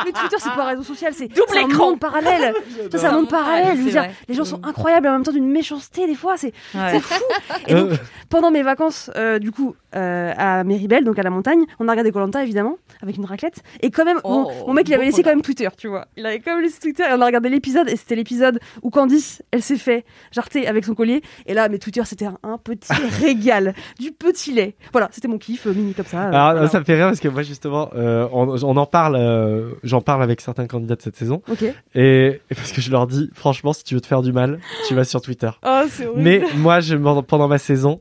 Mais Twitter, c'est pas un réseau social, c'est
Double
c'est un
écran.
monde parallèle. Ça, c'est un monde parallèle. Je veux
c'est
dire,
vrai.
les gens sont incroyables et en même temps d'une méchanceté des fois. C'est
Ouais.
c'est fou. Et
Euh,
donc, pendant mes vacances, euh, du coup, euh, à Méribel, donc à la montagne, on a regardé Colanta évidemment avec une raclette. Et quand même, mon-
Oh,
mon, mec, il avait
beau
laissé quand même Twitter, tu vois. Il avait quand même laissé Twitter et on a regardé l'épisode. Et c'était l'épisode où Candice, elle s'est fait jarter avec son collier. Et là, mais Twitter, c'était un, un petit régal, du petit lait. Voilà, c'était mon kiff euh, mini comme ça. euh,
Alors,
voilà.
Ah, ça me fait rire parce que moi, justement, euh, on, on en parle, euh, j'en parle avec certains candidats de cette saison.
Ok.
Et, et parce que je leur dis, franchement, si tu veux te faire du mal, tu vas sur Twitter.
Oh, c'est horrible.
Mais moi, je, m'en- pendant ma saison,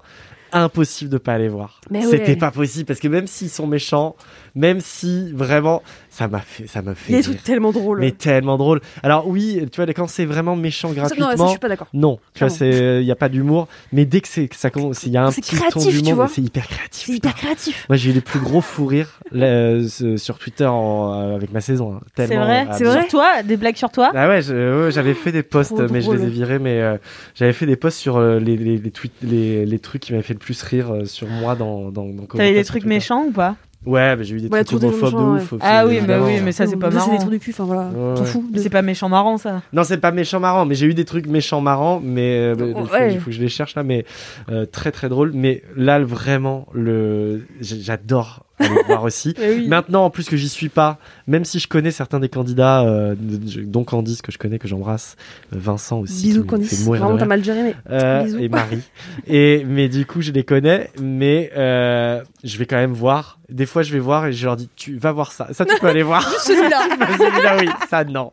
impossible de pas aller voir.
Mais
C'était
ouais.
pas possible parce que même s'ils sont méchants, même si vraiment, ça m'a fait, ça me fait.
Il y a des
rire.
trucs tellement drôles.
Mais tellement drôle. Alors oui, tu vois, quand c'est vraiment méchant
Ça, non,
gratuitement.
ça, je suis pas d'accord.
Non, tu vois,
Clairement.
c'est il y a pas d'humour, mais dès que c'est que ça commence, il y a un
C'est
petit ton
créatif, tu
d'humour,
vois.
mais c'est hyper créatif.
C'est hyper créatif.
Moi, j'ai eu les plus gros fous rires là, euh, ce- sur Twitter en- euh, avec ma saison. hein.
C'est
Tellement,
vrai,
ah,
c'est
mais-
vrai. Sur toi, des blagues sur toi.
Ah ouais, je- ouais, j'avais fait des posts,
Trop
mais je les ai
drôle.
virés. Mais euh, j'avais fait des posts sur euh, les, les, les, tweets- les, les trucs qui m'avaient fait le plus rire euh, sur moi dans dans.
T'avais
dans
des
commentaires
trucs
sur Twitter.
méchants ou pas
Ouais, mais j'ai eu des
Ouais,
trucs
trop des
homophobes
méchants,
de ouf. au
Ah
final,
oui, bah
évidemment.
oui, mais ça c'est pas
Là, C'est
marrant.
des trous du cul, enfin voilà.
Ouais,
T'en
ouais.
fous. de-
C'est pas méchant marrant ça.
Non, c'est pas méchant marrant, mais j'ai eu des trucs méchants marrants, mais euh, bah, il, faut,
Ouais.
il faut que je les cherche là, mais euh, très très drôle. Mais là, le- vraiment, le j'ai- j'adore aller le voir aussi.
Eh
Maintenant, en plus que j'y suis pas, même si je connais certains des candidats, euh, de- je- dont Candice que je connais, que j'embrasse, euh, Vincent aussi, qui
Bisous,
me fait
Candice.
mourir de
Vraiment, t'as
rire,
mal géré, mais.
euh,
Bisous.
et Marie. et mais du coup, je les connais, mais euh, je vais quand même voir. Des fois, je vais voir et je leur dis, tu vas voir ça, ça tu peux aller voir.
Celui-là,
Celui-là, oui, ça non.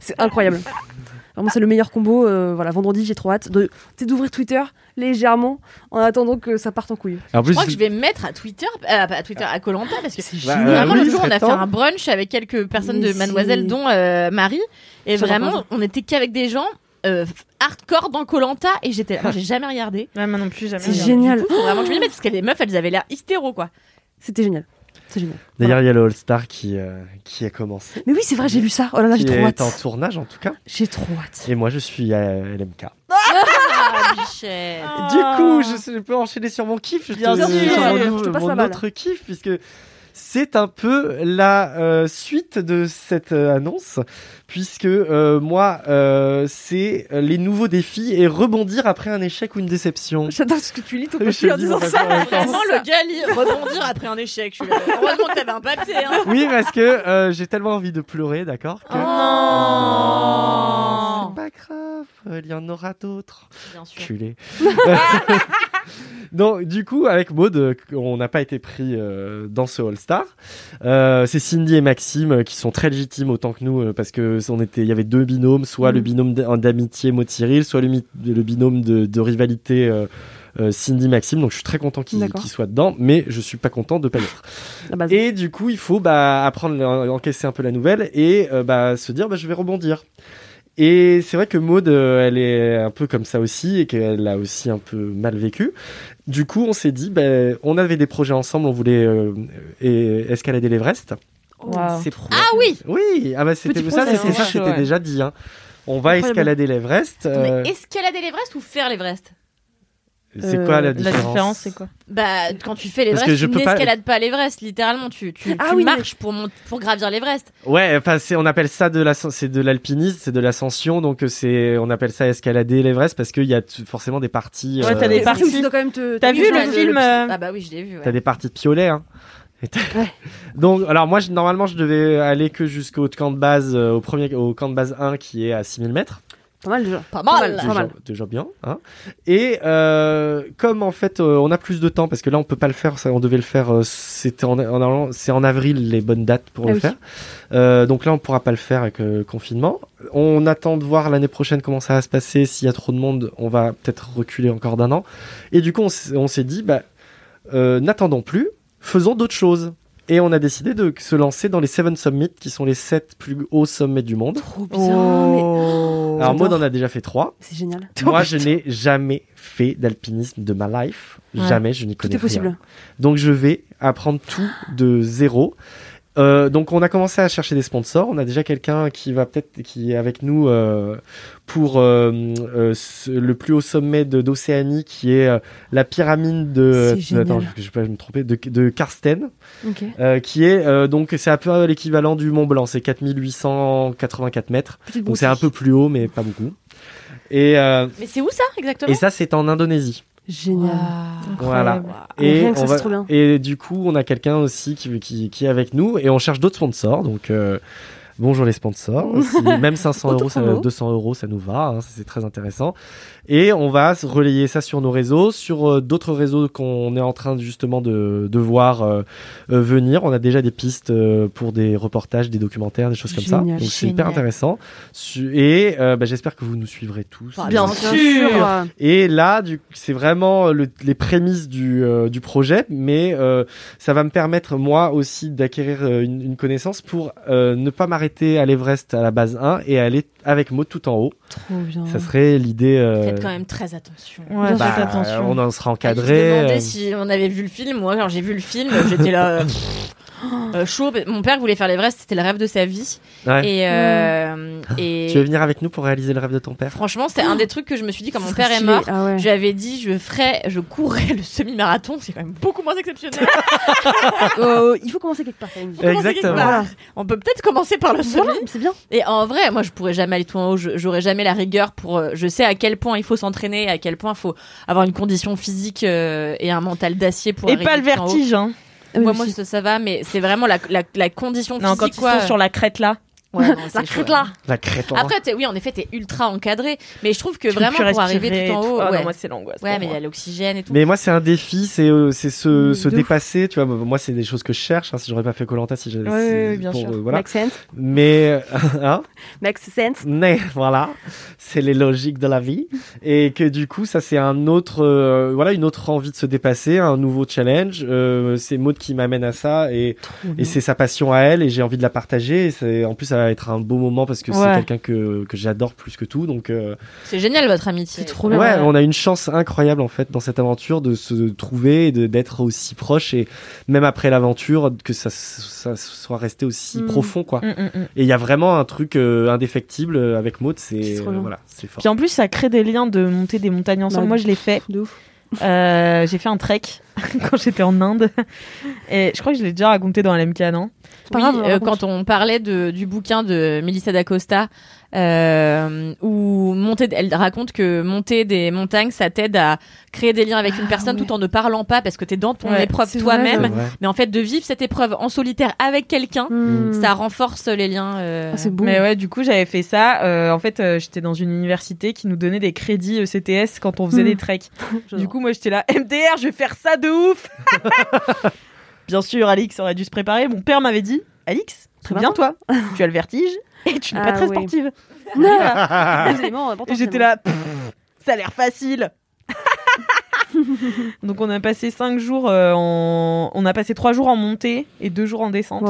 c'est incroyable. Vraiment, c'est le meilleur combo. euh, voilà, vendredi, j'ai trop hâte de- tu sais, d'ouvrir Twitter légèrement en attendant que ça parte en couille.
En
Je
plus,
crois que je vais me mettre à Twitter, euh, pas à Twitter, à Colanta parce que c'est
Bah, euh,
Vraiment,
oui,
le jour,
ce
on a
serait
fait
temps.
un brunch avec quelques personnes
Mais
de
si.
Mademoiselle, dont euh, Marie. Et
Je te
vraiment,
raconte.
on n'était qu'avec des gens euh, hardcore dans Colanta. Et j'étais là. Moi, j'ai jamais regardé.
Ouais, moi non plus jamais.
C'est
regardé.
génial.
Faut vraiment que je m'y mette parce que les meufs, elles avaient l'air hystéro, quoi.
C'était génial. C'est génial.
D'ailleurs, il y a le All Star qui, euh, qui a commencé.
Mais oui, c'est vrai, j'ai vu ça. Oh là là, j'ai
qui
trop
est en
hâte.
tournage en tout cas.
J'ai trop hâte.
Et moi, je suis à LMK.
Ah, bichette.
Du coup, je, je peux enchaîner sur mon kiff. Je
Bien
te-
sûr.
sur mon,
Ah. Je te passe
mon
la balle.
autre kiff, puisque c'est un peu la euh, suite de cette euh, annonce, puisque euh, moi, euh, c'est euh, les nouveaux défis et rebondir après un échec ou une déception.
J'adore ce que tu lis ton
Je
papier en
lis
disant
mon
ça.
papier en même temps.
Vraiment, le gars, il- rebondir après un échec. Je suis là, Heureusement que t'avais un papier. Hein.
Oui, parce que euh, j'ai tellement envie de pleurer, d'accord que-
non.
Oh.
C'est pas grave, il y en aura d'autres.
Bien sûr.
Culé. Non, du coup, avec Maud, euh, on n'a pas été pris euh, dans ce All-Star. Euh, c'est Cindy et Maxime euh, qui sont très légitimes autant que nous euh, parce que on était, il y avait deux binômes, soit
Mm.
le binôme d'a- d'amitié Maud Cyril, soit le, mi- le binôme de, de rivalité euh, Cindy Maxime. Donc je suis très content qu'ils
D'accord.
qu'ils soient dedans, mais je suis pas content de pas y être.
La base.
Et du coup, il faut bah, apprendre, euh, encaisser un peu la nouvelle et euh, bah, se dire, bah, je vais rebondir. Et c'est vrai que Maude, euh, elle est un peu comme ça aussi et qu'elle a aussi un peu mal vécu. Du coup, on s'est dit, bah, on avait des projets ensemble, on voulait euh, euh, escalader l'Everest.
Oh.
Waouh.
Ah oui Oui, ah bah, c'était
Petit
ça,
projet,
c'était
hein.
ça, c'était
Ouais.
déjà dit. hein. On va
Incroyable.
escalader l'Everest. euh,
Mais escalader l'Everest ou faire l'Everest
c'est quoi la
La
euh,
différence
différence, c'est quoi
Bah, quand tu fais
Parce que
l'Everest,
je
tu
peux pas-
n'escalades pas, l'Everest, littéralement. Tu, tu,
Ah
tu
oui, mais-
marches pour, mont- pour gravir l'Everest.
Ouais, enfin, c'est- on appelle ça de la, c'est de l'alpinisme, c'est de l'ascension, donc euh, c'est, on appelle ça escalader l'Everest parce qu'il y a t- forcément des parties. euh,
Ouais, t'as des
C'est
parties.
où Euh, tu dois quand même te-
T'as
te-
vu
te-
le
te-
film euh,
Ah bah oui, je l'ai vu. ouais.
T'as des parties de piolet, hein. Et t'as-
Ouais.
Donc, alors moi, je- normalement, je devais aller que jusqu'au camp de base, euh, au premier, au camp de base 1 qui est à 6000 mètres.
Pas mal déjà.
Pas mal.
Déjà,
Pas mal.
déjà bien, hein. Et euh, comme en fait, euh, on a plus de temps parce que là, on peut pas le faire. Ça, on devait le faire. euh, C'était en, en allant- c'est en avril les bonnes dates pour
Ah
le
oui.
faire. Euh, donc là, on pourra pas le faire avec euh, le confinement. On attend de voir l'année prochaine comment ça va se passer. S'il y a trop de monde, on va peut-être reculer encore d'un an. Et du coup, on s- on s'est dit, bah, euh, n'attendons plus, faisons d'autres choses. Et on a décidé de se lancer dans les Seven Summits, qui sont les sept plus hauts sommets du monde.
Trop bien. mais
Alors, Maud en a déjà fait trois.
C'est génial.
Moi, je n'ai jamais fait d'alpinisme de ma life.
Ouais.
Jamais, je n'y
Tout
connais
est
rien.
possible.
Donc, je vais apprendre tout de zéro. Euh, donc on a commencé à chercher des sponsors. On a déjà quelqu'un qui va peut-être qui est avec nous euh, pour euh, euh, ce- le plus haut sommet de- d'Océanie, qui est euh, la pyramide de. euh,
C'est génial.
Attends, je, je- je vais me tromper de, de Karsten.
Ok.
Euh, qui est euh, donc c'est un peu l'équivalent du Mont Blanc, c'est 4884 mètres.
Petite
Donc
broutille.
c'est un peu plus haut, mais pas beaucoup. Et, euh,
Mais c'est où ça exactement
et ça c'est en Indonésie.
Génial.
Voilà.
Rien
Et,
que ça,
on va-
c'est trop bien.
et du coup, on a quelqu'un aussi qui, qui, qui est avec nous et on cherche d'autres sponsors. Donc, euh, bonjour les sponsors. Si même 500 euros, ça-
Autopromo.
200 euros, ça nous va. hein, ça, c'est très intéressant. Et on va se relayer ça sur nos réseaux, sur euh, d'autres réseaux qu'on est en train justement de, de voir euh, euh, venir. On a déjà des pistes euh, pour des reportages, des documentaires, des choses comme ça.
Génial.
Donc, c'est hyper
Génial.
intéressant. Su- Et euh, bah, j'espère que vous nous suivrez tous.
Bien
Euh,
sûr. Bien sûr.
et là, du- c'est vraiment euh, le- les prémices du, euh, du projet, mais euh, ça va me permettre, moi aussi, d'acquérir euh, une, une connaissance pour euh, ne pas m'arrêter à l'Everest à la base 1 et aller avec Maud tout en haut.
Trop bien.
Ça serait l'idée. euh,
Faites quand même très attention.
Ouais, Bien faites sûr. attention. Bah, on en sera encadré,
Je me demandais
euh.
si on avait vu le film. Moi, quand j'ai vu le film, j'étais là. euh, pff, euh, chaud. Mon père voulait faire l'Everest, c'était le rêve de sa vie.
Ouais. Ah,
Et, euh, et
Tu veux venir avec nous pour réaliser le rêve de ton père
Franchement, c'est un des trucs que je me suis dit quand mon
serait
père est
stylé,
mort.
ah ouais.
Je lui avais dit, je ferais, je courrais le semi-marathon. C'est quand même beaucoup moins exceptionnel.
Euh, il faut commencer quelque part. quand même.
Faut commencer quelque
Exactement.
part.
Voilà.
On peut peut-être commencer par le semi.
Voilà, c'est bien.
Et en vrai, moi, je pourrais jamais aller tout en haut. Je- J'aurais jamais la rigueur pour. euh, Je sais à quel point il faut s'entraîner, à quel point il faut avoir une condition physique euh, et un mental d'acier pour.
Et
arriver
pas le
tout en haut.
vertige, hein. Ah, mais
Moi, moi,
si.
ça, ça va, mais c'est vraiment la, la, la condition physique.
Non, quand ils
quoi.
sont sur la crête là.
Ouais, non, c'est
La
chaud,
crête
ouais.
là.
La crête. hein.
Après, t'es- oui, en effet, t'es ultra encadré, mais je trouve que
Tu peux
vraiment
plus
pour arriver
respirer
tout en
et tout.
haut,
Ah non,
ouais.
moi, c'est l'angoisse
Ouais,
pour
mais il y
moi.
a l'oxygène et tout.
Mais moi, c'est un défi, c'est euh, c'est se, se
de ouf.
dépasser. Tu vois, moi, c'est des choses que je cherche. hein, si j'aurais pas fait Colanta, si j'avais.
Ouais, ouais,
c'est
ouais, bien sûr.
euh, voilà.
Make sense.
Mais hein
Makes sense.
Mais voilà, c'est les logiques de la vie et que du coup ça c'est un autre euh, voilà une autre envie de se dépasser, un nouveau challenge. Euh, c'est Maud qui m'amène à ça et, et c'est sa passion à elle et j'ai envie de la partager. Et c'est- en plus ça va être un beau moment parce que c'est
Ouais.
quelqu'un que, que j'adore plus que tout donc. euh,
C'est génial votre amitié. C'est trop
Ouais, on a une chance incroyable en fait dans cette aventure de se trouver et de- d'être aussi proche et même après l'aventure que ça, ça soit resté aussi
Mm.
profond quoi.
Mm, mm, mm.
Et il y a vraiment un truc euh, indéfectible euh, avec Maud, c'est
trop
euh,
bien.
voilà, c'est fort.
Puis en plus, ça crée des liens de monter des montagnes ensemble.
Bah,
Moi, je l'ai fait. Euh, j'ai fait un trek quand j'étais en Inde. Et je crois que je l'ai déjà raconté dans LMK, non
Oui, euh, quand on parlait de, du bouquin de Melissa d'Acosta, euh, où monter, elle raconte que monter des montagnes, ça t'aide à créer des liens avec une personne tout en ne parlant pas parce que t'es dans ton
Ah, Ouais,
épreuve
c'est
toi-même.
vrai. C'est vrai.
Mais en fait, de vivre cette épreuve en solitaire avec quelqu'un,
Hmm.
Mm.
ça renforce les liens. euh,
Ah,
Mais ouais, du coup, j'avais fait ça. Euh, en fait, euh, j'étais dans une université qui nous donnait des crédits euh, CTS quand on faisait
Mm.
Hmm.
des treks. du coup, moi, j'étais là, MDR, je vais faire ça de ouf Bien sûr, Alix aurait dû se préparer. Mon père m'avait dit, Alix, bien toi, tu as le vertige et tu n'es
Ah
pas très
oui.
sportive.
Voilà.
Voilà.
Forcément, important,
Et J'étais là, pff, ça a l'air facile Donc on a passé cinq jours euh, en... On a passé trois jours en montée et deux jours en descente.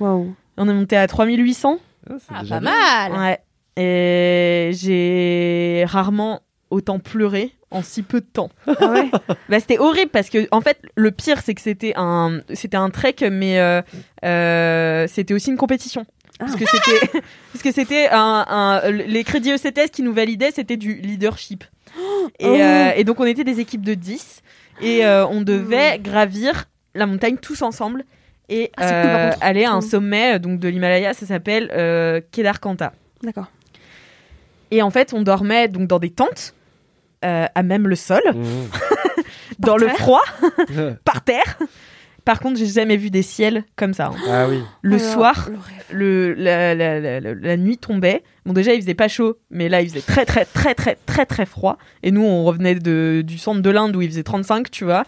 On est monté à 3800.
Ah, déjà pas bien. mal.
Ouais. Et j'ai rarement autant pleuré en si peu de temps.
Ah
bah, c'était horrible parce que en fait le pire c'est que c'était un c'était un trek mais euh, euh, c'était aussi une compétition.
Ah.
Parce que c'était parce que c'était un, un- les crédits E ECTS qui nous validaient c'était du leadership. Et,
Oh.
euh, et donc on était des équipes de 10 et euh, on devait gravir la montagne tous ensemble et
Oh. Ah, c'est cool, par
euh,
contre.
aller à un
Mm.
sommet euh, donc de l'Himalaya, ça s'appelle euh, Kedarkanta.
D'accord.
Et en fait, on dormait donc dans des tentes euh, à même le sol,
Mmh.
dans le
terre.
froid, par terre. Par contre, j'ai jamais vu des ciels comme ça. hein.
Ah oui.
Le
Alors,
soir, le la, la- la- la- la nuit tombait. Bon, déjà, il faisait pas chaud, mais là, il faisait très, très, très, très, très, très froid. Et nous, on revenait de, du centre de l'Inde où il faisait 35, tu vois.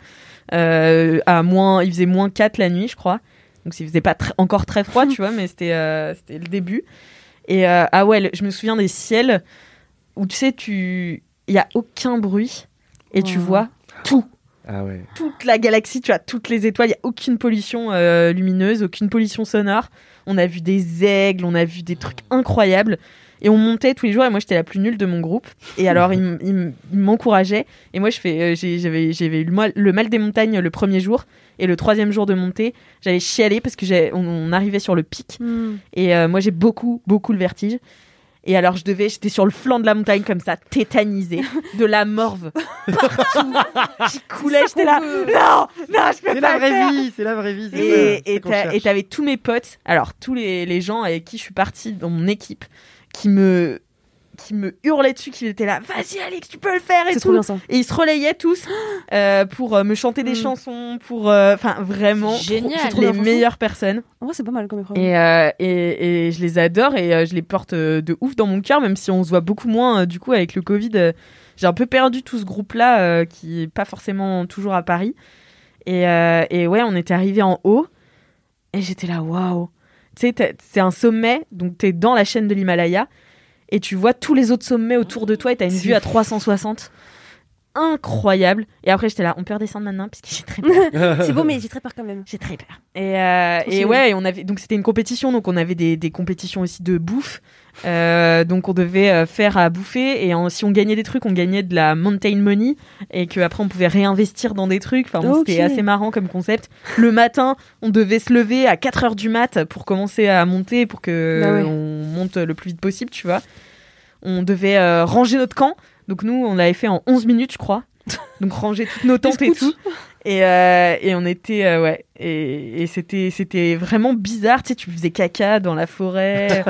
Euh, à moins, il faisait moins 4 la nuit, je crois. Donc, il faisait pas tr- encore très froid, tu vois, mais c'était euh, c'était le début. Et euh, ah ouais, le- je me souviens des ciels où tu sais, tu il y a aucun bruit et tu
Ouais.
vois tout
Ah ouais.
toute la galaxie, tu as toutes les étoiles, il n'y a aucune pollution euh, lumineuse, aucune pollution sonore. On a vu des aigles, on a vu des trucs incroyables. Et on montait tous les jours et moi j'étais la plus nulle de mon groupe. Et alors ils m- ils m- ils m'encourageaient. Et moi je fais, euh, j'ai- j'avais j'avais eu le mal, le mal des montagnes le premier jour et le troisième jour de montée j'avais chialé parce que j'ai- on, on arrivait sur le pic.
Hmm.
Et euh, moi j'ai beaucoup beaucoup le vertige. Et alors je devais, j'étais sur le flanc de la montagne comme ça, tétanisée, de la morve partout. J'y coulais, j'étais là. Non, non, je peux pas
C'est la
le
vraie
faire.
vie, c'est la vraie vie. c'est ça,
Et-
c'est
Et
qu'on
t'as-
cherche.
et t'avais tous mes potes, alors tous les, les gens avec qui je suis partie dans mon équipe, qui me qui me hurlaient dessus, qui étaient là, vas-y Alex, tu peux le faire Ah, et
C'est
tout.
trop bien ça.
Et ils se relayaient tous euh, pour euh, me chanter des chansons, pour euh, enfin vraiment
Génial.
c'est
trop bien,
les
franchement.
meilleures personnes.
En vrai, c'est pas mal comme épreuve.
Et, euh, et, et je les adore et euh, je les porte euh, de ouf dans mon cœur, même si on se voit beaucoup moins euh, du coup avec le Covid. euh, j'ai un peu perdu tout ce groupe-là euh, qui est pas forcément toujours à Paris. Et, euh, et ouais, on était arrivé en haut et j'étais là, waouh! Tu sais, t'as- c'est un sommet, donc t'es dans la chaîne de l'Himalaya et tu vois tous les autres sommets autour de toi et t'as une vue à 360. Incroyable! Et après, j'étais là, on peut redescendre maintenant parce que j'ai très
Ah,
C'est beau, mais j'ai très peur quand même.
j'ai très peur. Et, euh,
Trop
et
stylé.
ouais, et on avait donc c'était une compétition, donc on avait des, des compétitions aussi de bouffe. Euh, donc on devait euh, faire à bouffer et en- si on gagnait des trucs, on gagnait de la mountain money et que après on pouvait réinvestir dans des trucs. Enfin, bon,
Ok.
c'était assez marrant comme concept. Le matin, on devait se lever à 4 heures du mat pour commencer à monter pour que
Bah ouais.
on monte le plus vite possible, tu vois. On devait euh, ranger notre camp. Donc nous, on l'avait fait en 11 minutes, je crois. Donc ranger toutes nos tentes et tout. Et, euh, et on était euh, ouais et, et c'était c'était vraiment bizarre tu sais tu faisais caca dans la forêt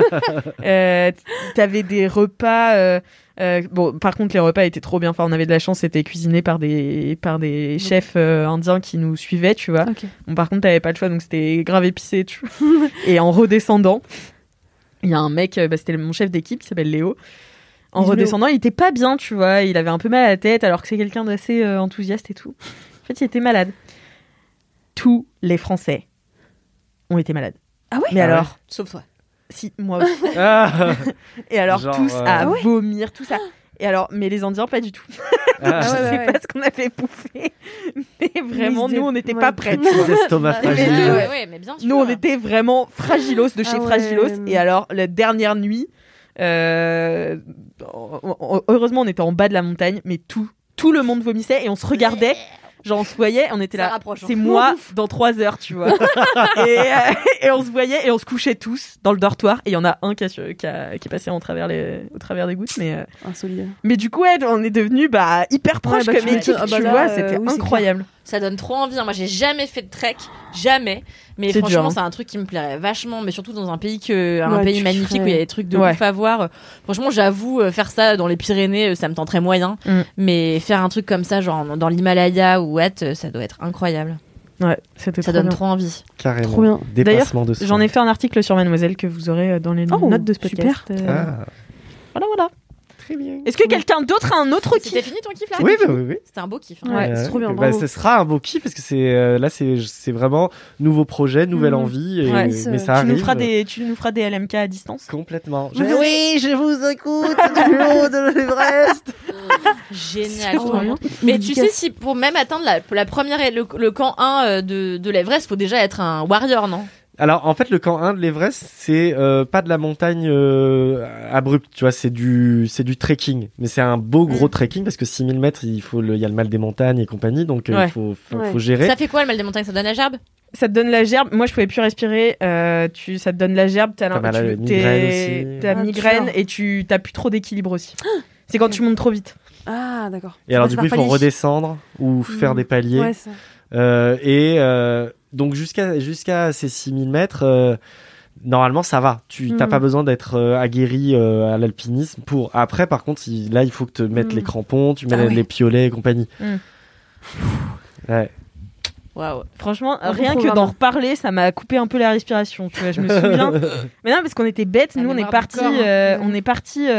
euh, t'avais des repas euh, euh, bon par contre les repas étaient trop bien enfin on avait de la chance c'était cuisiné par des par des chefs euh, indiens qui nous suivaient tu vois
Ok.
Bon, par contre, t'avais pas le choix, donc c'était grave épicé. Tu vois. et en redescendant, il y a un mec, euh, bah, c'était mon chef d'équipe, qui s'appelle Léo. En
Bisous,
redescendant, il était pas bien, tu vois. Il avait un peu mal à la tête, alors que c'est quelqu'un d'assez euh, enthousiaste et tout. En fait, il était malade. Tous les Français ont été malades.
Ah ouais
Mais alors,
Sauf toi.
si, moi aussi.
Ah,
Et alors,
Genre,
tous
euh,
à
Ah
ouais
vomir, tout ça. Et alors, mais les Indiens, pas du tout.
ah,
Je
ouais,
sais
ouais,
pas
ouais.
ce qu'on avait bouffé. Mais vraiment,
Mais ils
nous, on
étaient-
n'était
ouais.
pas prêts.
Petits estomacs
Ouais,
les
fragiles.
deux,
ouais, ouais, mais bien sûr.
Nous, on était vraiment fragilos de chez
Ah ouais.
fragilos. Et alors, la dernière nuit, euh, heureusement, on était en bas de la montagne, mais tout, tout le monde vomissait et on se regardait. Genre, on se voyait, on était
Ça
là.
rapproche, hein.
C'est moi dans trois heures, tu vois. et, euh, et on se voyait et on se couchait tous dans le dortoir. Et il y en a un qui, a su- qui a- qui est passé en travers les, au travers des gouttes. Mais, euh,
Insolide.
mais du coup, ouais, on est devenus bah, hyper proches
bah, tu
comme équipe,
m'étonnes. Ah bah
tu
là,
vois.
euh,
C'était
oui, c'est
incroyable.
Ça donne trop envie. hein. Moi, j'ai jamais fait de trek, jamais. Mais
C'est
franchement,
dur, hein.
c'est un truc qui me plairait vachement, mais surtout dans un pays que un
Ouais,
pays
tu
magnifique
ferais.
où il y a des trucs de
Ouais.
ouf à voir. Euh, Franchement, j'avoue, euh, faire ça dans les Pyrénées, euh, ça me tenterait moyen.
Mm.
Mais faire un truc comme ça, genre en- dans l'Himalaya ou what, euh, ça doit être incroyable.
Ouais, c'était
Ça
trop
donne
bien.
trop envie.
Carrément.
Trop bien.
Dépassement de
J'en ai fait un article sur Mademoiselle que vous aurez euh, dans les
Oh,
notes de ce podcast. Euh,
Ah,
Voilà, voilà.
très bien.
Est-ce que quelqu'un d'autre a un autre
C'était
kiff
fini ton kiff là
Oui, bah oui, oui.
C'était un beau kiff. hein.
Ouais, c'est trop bien,
bah,
bravo.
ce sera un beau kiff parce que c'est euh, là c'est c'est vraiment nouveau projet, nouvelle
Mhm.
envie et
Mmh. Ouais,
mais
c'est-
ça
tu
arrive
nous, feras des, tu nous feras des LMK à distance
complètement.
Vous
Oui, je vous écoute du haut de l'Everest.
Génial.
trop
vraiment. Ah, Mais tu sais, si pour même atteindre la, la première, le, le camp 1 euh, de, de l'Everest, faut déjà être un warrior, non
Alors en fait le camp 1 de l'Everest c'est euh, pas de la montagne euh, abrupte, tu vois, c'est du c'est du trekking, mais c'est un beau gros
Mm.
trekking parce que 6000 mètres, il faut le il y a le mal des montagnes et compagnie donc euh,
Ouais.
il faut faut,
Ouais.
faut gérer.
Ça fait quoi le mal des montagnes Ça donne la gerbe
Ça te donne la gerbe. Moi, je pouvais plus respirer. euh, tu, ça te donne la gerbe. T'as
Pas mal à la
tu-
migraine
t'es-
aussi.
t'as
Ah,
migraine
dur.
et tu t'as plus trop d'équilibre aussi. C'est quand tu montes trop vite.
Ah, d'accord.
Et alors
Ça
du coup
passe
il
par
faut
palier.
redescendre ou faire
Mhm.
des paliers.
Ouais, ça.
Euh, et euh, donc jusqu'à jusqu'à ces 6000 mètres, euh, normalement ça va. Tu
Mm.
n'as pas besoin d'être euh, aguerri euh, à l'alpinisme pour. Après, par contre, il- là il faut que tu mettes
Mm.
les crampons, tu mets
Ah ouais.
les piolets et compagnie.
Mm.
Ouais.
Waouh. Franchement,
Un
rien
bon
que d'en
programme.
reparler, ça m'a coupé un peu la respiration. Tu vois, je me souviens. Mais non, parce qu'on était bêtes.
La
Nous, on
mémoire
est
du
parti.
corps, hein.
on est parti.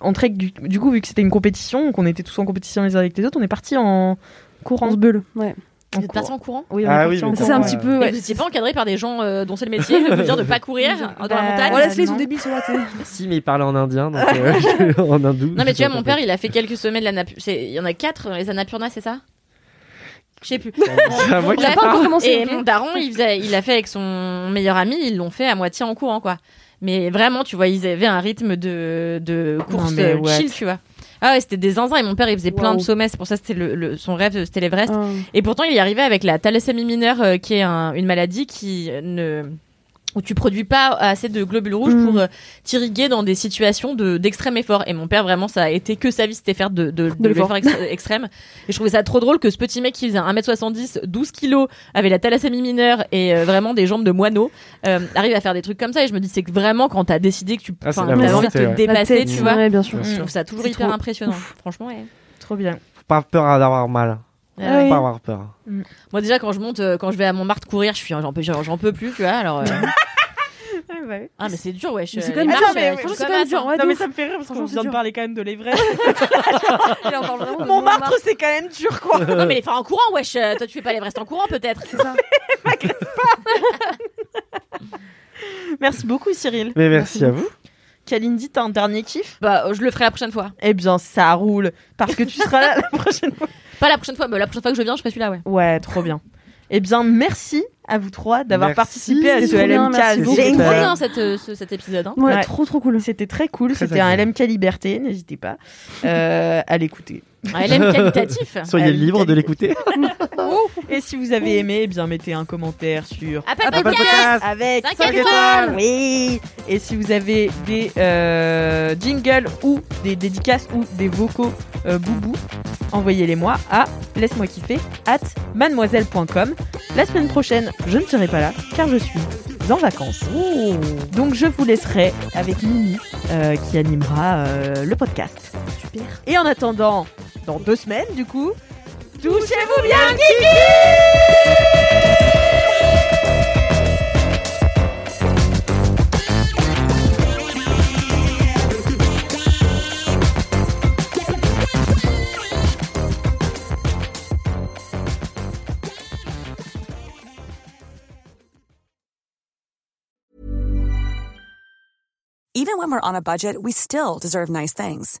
en trek, du, du coup, vu que c'était une compétition, qu'on était tous en compétition les uns avec les autres, on est parti en courant.
France Bulle. Ouais.
En
Vous êtes
courant.
parti en courant
Oui, on
Ah
est
oui,
parti en
mais
courant, ouais.
C'est un petit peu.
Mais
Ouais.
vous n'étiez pas encadré par des gens euh, dont c'est le métier de vous dire de pas courir dans la
Bah,
montagne
On laisse les
non.
ou débiles sur la télé.
Si, mais il parlait en indien, donc euh, en hindou.
Non mais tu
j'ai
vois, mon
compris.
père, il a fait quelques semaines l'Annapurna. Il y en a quatre, euh, les Annapurna, c'est ça Je sais plus.
C'est à moi qui
Bref,
Pas encore commencé.
Et
ok.
mon daron, il, faisait, il l'a fait avec son meilleur ami, ils l'ont fait à moitié en courant, quoi. Mais vraiment, tu vois, ils avaient un rythme de, de course
Non, mais
euh,
what
chill, tu vois. Ah ouais, c'était des zinzins et mon père il faisait plein
Wow.
de sommets, c'est pour ça que c'était le, le- son rêve, c'était l'Everest. Et pourtant, il y arrivait avec la thalassémie mineure, euh, qui est un- une maladie qui euh, ne où tu produis pas assez de globules rouges pour euh, t'irriguer dans des situations de d'extrême effort. Et mon père vraiment, ça a été que sa vie, c'était faire de, de, de l'effort
l'effort.
ex- extrême. Et je trouvais ça trop drôle que ce petit mec qui faisait 1m70, 12 kilos, avait la thalassémie mineure et euh, vraiment des jambes de moineau, euh, arrive à faire des trucs comme ça. Et je me dis, c'est que vraiment quand t'as décidé que tu
Ah, c'est la
enfin, t'as envie de
volonté,
te
ouais.
dépasser,
La tête,
tu vois.
ouais, bien sûr.
Je trouve ça toujours
C'est
hyper
trop
impressionnant.
ouf.
Franchement, ouais.
Mm. Trop bien.
Faut pas peur d'avoir mal.
Ah oui.
Pas avoir peur.
Moi déjà quand je monte, euh, quand je vais à Montmartre courir, je suis j'en peux, j'en peux plus, tu vois. Alors euh, ah mais c'est dur, ouais.
Mais c'est quand même dur, mais-
euh,
mais c'est quand même
hein.
dur, ouais, de ouf. Franchement, c'est dur.
parler
quand même de l'Everest. hein. Montmartre, c'est quand même dur, quoi.
non mais enfin en courant, wesh. euh, Toi tu fais pas l'Everest en courant peut-être. C'est ça.
Merci beaucoup, Cyril.
Mais merci à vous.
Kalindi, t'as un dernier kiff
Bah, euh, je le ferai la prochaine fois.
Eh bien, ça roule. Parce que tu seras là la prochaine fois.
Pas la prochaine fois, mais la prochaine fois que je viens, je ferai celui-là, ouais.
Ouais, trop bien. Eh bien, merci à vous trois d'avoir
Merci,
participé à ce
c'était trop bien,
LMK.
merci beaucoup. C'était trop bien,
bien
cette, euh, ce- cet épisode. hein.
trop trop cool. C'était très cool.
Très
C'était un
agréable.
LMK Liberté, n'hésitez pas euh, à l'écouter.
Un LMK qualitatif.
Soyez
Un
libre de l'écouter.
Et si vous avez aimé, eh bien mettez un commentaire sur
Apple Apple Podcast Podcast
avec
Cinq
5 étoiles.
étoiles.
Oui. Et si vous avez des euh, jingles ou des dédicaces ou des vocaux euh, boubou, envoyez-les moi à laisse-moi kiffer at mademoiselle.com. La semaine prochaine, je ne serai pas là car je suis en vacances. Donc je vous laisserai avec Mimi euh, qui animera euh, le podcast. Super. Et en attendant, dans deux semaines du coup, touchez-vous bien, Kiki
Even when we're on a budget, we still deserve nice things.